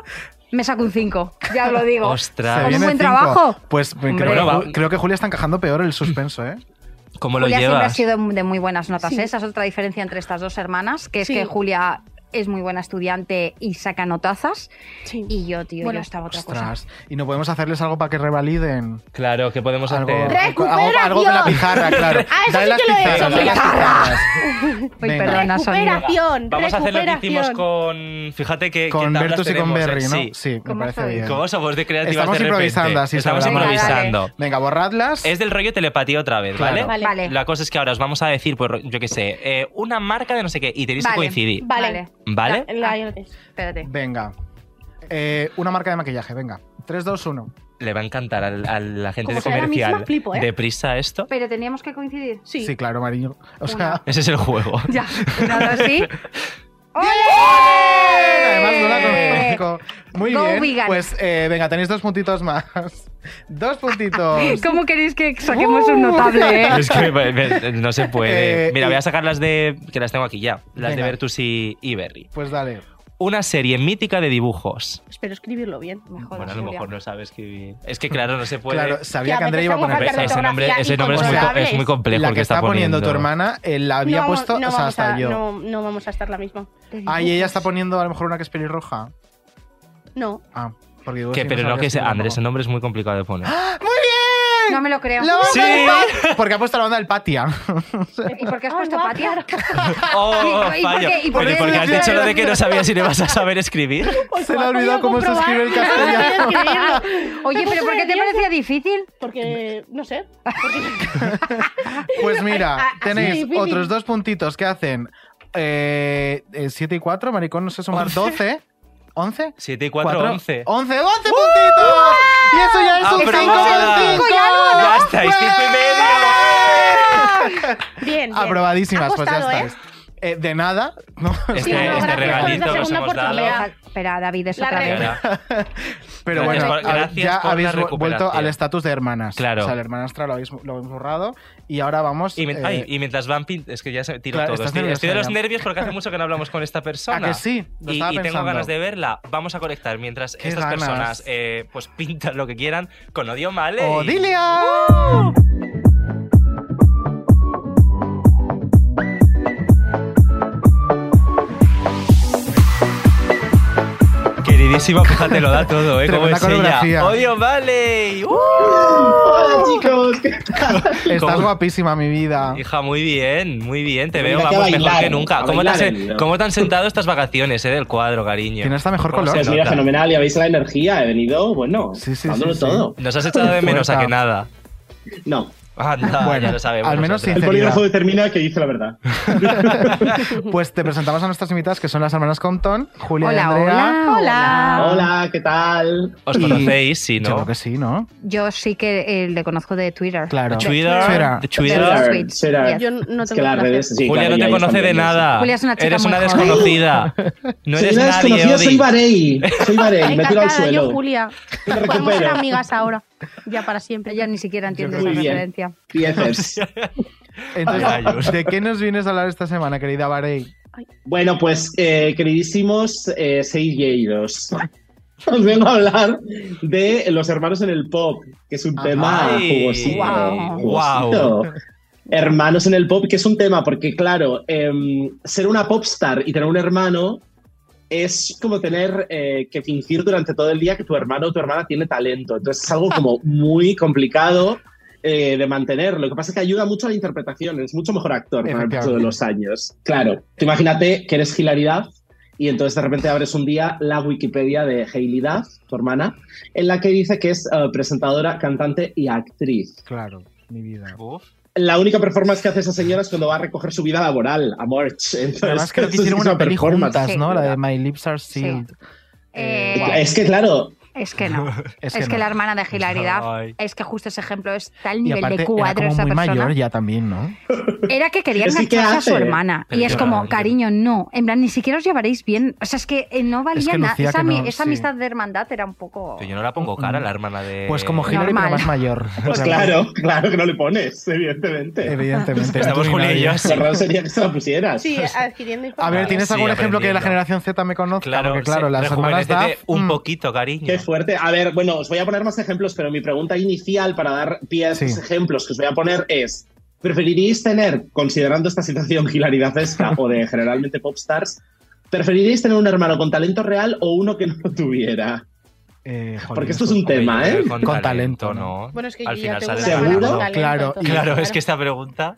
Speaker 10: me saco un 5, ya os lo
Speaker 2: [laughs]
Speaker 10: digo.
Speaker 1: Ostras.
Speaker 2: Se
Speaker 10: Con un
Speaker 2: viene
Speaker 10: buen
Speaker 2: cinco.
Speaker 10: trabajo.
Speaker 2: Pues creo,
Speaker 1: Hombre.
Speaker 2: que
Speaker 1: Bueno,
Speaker 2: Ju-
Speaker 1: va.
Speaker 2: creo que Julia está encajando peor el suspenso, ¿eh?
Speaker 1: ¿Cómo lo
Speaker 10: Julia siempre ha
Speaker 1: llevas?
Speaker 10: sido de muy buenas notas.
Speaker 8: Sí.
Speaker 10: ¿eh? Esa es otra diferencia entre estas dos hermanas, que es
Speaker 8: Sí.
Speaker 10: que Julia es muy buena estudiante y saca notazas.
Speaker 8: Sí.
Speaker 10: Y yo, tío,
Speaker 8: Bueno,
Speaker 10: yo estaba otra cosa.
Speaker 2: Ostras. Y no podemos hacerles algo para que revaliden.
Speaker 1: Claro, ¿qué podemos
Speaker 2: Algo,
Speaker 1: hacer?
Speaker 2: algo, algo de la pijarra, claro.
Speaker 8: Ah, eso
Speaker 2: Dale
Speaker 8: sí
Speaker 2: las
Speaker 8: que lo he hecho,
Speaker 2: dale las
Speaker 8: pijarra.
Speaker 2: pijarras.
Speaker 1: [laughs]
Speaker 10: Uy,
Speaker 2: Venga.
Speaker 10: perdona, Sonia.
Speaker 8: recuperación.
Speaker 1: Vamos a hacer lo que hicimos
Speaker 8: recuperación.
Speaker 1: con. Fíjate que.
Speaker 2: Con
Speaker 1: que tablas
Speaker 2: Bertus y con
Speaker 1: tenemos, ¿eh?
Speaker 2: Berry, ¿no?
Speaker 1: Sí.
Speaker 2: me
Speaker 10: ¿Cómo
Speaker 2: parece
Speaker 10: soy?
Speaker 2: bien.
Speaker 1: ¿Cómo somos de creativas
Speaker 2: Estamos
Speaker 1: de repente?
Speaker 2: improvisando así,
Speaker 1: Estamos
Speaker 2: sabrá.
Speaker 10: Venga,
Speaker 1: improvisando.
Speaker 2: Venga, borradlas.
Speaker 1: Es del rollo telepatía otra vez,
Speaker 2: Claro.
Speaker 1: ¿vale?
Speaker 8: Vale.
Speaker 10: Vale.
Speaker 1: La cosa es que ahora os vamos a decir, pues, yo qué sé, eh, una marca de no sé qué y tenéis
Speaker 10: Vale.
Speaker 1: que coincidir.
Speaker 8: Vale.
Speaker 1: ¿Vale?
Speaker 8: La- la- yo lo tengo.
Speaker 10: Espérate.
Speaker 2: Venga. Eh, una marca de maquillaje, venga. 3, 2, 1.
Speaker 1: Le va a encantar al- a la gente
Speaker 8: Como
Speaker 1: de
Speaker 8: sea la misma,
Speaker 1: comercial.
Speaker 8: flipo, ¿eh?
Speaker 1: Deprisa esto.
Speaker 10: Pero teníamos que coincidir.
Speaker 8: [laughs] Sí.
Speaker 2: Sí, claro, Mariño. O sea,
Speaker 1: Ese es el juego.
Speaker 8: [laughs]
Speaker 10: Ya. Nada así. ¡Ole!
Speaker 2: [laughs] además no
Speaker 8: Eh.
Speaker 2: la conozco. Muy
Speaker 10: Go
Speaker 2: bien.
Speaker 10: vegan.
Speaker 2: Pues eh, venga, tenéis dos puntitos más. [laughs] Dos puntitos.
Speaker 8: [laughs]
Speaker 10: ¿Cómo queréis que saquemos un
Speaker 2: Uh.
Speaker 10: notable, eh?
Speaker 1: [laughs] Es que me- me- no se puede.
Speaker 2: [laughs] Eh,
Speaker 1: Mira,
Speaker 2: y-
Speaker 1: voy a sacar las de. que las tengo aquí ya. Las de
Speaker 2: Venga.
Speaker 1: Vertus y, y Berry.
Speaker 2: Pues dale.
Speaker 1: Una serie mítica de dibujos.
Speaker 8: Espero escribirlo bien.
Speaker 10: Mejor,
Speaker 1: Bueno, a lo
Speaker 10: Julia.
Speaker 1: mejor no sabe escribir. Es que, claro, no se puede.
Speaker 2: Claro, sabía
Speaker 8: Que
Speaker 2: que
Speaker 8: a
Speaker 2: Andrea
Speaker 8: veces
Speaker 2: iba a
Speaker 8: estamos
Speaker 2: poner
Speaker 1: Hombre,
Speaker 8: Marcar
Speaker 1: ese nombre, ese
Speaker 8: ortografía
Speaker 1: nombre es, muy, co-
Speaker 8: incontrolables.
Speaker 1: es muy complejo
Speaker 2: la
Speaker 1: el
Speaker 2: que está, poniendo, tu hermana, eh, la había
Speaker 8: No vamos-
Speaker 2: puesto,
Speaker 8: no
Speaker 2: o sea,
Speaker 8: vamos
Speaker 2: hasta
Speaker 8: a,
Speaker 2: yo.
Speaker 8: No, no vamos a estar la misma.
Speaker 2: Ah, y ella está poniendo a lo mejor una que es pelirroja.
Speaker 8: No.
Speaker 2: Ah, porque digo,
Speaker 1: Que,
Speaker 2: sí,
Speaker 1: pero
Speaker 2: sabía
Speaker 1: no que
Speaker 2: si ¡Ah!
Speaker 1: sea.
Speaker 2: era
Speaker 1: Andrés, ese
Speaker 2: rojo.
Speaker 1: nombre es muy complicado de poner.
Speaker 10: No me lo creo.
Speaker 2: ¡La banda
Speaker 1: Sí.
Speaker 2: del Pat- [laughs] Porque ha puesto la banda del ah. Patia.
Speaker 10: ¿Y por qué has
Speaker 8: Ah,
Speaker 10: puesto
Speaker 8: guau,
Speaker 10: Patia?
Speaker 2: [laughs]
Speaker 1: ¡Oh,
Speaker 10: ¿Y- y por
Speaker 1: fallo!
Speaker 10: qué- y por
Speaker 1: Oye,
Speaker 10: qué
Speaker 1: porque has
Speaker 10: decías-
Speaker 1: dicho lo de que no sabías si le vas a saber escribir.
Speaker 2: [laughs] Se le ha olvidado cómo
Speaker 8: podido
Speaker 2: se escribe el
Speaker 8: comprobar.
Speaker 2: castellano.
Speaker 8: [laughs] No sabía escribirlo.
Speaker 10: Oye,
Speaker 8: Me
Speaker 10: pero
Speaker 8: puse
Speaker 10: ¿por qué te
Speaker 8: nerviosa.
Speaker 10: parecía difícil?
Speaker 8: Porque, no sé.
Speaker 2: Pues
Speaker 8: Ah,
Speaker 2: mira,
Speaker 8: ah, sí,
Speaker 2: tenéis
Speaker 8: Bibi.
Speaker 2: otros dos puntitos que hacen 7 y 4, maricón, no sé sumar 12. ¿11?
Speaker 1: 7 y 4, 11.
Speaker 2: 11, 11 puntitos. Y eso ya es un
Speaker 1: ¡Aprobada!
Speaker 2: 5 con 5.
Speaker 1: Ah, ¡Ya estáis! ¡Cinco y medio!
Speaker 8: Bien, bien.
Speaker 2: Aprobadísimas,
Speaker 8: Ha
Speaker 2: pues ya
Speaker 8: costado, ¿eh?
Speaker 2: estáis. eh, de nada. ¿no?
Speaker 1: Este- Sí, no, este gracias, regalito es la que os segunda hemos dado. oportunidad.
Speaker 10: Espera, David, es
Speaker 8: La
Speaker 10: otra vez.
Speaker 1: Gracias
Speaker 2: Pero bueno,
Speaker 1: por-
Speaker 2: a ver,
Speaker 1: gracias
Speaker 2: ya
Speaker 1: por la
Speaker 2: habéis vu- vuelto
Speaker 1: recuperación.
Speaker 2: al estatus de hermanas.
Speaker 1: Claro.
Speaker 2: O sea, la hermanastra lo habéis, lo habéis borrado y ahora vamos.
Speaker 1: Y, mien-
Speaker 2: eh,
Speaker 1: ay, y mientras van pin- es que ya se tiro
Speaker 2: Claro,
Speaker 1: todo.
Speaker 2: estás
Speaker 1: Estoy,
Speaker 2: nerviosa
Speaker 1: estoy de los
Speaker 2: ya.
Speaker 1: nervios porque hace mucho que no hablamos con esta persona.
Speaker 2: ¿A que sí? Lo
Speaker 1: y,
Speaker 2: estaba
Speaker 1: y tengo
Speaker 2: pensando.
Speaker 1: ganas de verla. Vamos a conectar mientras
Speaker 2: Qué
Speaker 1: estas
Speaker 2: ganas.
Speaker 1: personas eh, pues pintan lo que quieran con Odio Male.
Speaker 2: ¡Odilia!
Speaker 1: Queridísimo, fíjate, lo da todo, ¿eh? Como
Speaker 2: Tremenda
Speaker 1: es ella.
Speaker 2: coreografía.
Speaker 1: ¡Odio Male! ¡Uh!
Speaker 17: Hola chicos, ¿qué tal?
Speaker 2: Estás
Speaker 1: ¿Cómo?
Speaker 2: guapísima, mi vida. [laughs]
Speaker 1: Hija, muy bien, muy bien. Te
Speaker 2: Mira
Speaker 1: veo
Speaker 2: que a
Speaker 1: vamos, mejor
Speaker 17: ¿eh?
Speaker 2: bailar,
Speaker 1: que nunca.
Speaker 2: a
Speaker 1: ¿Cómo te,
Speaker 2: bailar
Speaker 1: has,
Speaker 2: el video.
Speaker 1: ¿Cómo te han sentado estas vacaciones eh, del cuadro, cariño?
Speaker 2: ¿Quién está mejor
Speaker 1: ¿Cómo
Speaker 2: color?
Speaker 1: se
Speaker 17: Pues mira,
Speaker 1: nota?
Speaker 17: fenomenal, ya veis la energía, he venido, bueno, dándolo todo.
Speaker 1: Nos has echado de menos a que nada.
Speaker 17: No.
Speaker 1: Anda,
Speaker 2: Bueno,
Speaker 1: ya lo sabemos.
Speaker 2: al menos
Speaker 1: nosotros.
Speaker 17: El
Speaker 2: Sinceridad.
Speaker 17: polígrafo determina que dice la verdad.
Speaker 2: Pues te presentamos a nuestras invitadas, que son las hermanas Compton, Julia
Speaker 10: Hola,
Speaker 2: y Andrea.
Speaker 10: hola, hola.
Speaker 8: Ah.
Speaker 17: Hola, ¿qué tal?
Speaker 1: ¿Os
Speaker 8: Pues
Speaker 2: Y-
Speaker 1: conocéis? Sí,
Speaker 2: Yo
Speaker 1: ¿no?
Speaker 2: creo que sí, ¿no?
Speaker 10: Yo sí que eh, le conozco de Twitter.
Speaker 2: Claro.
Speaker 10: De
Speaker 1: Twitter, de Twitter.
Speaker 10: De los
Speaker 17: Twitter,
Speaker 10: tweets,
Speaker 17: Twitter.
Speaker 10: yes.
Speaker 8: Yo no
Speaker 17: Es
Speaker 8: tengo
Speaker 17: que las
Speaker 8: nada que
Speaker 17: redes, sí,
Speaker 1: Julia no
Speaker 17: claro,
Speaker 1: te
Speaker 17: ya ellas
Speaker 1: conoce de
Speaker 17: también, sí.
Speaker 1: nada.
Speaker 10: Julia es una chica
Speaker 1: Eres
Speaker 10: muy
Speaker 1: una
Speaker 10: joven.
Speaker 1: desconocida. No
Speaker 17: Soy
Speaker 1: eres
Speaker 17: una
Speaker 1: nadie,
Speaker 17: desconocida,
Speaker 1: Odi.
Speaker 17: soy Barei. Soy Barei, me tiro al
Speaker 8: Encantada,
Speaker 17: suelo.
Speaker 8: yo, Julia. Podemos ser
Speaker 17: recupero.
Speaker 8: amigas ahora, ya para siempre.
Speaker 10: Ella ni siquiera entiende
Speaker 17: creo
Speaker 10: esa
Speaker 17: que- Muy bien.
Speaker 10: referencia.
Speaker 1: [laughs]
Speaker 17: BFFs.
Speaker 2: Entonces,
Speaker 1: Rayos.
Speaker 2: ¿de qué nos vienes a hablar esta semana, querida Barey?
Speaker 17: Bueno, pues, eh, queridísimos eh, seis [laughs] yeidos, os vengo a hablar de los hermanos en el pop, que es un
Speaker 2: Ajá.
Speaker 17: tema
Speaker 1: Ay.
Speaker 17: jugosito.
Speaker 1: Guau.
Speaker 17: jugosito.
Speaker 1: Guau.
Speaker 17: Hermanos en el pop, que es un tema, porque claro, em, ser una popstar y tener un hermano es como tener eh, que fingir durante todo el día que tu hermano o tu hermana tiene talento. Entonces es algo como muy complicado eh, de mantener. Lo que pasa es que ayuda mucho a la interpretación, es mucho mejor actor con el paso de
Speaker 2: Efectivamente.
Speaker 17: los años. Claro, tú imagínate que eres hilaridad y entonces de repente abres un día la Wikipedia de Hailey Duff, tu hermana, en la que dice que es eh, presentadora, cantante y actriz.
Speaker 2: Claro, mi vida.
Speaker 1: Uf.
Speaker 17: La única performance que hace esa señora es cuando va a recoger su vida laboral a March. Entonces,
Speaker 2: Además, creo que
Speaker 17: eso sí
Speaker 2: hicieron
Speaker 17: es
Speaker 2: una peli
Speaker 17: performance.
Speaker 2: juntas, ¿no? La de My Lips Are Sealed.
Speaker 10: Eh,
Speaker 17: Es que claro,
Speaker 10: Es que no.
Speaker 2: Es
Speaker 10: Es
Speaker 2: que
Speaker 10: que,
Speaker 2: no.
Speaker 10: la hermana de Hilaridad
Speaker 1: Ay.
Speaker 10: es que justo ese ejemplo es tal
Speaker 2: Y
Speaker 10: nivel
Speaker 2: aparte,
Speaker 10: de
Speaker 2: era
Speaker 10: cuadro
Speaker 2: como
Speaker 10: esa
Speaker 2: muy
Speaker 10: persona.
Speaker 2: mayor ya también, ¿no?
Speaker 10: Era que quería
Speaker 17: Es que, ¿qué
Speaker 10: engancharse a su
Speaker 17: hace?
Speaker 10: hermana.
Speaker 1: Pero
Speaker 10: y es
Speaker 1: qué
Speaker 10: como,
Speaker 1: horror.
Speaker 10: cariño, no. En plan, ni siquiera os llevaréis bien. O sea, es que eh, no valía
Speaker 2: que
Speaker 10: nada.
Speaker 2: lucía
Speaker 10: Esa,
Speaker 2: que
Speaker 10: ami-
Speaker 2: no,
Speaker 10: esa
Speaker 2: sí.
Speaker 10: amistad de hermandad era un poco.
Speaker 1: Yo no la pongo cara, la hermana de.
Speaker 2: Pues como Hillary, pero
Speaker 10: Eh, Normal.
Speaker 2: más mayor.
Speaker 17: pues claro, claro que no le pones,
Speaker 2: Eh,
Speaker 17: evidentemente.
Speaker 2: Evidentemente.
Speaker 1: Estamos
Speaker 2: Tú ni
Speaker 1: Julia y yo
Speaker 2: nadie.
Speaker 1: así.
Speaker 17: Lo raro sería que se la pusieras.
Speaker 8: Sí, adquiriendo
Speaker 2: A ver, ¿tienes
Speaker 1: Sí,
Speaker 2: algún ejemplo que de la
Speaker 1: aprendiendo.
Speaker 2: generación Z me conozca?
Speaker 1: Claro,
Speaker 2: Porque claro,
Speaker 1: se-
Speaker 2: las hermanas
Speaker 1: rejuvenécete
Speaker 2: Duff,
Speaker 1: un
Speaker 2: mm,
Speaker 1: poquito, cariño.
Speaker 17: Qué fuerte. A ver, bueno, os voy a poner más ejemplos, pero mi pregunta inicial para dar pie a estos
Speaker 2: Sí.
Speaker 17: ejemplos que os voy a poner es: ¿preferiríais tener, considerando esta situación hilaridadesca o de generalmente popstars, ¿preferiríais tener un hermano con talento real o uno que no lo tuviera?
Speaker 2: eh, joder,
Speaker 17: Porque esto es un tema, ¿eh?
Speaker 1: Con,
Speaker 2: Con talento,
Speaker 1: talento,
Speaker 2: ¿no?
Speaker 1: ¿no?
Speaker 8: Bueno, es que
Speaker 1: Al
Speaker 8: yo
Speaker 1: final
Speaker 8: ya tengo
Speaker 1: sale
Speaker 8: una hermana
Speaker 17: ¿Seguro?
Speaker 8: con talento,
Speaker 2: Claro,
Speaker 8: entonces,
Speaker 1: Claro, es que esta pregunta.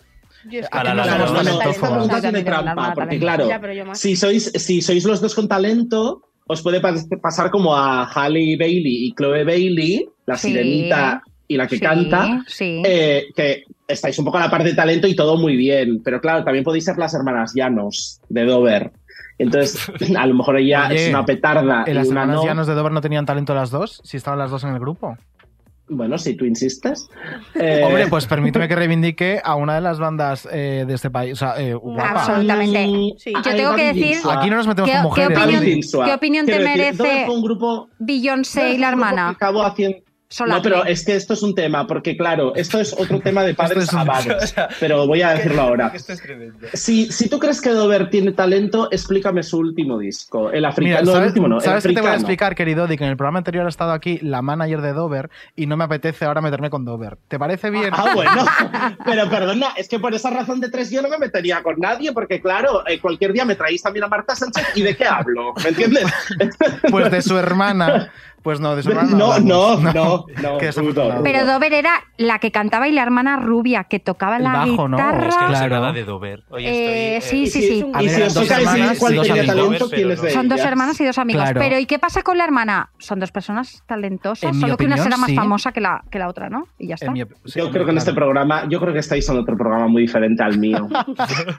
Speaker 8: Yo es que
Speaker 1: para
Speaker 8: tengo
Speaker 1: la- la-
Speaker 8: una
Speaker 17: Claro,
Speaker 8: hermana
Speaker 17: no,
Speaker 8: con
Speaker 17: no,
Speaker 8: talento.
Speaker 17: esta pregunta
Speaker 10: Talento,
Speaker 17: tiene
Speaker 10: talento,
Speaker 17: trampa,
Speaker 10: talento.
Speaker 17: porque claro,
Speaker 8: Ya, pero yo más.
Speaker 17: si sois, si sois los dos con talento, os puede pa- pasar como a Halle Bailey y Chloe Bailey, la
Speaker 10: Sí.
Speaker 17: sirenita y la que
Speaker 10: Sí,
Speaker 17: canta,
Speaker 10: Sí.
Speaker 17: eh, que estáis un poco a la par de talento y todo muy bien, pero claro, también podéis ser las hermanas Llanos de Dover.
Speaker 10: [laughs]
Speaker 17: Entonces, a lo mejor ella
Speaker 2: Oye,
Speaker 17: es una petarda
Speaker 2: ¿En
Speaker 17: y
Speaker 2: las
Speaker 17: una
Speaker 2: hermanas
Speaker 17: no.
Speaker 2: llanos de Dover no tenían talento las dos? Si estaban las dos en el grupo.
Speaker 17: Bueno, si tú insistes. Eh,
Speaker 2: Hombre, pues permíteme
Speaker 17: [laughs]
Speaker 2: que reivindique a una de las bandas eh, de este país. O sea, eh, guapa.
Speaker 10: Absolutamente.
Speaker 8: Sí.
Speaker 10: Yo tengo que decir-
Speaker 2: Aquí no nos metemos
Speaker 10: ¿Qué-
Speaker 2: con
Speaker 10: qué
Speaker 2: mujeres.
Speaker 10: opinión-
Speaker 2: David.
Speaker 10: qué opinión te merece
Speaker 17: un grupo
Speaker 10: Beyoncé y
Speaker 17: Entonces,
Speaker 10: la
Speaker 17: un grupo
Speaker 10: hermana.
Speaker 17: que acabó haciendo-
Speaker 10: Sola.
Speaker 17: No, pero es que esto es un tema, porque claro, esto es
Speaker 2: [laughs]
Speaker 17: otro tema de padres
Speaker 2: Esto es un- [laughs]
Speaker 17: avaros, pero voy a decirlo ahora.
Speaker 1: Esto es tremendo.
Speaker 17: Si, si tú crees que Dover tiene talento, explícame su último disco. El
Speaker 2: Mira,
Speaker 17: africano, no, el
Speaker 2: ¿sabes,
Speaker 17: último no, el
Speaker 2: ¿sabes qué te voy a
Speaker 17: africano.
Speaker 2: explicar, querido Di? Que en el programa anterior ha estado aquí la manager de Dover y no me apetece ahora meterme con Dover. ¿Te parece bien?
Speaker 17: Ah, bueno, [laughs] pero perdona, es que por esa razón de tres yo no me metería con nadie, porque claro, eh, cualquier día me traéis también a Marta Sánchez y de qué hablo,
Speaker 2: [laughs]
Speaker 17: ¿me entiendes?
Speaker 2: Pues de su hermana. Pues no, de su hermana.
Speaker 17: [laughs] No, no,
Speaker 2: hablamos. [laughs]
Speaker 17: no, no,
Speaker 2: Qué
Speaker 17: bruto,
Speaker 2: desafortunado.
Speaker 17: bruto.
Speaker 10: Pero Dover era la que cantaba y la hermana rubia que tocaba
Speaker 2: El
Speaker 10: la
Speaker 2: bajo, ¿no?
Speaker 10: guitarra.
Speaker 1: Pero es que no sé
Speaker 2: Claro.
Speaker 1: nada de Dover. Oye,
Speaker 10: Eh,
Speaker 1: estoy.
Speaker 10: sí,
Speaker 17: Y
Speaker 10: sí,
Speaker 17: si-
Speaker 10: sí.
Speaker 2: A
Speaker 17: Y
Speaker 2: ver,
Speaker 17: si os
Speaker 2: dos
Speaker 17: toca
Speaker 2: hermanas
Speaker 17: decir
Speaker 2: y
Speaker 17: cuál
Speaker 2: dos
Speaker 17: tenía
Speaker 2: amigos,
Speaker 17: talento,
Speaker 1: pero
Speaker 17: ¿quién es
Speaker 1: no.
Speaker 17: de
Speaker 10: Son dos
Speaker 17: ellas?
Speaker 10: hermanas y dos amigas.
Speaker 2: Claro.
Speaker 10: Pero ¿y qué pasa con la hermana? Son dos personas talentosas,
Speaker 2: En mi
Speaker 10: solo que una
Speaker 2: opinión,
Speaker 10: será más
Speaker 2: sí.
Speaker 10: famosa que la, que la otra, ¿no? Y ya está.
Speaker 2: En mi op- sí,
Speaker 17: yo creo que en
Speaker 2: claro.
Speaker 17: este programa, yo creo que estáis en otro programa muy diferente al mío.
Speaker 2: [laughs]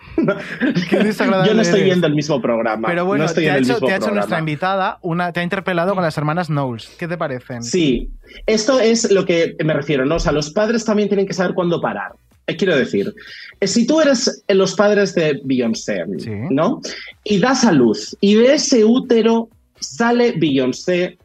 Speaker 2: Qué desagradable
Speaker 17: yo no estoy
Speaker 2: eres.
Speaker 17: viendo el mismo programa.
Speaker 2: Pero bueno,
Speaker 17: no estoy
Speaker 2: te,
Speaker 17: en
Speaker 2: ha
Speaker 17: el
Speaker 2: hecho,
Speaker 17: mismo
Speaker 2: te ha hecho
Speaker 17: programa.
Speaker 2: nuestra invitada, una, te ha interpelado con las hermanas Knowles. ¿Qué te parecen?
Speaker 17: Sí, esto es lo que me refiero, ¿no? O sea, los padres también tienen que saber cuándo parar. eh, quiero decir, eh, si tú eres eh, los padres de Beyoncé, ¿no? Y das a luz, y de ese útero sale Beyoncé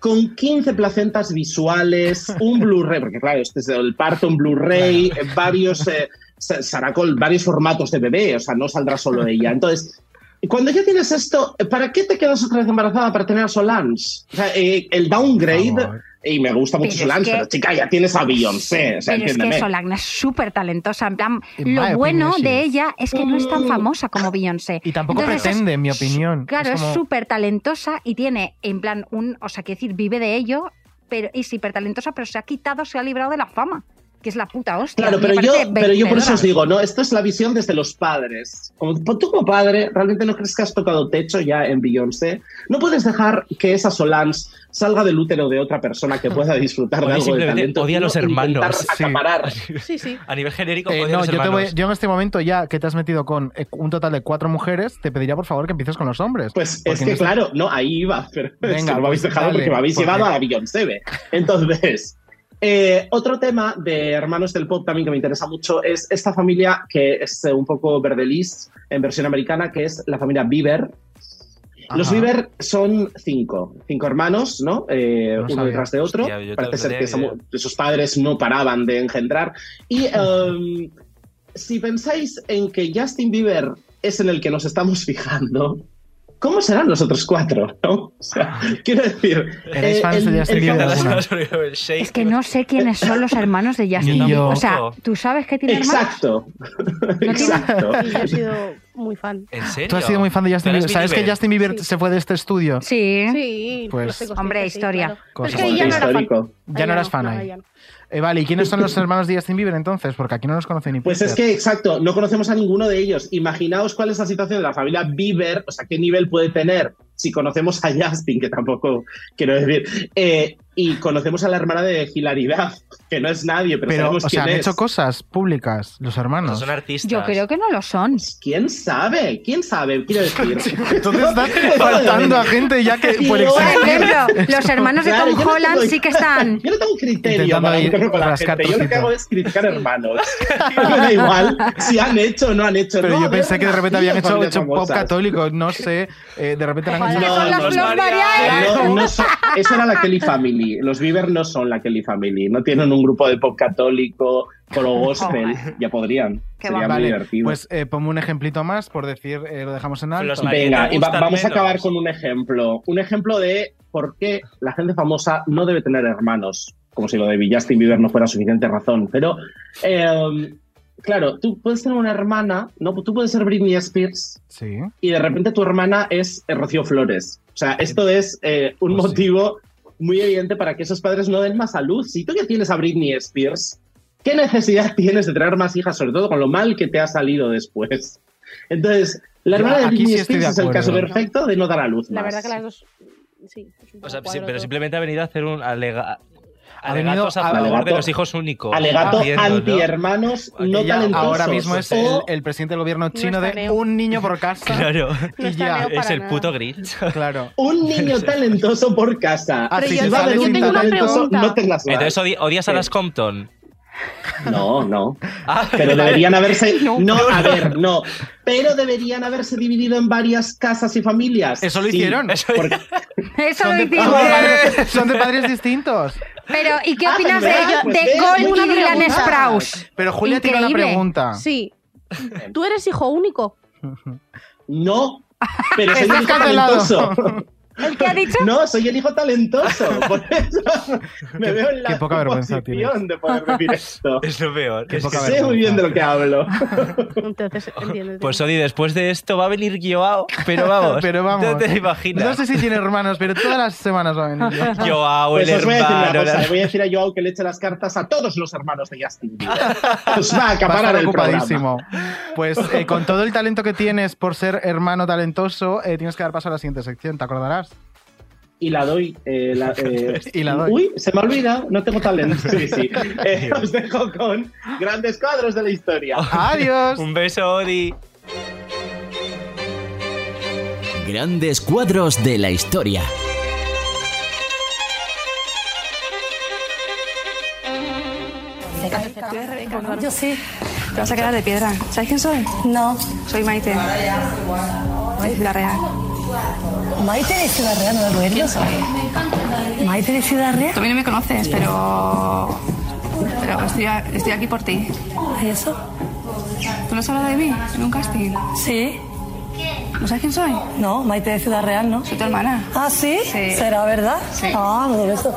Speaker 17: con 15 placentas visuales,
Speaker 10: [laughs]
Speaker 17: un Blu-ray, porque claro, este es el parto, un Blu-ray, eh, varios, eh, sa- sacará con varios formatos de bebé, o sea, no saldrá solo ella. Entonces, cuando ya tienes esto, ¿para qué te quedas otra vez embarazada para tener a Solange? O sea, eh, el downgrade, y me gusta mucho
Speaker 10: Pero es
Speaker 17: Solange,
Speaker 10: que-
Speaker 17: pero chica, ya tienes a Beyoncé, o sea,
Speaker 10: Pero es
Speaker 17: entiéndeme.
Speaker 10: que Solange es súper talentosa. En plan,
Speaker 17: In my
Speaker 10: lo bueno
Speaker 17: opinion,
Speaker 10: de
Speaker 17: sí.
Speaker 10: ella es que no es
Speaker 17: Mm.
Speaker 10: tan famosa como Beyoncé. Y
Speaker 2: Tampoco pretende, en mi opinión.
Speaker 10: Claro, es
Speaker 2: como- eh,
Speaker 10: súper talentosa y tiene, en plan, un. O sea, quiero decir, vive de ello pero es hiper talentosa, pero se ha quitado, se ha librado de la fama, que es la puta hostia.
Speaker 17: Claro,
Speaker 10: Me
Speaker 17: pero yo,
Speaker 10: parece
Speaker 17: pero yo por eso os
Speaker 10: vencedora.
Speaker 17: digo, ¿no? Esta es la visión desde los padres. Como, tú como padre, ¿realmente no crees que has tocado techo ya en Beyoncé? No puedes dejar que esa Solange salga del útero de otra persona
Speaker 2: [laughs]
Speaker 17: que pueda disfrutar de
Speaker 1: Oye,
Speaker 17: algo de
Speaker 1: simplemente
Speaker 17: talento.
Speaker 1: odia a los
Speaker 17: no intentar
Speaker 1: hermanos. Sí.
Speaker 17: acaparar.
Speaker 8: Sí, sí.
Speaker 1: A nivel genérico,
Speaker 2: Eh,
Speaker 1: odio a
Speaker 2: no,
Speaker 1: los
Speaker 2: yo, te voy-
Speaker 1: hermanos.
Speaker 2: yo en este momento ya que te has metido con eh, un total de cuatro mujeres, te pediría por favor que empieces con los hombres.
Speaker 17: Pues
Speaker 2: Porque
Speaker 17: es que
Speaker 2: no-
Speaker 17: claro, no, ahí iba, pero
Speaker 2: Venga,
Speaker 17: es que no me habéis
Speaker 2: pues
Speaker 17: dejado
Speaker 2: dale,
Speaker 17: porque me habéis
Speaker 2: porque-
Speaker 17: llevado a la Beyoncé. ¿ve? Entonces, [laughs] eh, otro tema de Hermanos del Pop también que me interesa mucho es esta familia que es eh, un poco verdelis en versión americana, que es la familia Bieber. Los
Speaker 2: Ajá.
Speaker 17: Bieber son cinco, cinco hermanos, ¿no? Eh,
Speaker 2: No
Speaker 17: uno
Speaker 2: sabía.
Speaker 17: detrás de otro.
Speaker 2: Hostia, yo te-
Speaker 17: Parece
Speaker 2: no
Speaker 17: ser que
Speaker 2: tenía
Speaker 17: esa mu-
Speaker 2: idea.
Speaker 17: sus padres no paraban de engendrar.
Speaker 2: [laughs]
Speaker 17: Y em, si pensáis en que Justin Bieber es en el que nos estamos fijando, ¿cómo serán los otros cuatro? no? O sea, quiero decir,
Speaker 2: Ah. ¿Erais
Speaker 17: eh,
Speaker 2: fans de Justin
Speaker 1: [laughs]
Speaker 2: Bieber alguna?
Speaker 10: Es que no sé quiénes son los hermanos
Speaker 17: [laughs]
Speaker 10: de Justin. Bieber.
Speaker 2: yo.
Speaker 10: O sea, ¿tú sabes que tiene hermanos?
Speaker 8: [laughs]
Speaker 17: Exacto.
Speaker 2: Exacto.
Speaker 8: Y yo he sido muy fan.
Speaker 1: ¿En serio?
Speaker 2: Tú has sido muy fan de Justin
Speaker 1: ¿Tú
Speaker 2: Bieber.
Speaker 1: eres
Speaker 2: ¿Sabes que
Speaker 1: Bieber?
Speaker 2: Justin Bieber se fue de este estudio?
Speaker 10: Sí.
Speaker 8: Sí,
Speaker 2: Pues-
Speaker 8: lo sé, cosas
Speaker 10: Hombre,
Speaker 8: que sí,
Speaker 10: historia.
Speaker 8: claro. Pero es que ahí ya no era fan.
Speaker 2: Ya no eras fan
Speaker 8: no,
Speaker 2: ahí.
Speaker 8: ya no.
Speaker 2: Eh, vale, ¿y quiénes son los hermanos de Justin Bieber entonces? Porque aquí no los conocen ni
Speaker 17: Pues es que, exacto, no conocemos a ninguno de ellos. Imaginaos cuál es la situación de la familia Bieber, o sea, qué nivel puede tener si conocemos a Justin, que tampoco quiero decir, eh, y conocemos a la hermana de Hilaridad, que no es nadie, pero,
Speaker 2: Pero, o
Speaker 17: sabemos
Speaker 2: sea, han
Speaker 17: quién es.
Speaker 2: hecho cosas públicas los hermanos.
Speaker 1: Son artistas.
Speaker 10: Yo creo que no lo
Speaker 17: [laughs]
Speaker 10: son.
Speaker 17: ¿Quién sabe? ¿Quién
Speaker 2: [laughs]
Speaker 17: sabe? Quiero decir.
Speaker 2: Entonces estás faltando a gente ya que por
Speaker 10: Por
Speaker 2: existir.
Speaker 10: ejemplo, los hermanos de
Speaker 17: Claro,
Speaker 10: Tom
Speaker 17: yo no
Speaker 10: Holland
Speaker 17: tengo-
Speaker 10: sí que
Speaker 17: [laughs]
Speaker 10: están.
Speaker 17: Yo no tengo criterio
Speaker 2: Intentando
Speaker 17: para
Speaker 2: ahí
Speaker 17: meterme con la
Speaker 2: rascar
Speaker 17: gente. Yo lo que
Speaker 2: trocitos.
Speaker 17: hago es
Speaker 2: [laughs]
Speaker 17: criticar hermanos. [laughs] me da igual si han hecho o no han hecho.
Speaker 2: Pero
Speaker 17: No,
Speaker 2: yo pensé que de repente habían hecho,
Speaker 17: familias
Speaker 2: hecho un pop
Speaker 17: famosas.
Speaker 2: católico, no sé. eh, de repente
Speaker 17: Ojalá.
Speaker 2: han
Speaker 17: No,
Speaker 2: hecho.
Speaker 17: no, no, No, no son- eso era la Kelly Family. Los Bieber no son la Kelly Family. No tienen un grupo de pop católico, pro gospel. ya podrían.
Speaker 2: Qué
Speaker 17: Sería muy
Speaker 2: vale,
Speaker 17: divertido.
Speaker 2: Pues eh, ponme un ejemplito más por decir, eh, lo dejamos en alto.
Speaker 17: Venga, y va- vamos a acabar con un ejemplo. Un ejemplo de por qué la gente famosa no debe tener hermanos. Como si lo de Justin Bieber no fuera suficiente razón. Pero, eh, claro, tú puedes tener una hermana, ¿no? Tú puedes ser Britney Spears
Speaker 2: Sí.
Speaker 17: y de repente tu hermana es eh, Rocío Flores. O sea, esto es eh,
Speaker 2: Oh,
Speaker 17: un motivo muy evidente para que esos padres no den más a luz. Si tú ya tienes a Britney Spears, ¿qué necesidad [laughs] tienes de traer más hijas, sobre todo con lo mal que te ha salido después? Entonces, la
Speaker 2: Yo
Speaker 17: hermana de
Speaker 2: aquí
Speaker 17: Britney
Speaker 2: sí estoy de
Speaker 17: Spears es el
Speaker 2: acuerdo.
Speaker 17: caso perfecto de no dar a luz.
Speaker 8: La
Speaker 17: más.
Speaker 8: verdad que las dos. Sí. es un
Speaker 1: O sea,
Speaker 8: poco
Speaker 1: sí,
Speaker 8: cuadro
Speaker 1: pero
Speaker 8: todo.
Speaker 1: simplemente ha venido a hacer un alega...
Speaker 2: Ha
Speaker 1: alegatos
Speaker 2: venido
Speaker 1: a
Speaker 2: a-
Speaker 1: favor de
Speaker 2: alegato-
Speaker 1: los hijos únicos.
Speaker 17: Alegato
Speaker 1: Haciéndolo.
Speaker 17: anti-hermanos no
Speaker 2: Ella
Speaker 17: talentosos.
Speaker 2: ahora mismo es
Speaker 17: O-
Speaker 2: el, el presidente del gobierno chino
Speaker 17: está
Speaker 2: de
Speaker 17: Neo.
Speaker 2: un niño por casa.
Speaker 1: Claro. [laughs]
Speaker 2: Y ya.
Speaker 1: Es el puto Grinch.
Speaker 2: Claro. [laughs]
Speaker 17: Un niño talentoso por casa.
Speaker 2: Ah,
Speaker 17: Así
Speaker 2: sí,
Speaker 17: que
Speaker 2: sí,
Speaker 17: va a
Speaker 2: sale sin
Speaker 17: haber un niño
Speaker 2: talento.
Speaker 17: talentoso, no tengas más.
Speaker 1: Entonces odi- odias a las Compton.
Speaker 17: Eh,
Speaker 1: Ah,
Speaker 17: No, no.
Speaker 1: [laughs]
Speaker 17: Pero deberían haberse. No, a ver, no. Pero deberían haberse dividido en varias casas y familias.
Speaker 2: Eso lo
Speaker 17: Sí,
Speaker 2: hicieron.
Speaker 17: porque-
Speaker 10: Eso lo
Speaker 2: Son
Speaker 10: hicimos.
Speaker 2: de padres- son de padres distintos.
Speaker 10: Pero, ¿y qué
Speaker 8: Ah,
Speaker 10: opinas de,
Speaker 8: ¿verdad?
Speaker 10: ello-
Speaker 8: Pues
Speaker 10: de
Speaker 8: ves,
Speaker 10: Gold
Speaker 8: muy
Speaker 10: y Dylan
Speaker 8: preguntadas.
Speaker 10: Sprouse?
Speaker 2: Pero Julia tiene una
Speaker 10: Increíble.
Speaker 2: pregunta.
Speaker 8: Sí. ¿Tú eres hijo único?
Speaker 17: No. Pero soy el
Speaker 8: Estás
Speaker 17: hijo
Speaker 8: cancelado.
Speaker 17: talentoso.
Speaker 10: ¿El qué ha dicho?
Speaker 17: No, soy el hijo talentoso. Por eso me veo en la
Speaker 2: qué poca vergüenza
Speaker 17: posición
Speaker 2: tienes.
Speaker 17: de poder decir esto.
Speaker 1: Es lo peor. Es que-
Speaker 17: Sé muy bien de lo que hablo.
Speaker 8: Entonces, entiendes.
Speaker 1: Pues Odi, después de esto va a venir Joao, pero vamos.
Speaker 2: [laughs] Pero vamos.
Speaker 1: No te imaginas.
Speaker 2: No sé si tiene hermanos, pero todas las semanas va a venir.
Speaker 1: Joao,
Speaker 17: Pues
Speaker 1: el
Speaker 17: os voy a decir una
Speaker 1: hermano.
Speaker 17: cosa,
Speaker 1: la-
Speaker 17: le voy a decir a Joao que le eche las cartas a todos los hermanos de Justin Bieber. Os va a acaparar
Speaker 2: Va a estar
Speaker 17: el programa.
Speaker 2: ocupadísimo. Pues eh, con todo el talento que tienes por ser hermano talentoso, eh, tienes que dar paso a la siguiente sección, ¿te acordarás?
Speaker 17: y la doy. eh, [laughs] la, eh,
Speaker 2: Y la doy.
Speaker 17: Uy, se me ha olvidado, no tengo talento. Sí, sí. [laughs] Eh, os dejo con grandes cuadros de la [laughs] historia.
Speaker 1: [laughs]
Speaker 2: Adiós.
Speaker 1: Un beso, Odi.
Speaker 18: Grandes cuadros de la historia.
Speaker 7: Cerca, cerca,
Speaker 19: Yo es Rebeca. ¿no?
Speaker 20: Yo sí.
Speaker 19: Te vas a quedar de piedra. ¿Sabes quién soy?
Speaker 20: No.
Speaker 19: Soy Maite. Maite de la Real.
Speaker 20: Maite de Ciudad Real, no me acuerdo.
Speaker 19: ¿Quién soy?
Speaker 20: Maite de Ciudad Real.
Speaker 19: Tú a mí no me conoces, pero. Pero estoy, a- estoy aquí por ti.
Speaker 20: ¿Y eso?
Speaker 19: ¿Tú no has hablado de mí en un casting?
Speaker 20: Sí.
Speaker 19: ¿No sabes quién soy?
Speaker 20: No, Maite de Ciudad Real, ¿no?
Speaker 19: Soy tu hermana.
Speaker 20: ¿Ah, sí?
Speaker 19: Sí.
Speaker 20: ¿Será verdad?
Speaker 19: Sí.
Speaker 20: Ah, me eso.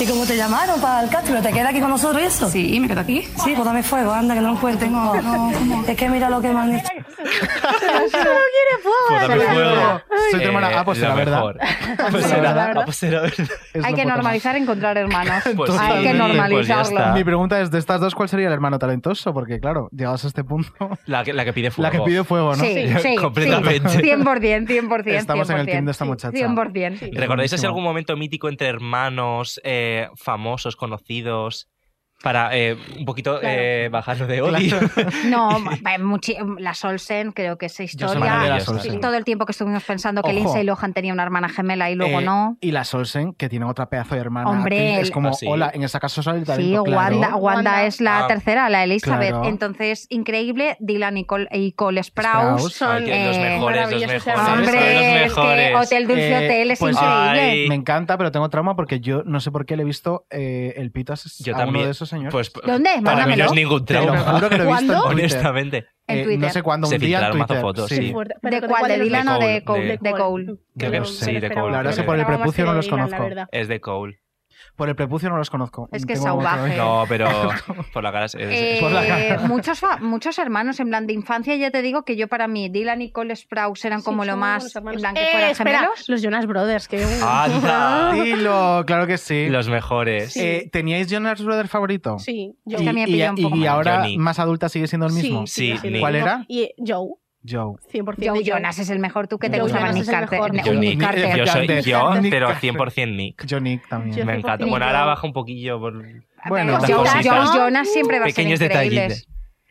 Speaker 20: ¿Y cómo te llamaron para el casting? ¿Pero te quedas aquí con nosotros y eso?
Speaker 19: Sí, me quedo aquí.
Speaker 20: Sí, pues dame fuego, anda, que no lo encuentro. Tengo, Es que mira lo que me han hecho.
Speaker 1: Pues dame fuego.
Speaker 2: Soy tu hermana. Ah, pues
Speaker 1: la
Speaker 2: será verdad. [laughs]
Speaker 1: mejor. Pues será, ah, pues será verdad.
Speaker 10: Hay que normalizar encontrar
Speaker 2: [laughs]
Speaker 10: hermanas.
Speaker 1: Pues
Speaker 10: Hay
Speaker 1: sí,
Speaker 10: que
Speaker 1: pues ya
Speaker 10: normalizarlo.
Speaker 1: está.
Speaker 2: Mi pregunta es, de estas dos, ¿cuál sería el hermano talentoso? Porque claro, llegados a este punto, [laughs]
Speaker 1: La que, la que pide fuego.
Speaker 2: la que pide fuego, ¿no?
Speaker 10: Sí, sí, [laughs]
Speaker 1: Completamente.
Speaker 10: sí. 100%, 100%.
Speaker 2: Estamos en el team de esta
Speaker 10: 100%,
Speaker 2: muchacha.
Speaker 10: 100%.
Speaker 1: ¿Recordáis ese algún momento mítico entre hermanos, eh, famosos, conocidos? Para eh, un poquito
Speaker 10: Claro.
Speaker 1: eh, bajarlo de odio. [laughs]
Speaker 2: [laughs]
Speaker 10: No, va- muchi- la Solsen, creo que esa
Speaker 2: fan de la
Speaker 10: historia.
Speaker 2: Solsen.
Speaker 10: Todo el tiempo que estuvimos pensando que
Speaker 2: Ojo.
Speaker 10: Lindsay Lohan tenía una hermana gemela y luego
Speaker 2: Eh,
Speaker 10: no.
Speaker 2: Y la Solsen, que tiene otra pedazo de hermana.
Speaker 10: Hombre,
Speaker 2: actriz, es
Speaker 10: el-
Speaker 2: como,
Speaker 10: Ah, sí.
Speaker 2: hola, en esa caso soy el
Speaker 10: Sí,
Speaker 2: talento. claro.
Speaker 10: Wanda, Wanda es la
Speaker 2: Ah,
Speaker 10: tercera, la Elizabeth.
Speaker 2: claro.
Speaker 10: Entonces, increíble, Dylan y Cole, y Cole Sprouse.
Speaker 2: Sprouse. Ay, que los mejores, los
Speaker 10: eh,
Speaker 2: mejores,
Speaker 10: maravillosos hermanos.
Speaker 2: son los
Speaker 10: Hombre, es que
Speaker 2: mejores.
Speaker 10: Hotel Dulce
Speaker 2: Eh,
Speaker 10: Hotel es
Speaker 2: pues,
Speaker 10: increíble.
Speaker 2: Me encanta, pero tengo trauma porque yo no sé por qué le he visto eh, el pito ases-
Speaker 1: Yo
Speaker 2: a
Speaker 1: también.
Speaker 2: uno de esos señores.
Speaker 1: Pues,
Speaker 10: ¿Dónde?
Speaker 1: Para mí no
Speaker 10: Mándamelo.
Speaker 1: es ningún
Speaker 2: Te lo
Speaker 1: trauma.
Speaker 2: juro que lo he visto en ¿Cuándo?
Speaker 1: [laughs]
Speaker 2: Twitter.
Speaker 1: Honestamente.
Speaker 10: En
Speaker 2: Eh,
Speaker 10: Twitter.
Speaker 2: no sé cuándo, un
Speaker 1: Se
Speaker 2: día en
Speaker 1: filtraron mazo
Speaker 2: Twitter.
Speaker 1: fotos,
Speaker 2: sí.
Speaker 1: sí.
Speaker 10: ¿De cuál? ¿De
Speaker 1: de
Speaker 10: Dylan o de
Speaker 1: Cole,
Speaker 10: Cole?
Speaker 1: de-
Speaker 10: De Cole.
Speaker 1: Creo que sí, de Cole.
Speaker 2: La verdad es que
Speaker 1: creo
Speaker 2: por el
Speaker 1: que-
Speaker 2: prepucio no los
Speaker 1: la
Speaker 2: conozco.
Speaker 1: verdad. Es de Cole.
Speaker 2: Por el prepucio no los conozco.
Speaker 10: Es que es
Speaker 2: Tengo otra
Speaker 10: salvaje.
Speaker 2: vez.
Speaker 1: No, pero por la cara es, es-
Speaker 10: Eh,
Speaker 1: es- por la cara. [laughs]
Speaker 10: muchos, fa- muchos hermanos en plan de infancia, ya te digo que yo para mí, Dylan y Cole Sprouse eran como lo más en plan que
Speaker 8: Eh,
Speaker 10: fueran
Speaker 8: espera,
Speaker 10: gemelos.
Speaker 8: los Jonas Brothers, que
Speaker 1: Anda.
Speaker 2: Dilo, claro que sí.
Speaker 1: Los mejores.
Speaker 2: Eh, ¿Teníais Jonas Brother favorito?
Speaker 8: Sí,
Speaker 2: Y,
Speaker 8: Joe.
Speaker 2: y- y ahora
Speaker 1: Johnny.
Speaker 2: más adulta sigue siendo el
Speaker 8: Sí,
Speaker 2: mismo.
Speaker 1: sí, Sí, sí,
Speaker 2: ¿Cuál
Speaker 1: sí.
Speaker 2: era?
Speaker 8: Y Joe,
Speaker 2: Joe.
Speaker 8: 100%. de
Speaker 10: Joe
Speaker 8: Joe.
Speaker 10: Jonas es el mejor, tú que te
Speaker 8: Joe
Speaker 10: gusta más
Speaker 8: Jonas
Speaker 10: Nick
Speaker 8: es el
Speaker 10: Carter.
Speaker 8: mejor.
Speaker 10: Nick
Speaker 1: Yo Nick.
Speaker 10: Carter.
Speaker 1: Yo soy
Speaker 2: Nick
Speaker 1: yo,
Speaker 2: Carter.
Speaker 1: pero 100% Nick.
Speaker 2: Yo Nick también.
Speaker 1: Me encanta. Bueno, ahora baja un poquillo por
Speaker 10: Bueno,
Speaker 1: estas
Speaker 10: Joe-
Speaker 1: cositas.
Speaker 10: Joe Jonas siempre va a ser
Speaker 1: Pequeños
Speaker 10: increíble.
Speaker 1: detallitos.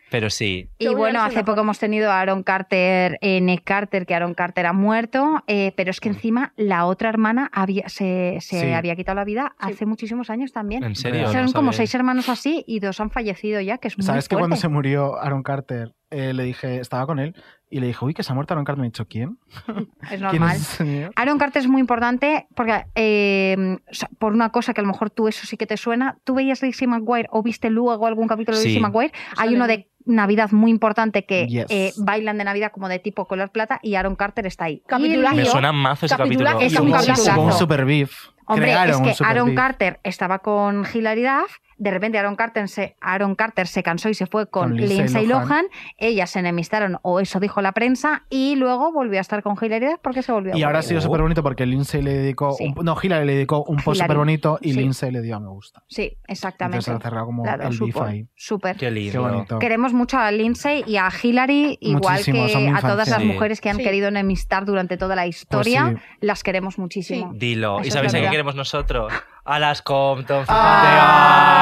Speaker 1: Pero sí.
Speaker 10: Y bueno, hace poco hemos tenido a Aaron Carter, eh, Nick Carter, que Aaron Carter ha muerto, eh, pero es que encima la otra hermana había, se, se
Speaker 1: Mm. Sí.
Speaker 10: había quitado la vida hace muchísimos años también.
Speaker 1: ¿En serio?
Speaker 10: Son
Speaker 1: No
Speaker 10: como
Speaker 1: sabía.
Speaker 10: seis hermanos así y dos han fallecido ya, que es muy
Speaker 2: ¿Sabes que cuando
Speaker 10: fuerte.
Speaker 2: se murió Aaron Carter, eh, le dije, estaba con él, y le dije, uy, que se ha muerto Aaron Carter. Me ha dicho, ¿quién?
Speaker 10: Es
Speaker 2: ¿Quién
Speaker 10: normal.
Speaker 2: es ese señor?
Speaker 10: Aaron Carter es muy importante porque, eh, o sea, por una cosa que a lo mejor tú eso sí que te suena, tú veías Lizzie McGuire o viste luego algún capítulo de
Speaker 1: Sí.
Speaker 10: Lizzie McGuire, hay
Speaker 8: Pues Sale
Speaker 10: uno de Navidad muy importante que
Speaker 1: Yes.
Speaker 10: eh, bailan de Navidad como de tipo color plata y Aaron Carter está ahí.
Speaker 8: Capitulazo.
Speaker 10: Y el
Speaker 1: Me
Speaker 10: lío-
Speaker 1: suena mazo ese
Speaker 10: Capitula-
Speaker 1: capítulo.
Speaker 10: es un capitulazo.
Speaker 2: Hubo un super beef.
Speaker 10: Hombre,
Speaker 2: Crearon un
Speaker 10: es que
Speaker 2: super
Speaker 10: Aaron
Speaker 2: beef.
Speaker 10: Carter estaba con Hilary Duff, de repente Aaron Carter se, Aaron Carter se cansó y se fue con,
Speaker 2: Con Lindsay
Speaker 10: Lindsay, Lohan.
Speaker 2: Lohan.
Speaker 10: ellas se enemistaron, o eso dijo la prensa, y luego volvió a estar con Hilary Duff porque se volvió
Speaker 2: Y
Speaker 10: a
Speaker 2: ahora ha
Speaker 10: aburrir.
Speaker 2: sido súper bonito porque Lindsay le dedicó, un- no, Hillary le dedicó un post
Speaker 10: Hillary,
Speaker 2: súper bonito y
Speaker 10: sí.
Speaker 2: Lindsay le dio a me gusta.
Speaker 10: Sí, exactamente.
Speaker 2: Entonces lo cerrado como
Speaker 10: Claro,
Speaker 2: el beef
Speaker 10: supo-
Speaker 2: ahí.
Speaker 10: Súper.
Speaker 1: Qué lindo.
Speaker 2: Qué bonito. Pues
Speaker 10: Queremos mucho a Lindsay y a Hillary, igual
Speaker 2: Muchísimo, son
Speaker 10: que
Speaker 2: mi
Speaker 10: a todas
Speaker 2: infancia.
Speaker 10: las
Speaker 1: Sí.
Speaker 10: mujeres que han
Speaker 8: Sí.
Speaker 10: querido enemistar durante toda la historia.
Speaker 1: Pues
Speaker 10: Las queremos muchísimo.
Speaker 1: Dilo.
Speaker 10: Eso
Speaker 1: ¿Y
Speaker 10: es
Speaker 1: sabéis a qué
Speaker 10: verdad.
Speaker 1: queremos nosotros? A las Compton. fíjate.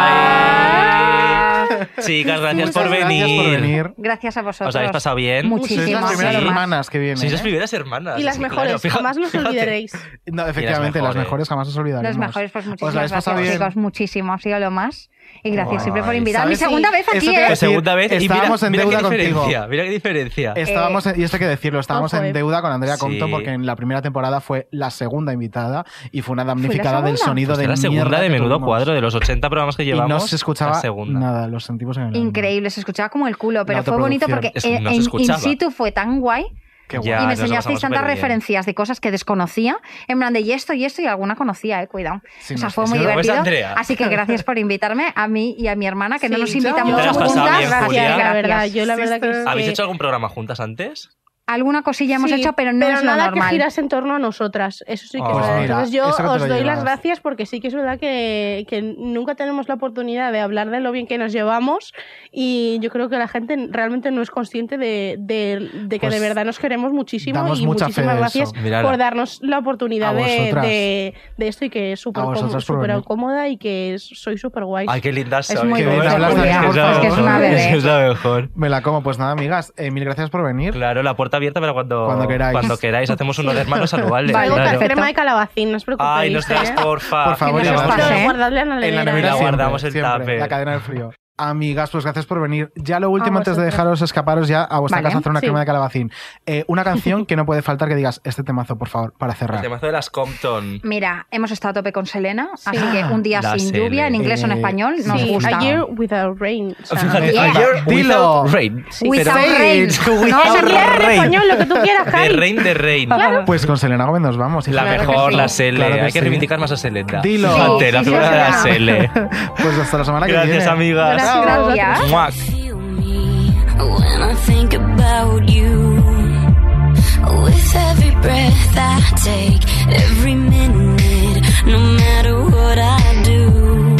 Speaker 1: Ay. Chicas, gracias por
Speaker 2: Muchas
Speaker 1: venir.
Speaker 2: Gracias por venir.
Speaker 10: Gracias a vosotros.
Speaker 1: ¿Os habéis pasado bien?
Speaker 2: Sois
Speaker 10: Muchísimo.
Speaker 2: las primeras
Speaker 1: Sí.
Speaker 2: hermanas que vienen.
Speaker 1: Sois las
Speaker 2: ¿eh?
Speaker 1: primeras hermanas.
Speaker 8: Y las
Speaker 1: sí,
Speaker 8: mejores,
Speaker 1: claro, fija-
Speaker 8: jamás los
Speaker 1: fíjate.
Speaker 8: olvidaréis.
Speaker 2: No, efectivamente, las
Speaker 1: mejores.
Speaker 2: mejores jamás os olvidaremos.
Speaker 10: Los mejores, pues
Speaker 2: ¿Os la
Speaker 10: muchísimas
Speaker 2: habéis pasado
Speaker 10: gracias,
Speaker 2: bien?
Speaker 10: chicos. Muchísimo, ha sido lo más. Y gracias
Speaker 1: Ay,
Speaker 10: siempre por invitarme. Mi
Speaker 2: ¿sabes?
Speaker 10: segunda
Speaker 2: Sí,
Speaker 10: vez aquí,
Speaker 2: eso te iba a
Speaker 10: ¿eh?
Speaker 1: La
Speaker 2: decir.
Speaker 1: segunda vez
Speaker 2: Estábamos
Speaker 1: y
Speaker 2: en
Speaker 1: mira, mira
Speaker 2: deuda
Speaker 1: qué
Speaker 2: contigo.
Speaker 1: diferencia, Mira qué diferencia.
Speaker 10: Eh,
Speaker 2: Estábamos, en- y esto hay que decirlo, estábamos
Speaker 8: ojo, eh.
Speaker 2: en deuda con Andrea
Speaker 1: Sí.
Speaker 2: Compton porque en la primera temporada fue la segunda invitada y fue una damnificada del
Speaker 10: segunda?
Speaker 2: sonido
Speaker 1: Pues
Speaker 2: de
Speaker 1: la segunda
Speaker 2: mierda
Speaker 1: de
Speaker 2: que
Speaker 1: menudo
Speaker 2: tuvimos.
Speaker 1: cuadro de los 80 programas que
Speaker 2: Y
Speaker 1: llevamos.
Speaker 2: no se escuchaba
Speaker 1: La segunda.
Speaker 2: nada, lo sentimos en el alma.
Speaker 10: Increíble, se escuchaba como el culo, pero
Speaker 2: La
Speaker 10: fue bonito porque
Speaker 2: autoproducción.
Speaker 1: Es-
Speaker 10: en,
Speaker 1: Mm. no se
Speaker 10: en- in
Speaker 1: escuchaba.
Speaker 10: situ fue tan guay.
Speaker 2: Qué
Speaker 1: Ya,
Speaker 10: y me
Speaker 1: nos lo
Speaker 10: enseñasteis
Speaker 1: pasamos
Speaker 10: tantas
Speaker 1: superbién.
Speaker 10: referencias de cosas que desconocía, en plan de y esto y esto y alguna conocía, eh, cuidado.
Speaker 2: Sí,
Speaker 10: o sea,
Speaker 2: no,
Speaker 10: fue
Speaker 2: sí,
Speaker 10: muy
Speaker 1: no, pues,
Speaker 10: divertido.
Speaker 1: Andrea.
Speaker 10: Así que gracias por invitarme a mí y a mi hermana, que no
Speaker 8: Sí,
Speaker 10: nos
Speaker 8: yo-
Speaker 10: invitamos
Speaker 8: Yo te las
Speaker 10: juntas.
Speaker 8: pasaba bien,
Speaker 10: Gracias,
Speaker 1: Julia.
Speaker 8: La verdad,
Speaker 10: gracias.
Speaker 8: yo la verdad que es
Speaker 1: ¿Habéis
Speaker 8: que-
Speaker 1: hecho algún programa juntas antes?
Speaker 10: Alguna cosilla hemos
Speaker 8: Sí,
Speaker 10: hecho, pero no es lo
Speaker 8: nada
Speaker 10: normal.
Speaker 8: que giras en torno a nosotras. Eso sí que
Speaker 1: Pues
Speaker 8: es verdad.
Speaker 1: mira,
Speaker 8: Entonces yo
Speaker 2: Ah, eso que te
Speaker 8: os
Speaker 2: lo
Speaker 8: doy
Speaker 2: llevas.
Speaker 8: las gracias porque sí que es verdad que, que nunca tenemos la oportunidad de hablar de lo bien que nos llevamos y yo creo que la gente realmente no es consciente de, de- de que
Speaker 2: Pues
Speaker 8: de verdad nos queremos muchísimo
Speaker 2: damos
Speaker 8: y
Speaker 2: mucha fe
Speaker 8: muchísimas
Speaker 2: de
Speaker 8: gracias
Speaker 2: eso. Mírala.
Speaker 8: por darnos la
Speaker 2: A
Speaker 8: oportunidad de,
Speaker 2: vosotras.
Speaker 8: de- de esto y que es súper
Speaker 2: A
Speaker 8: cómodo-
Speaker 2: vosotras por
Speaker 8: súper
Speaker 2: venir.
Speaker 8: cómoda y que soy súper guay.
Speaker 1: Ay, qué linda soy.
Speaker 8: muy
Speaker 1: qué
Speaker 8: bien,
Speaker 1: buena
Speaker 8: hablas de
Speaker 1: soy.
Speaker 8: Andrea,
Speaker 1: Es que
Speaker 8: por
Speaker 1: es la
Speaker 8: favor, es que es
Speaker 1: mejor.
Speaker 8: una
Speaker 1: Es que
Speaker 10: bebé.
Speaker 1: es la mejor.
Speaker 2: Me la como, pues nada, amigas, eh, mil gracias por venir.
Speaker 1: Claro, la puerta abierta para cuando,
Speaker 2: Cuando queráis.
Speaker 1: queráis. Hacemos unos hermanos saludables.
Speaker 8: Traigo
Speaker 1: claro.
Speaker 8: crema de calabacín, no os preocupéis.
Speaker 1: Ay, no
Speaker 8: ¿eh?
Speaker 1: estáis, porfa.
Speaker 2: Por favor,
Speaker 1: la
Speaker 2: llevadla.
Speaker 8: Pero
Speaker 1: guardamos,
Speaker 8: guardadla en la
Speaker 2: En la
Speaker 8: nevera.
Speaker 2: nevera
Speaker 1: La
Speaker 2: siempre,
Speaker 1: guardamos el
Speaker 2: siempre,
Speaker 1: tupper. [laughs]
Speaker 2: La cadena del frío. Amigas, pues gracias por venir. Ya lo último,
Speaker 21: A
Speaker 2: antes de
Speaker 21: vosotros.
Speaker 2: dejaros escaparos ya a vuestra
Speaker 21: Vale,
Speaker 2: casa a hacer una
Speaker 21: sí.
Speaker 2: crema de calabacín. Eh, una
Speaker 21: [laughs]
Speaker 2: canción que no puede faltar que digas este temazo, por favor, para
Speaker 1: El
Speaker 2: cerrar.
Speaker 1: Este temazo de las Compton.
Speaker 10: Mira, hemos estado a tope con Selena, así que un día
Speaker 1: Ah, La
Speaker 10: sin
Speaker 1: Sele.
Speaker 10: lluvia, en inglés o en
Speaker 1: Eh,
Speaker 10: español, nos
Speaker 8: Sí,
Speaker 10: gusta.
Speaker 8: A Year Without Rain. o sea,
Speaker 1: Fíjate,
Speaker 8: yeah.
Speaker 1: ayer,
Speaker 2: Dilo.
Speaker 1: Without Rain.
Speaker 8: Sí, Without
Speaker 10: [laughs]
Speaker 8: Rain. No, es en inglés, en español, lo que tú quieras,
Speaker 1: De
Speaker 8: Kai.
Speaker 1: Rain, de Rain.
Speaker 2: Pues con Selena Gómez nos vamos. hija.
Speaker 1: La mejor, la Sele.
Speaker 2: Claro
Speaker 1: Hay que
Speaker 2: sí.
Speaker 1: reivindicar más a Selena.
Speaker 2: Dilo.
Speaker 1: Fíjate, la figura de la [laughs] Sele.
Speaker 2: Pues hasta la semana que viene.
Speaker 1: Gracias, amigas.
Speaker 13: Gracias.
Speaker 1: Muac.
Speaker 13: when I think about you. With every breath I take, every minute, no matter what I do,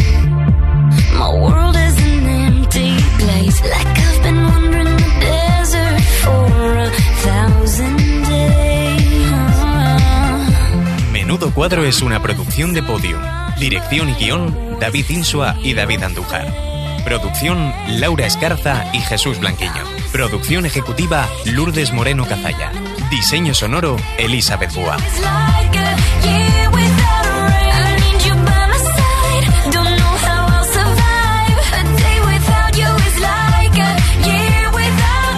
Speaker 13: my world is an empty place. Like I've been wandering the desert for a thousand days.
Speaker 22: Menudo Cuadro es una producción de Podium. Dirección y guión, David Insua y David Andújar. Producción, Laura Escarza y Jesús Blanquiño. Producción ejecutiva, Lourdes Moreno Cazalla. Diseño sonoro, Elizabeth Bua.
Speaker 13: Like a year without rain, I need you by my side. Don't know how I'll survive. A day without you is like a year without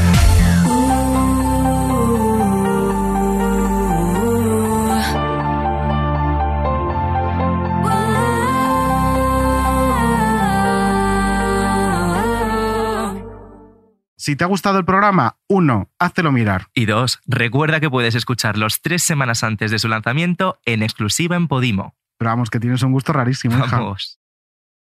Speaker 2: Si te ha gustado el programa, uno, háztelo mirar.
Speaker 1: Y dos, recuerda que puedes escucharlos tres semanas antes de su lanzamiento en exclusiva en Podimo.
Speaker 2: Pero vamos, que tienes un gusto rarísimo, hija.
Speaker 1: Vamos.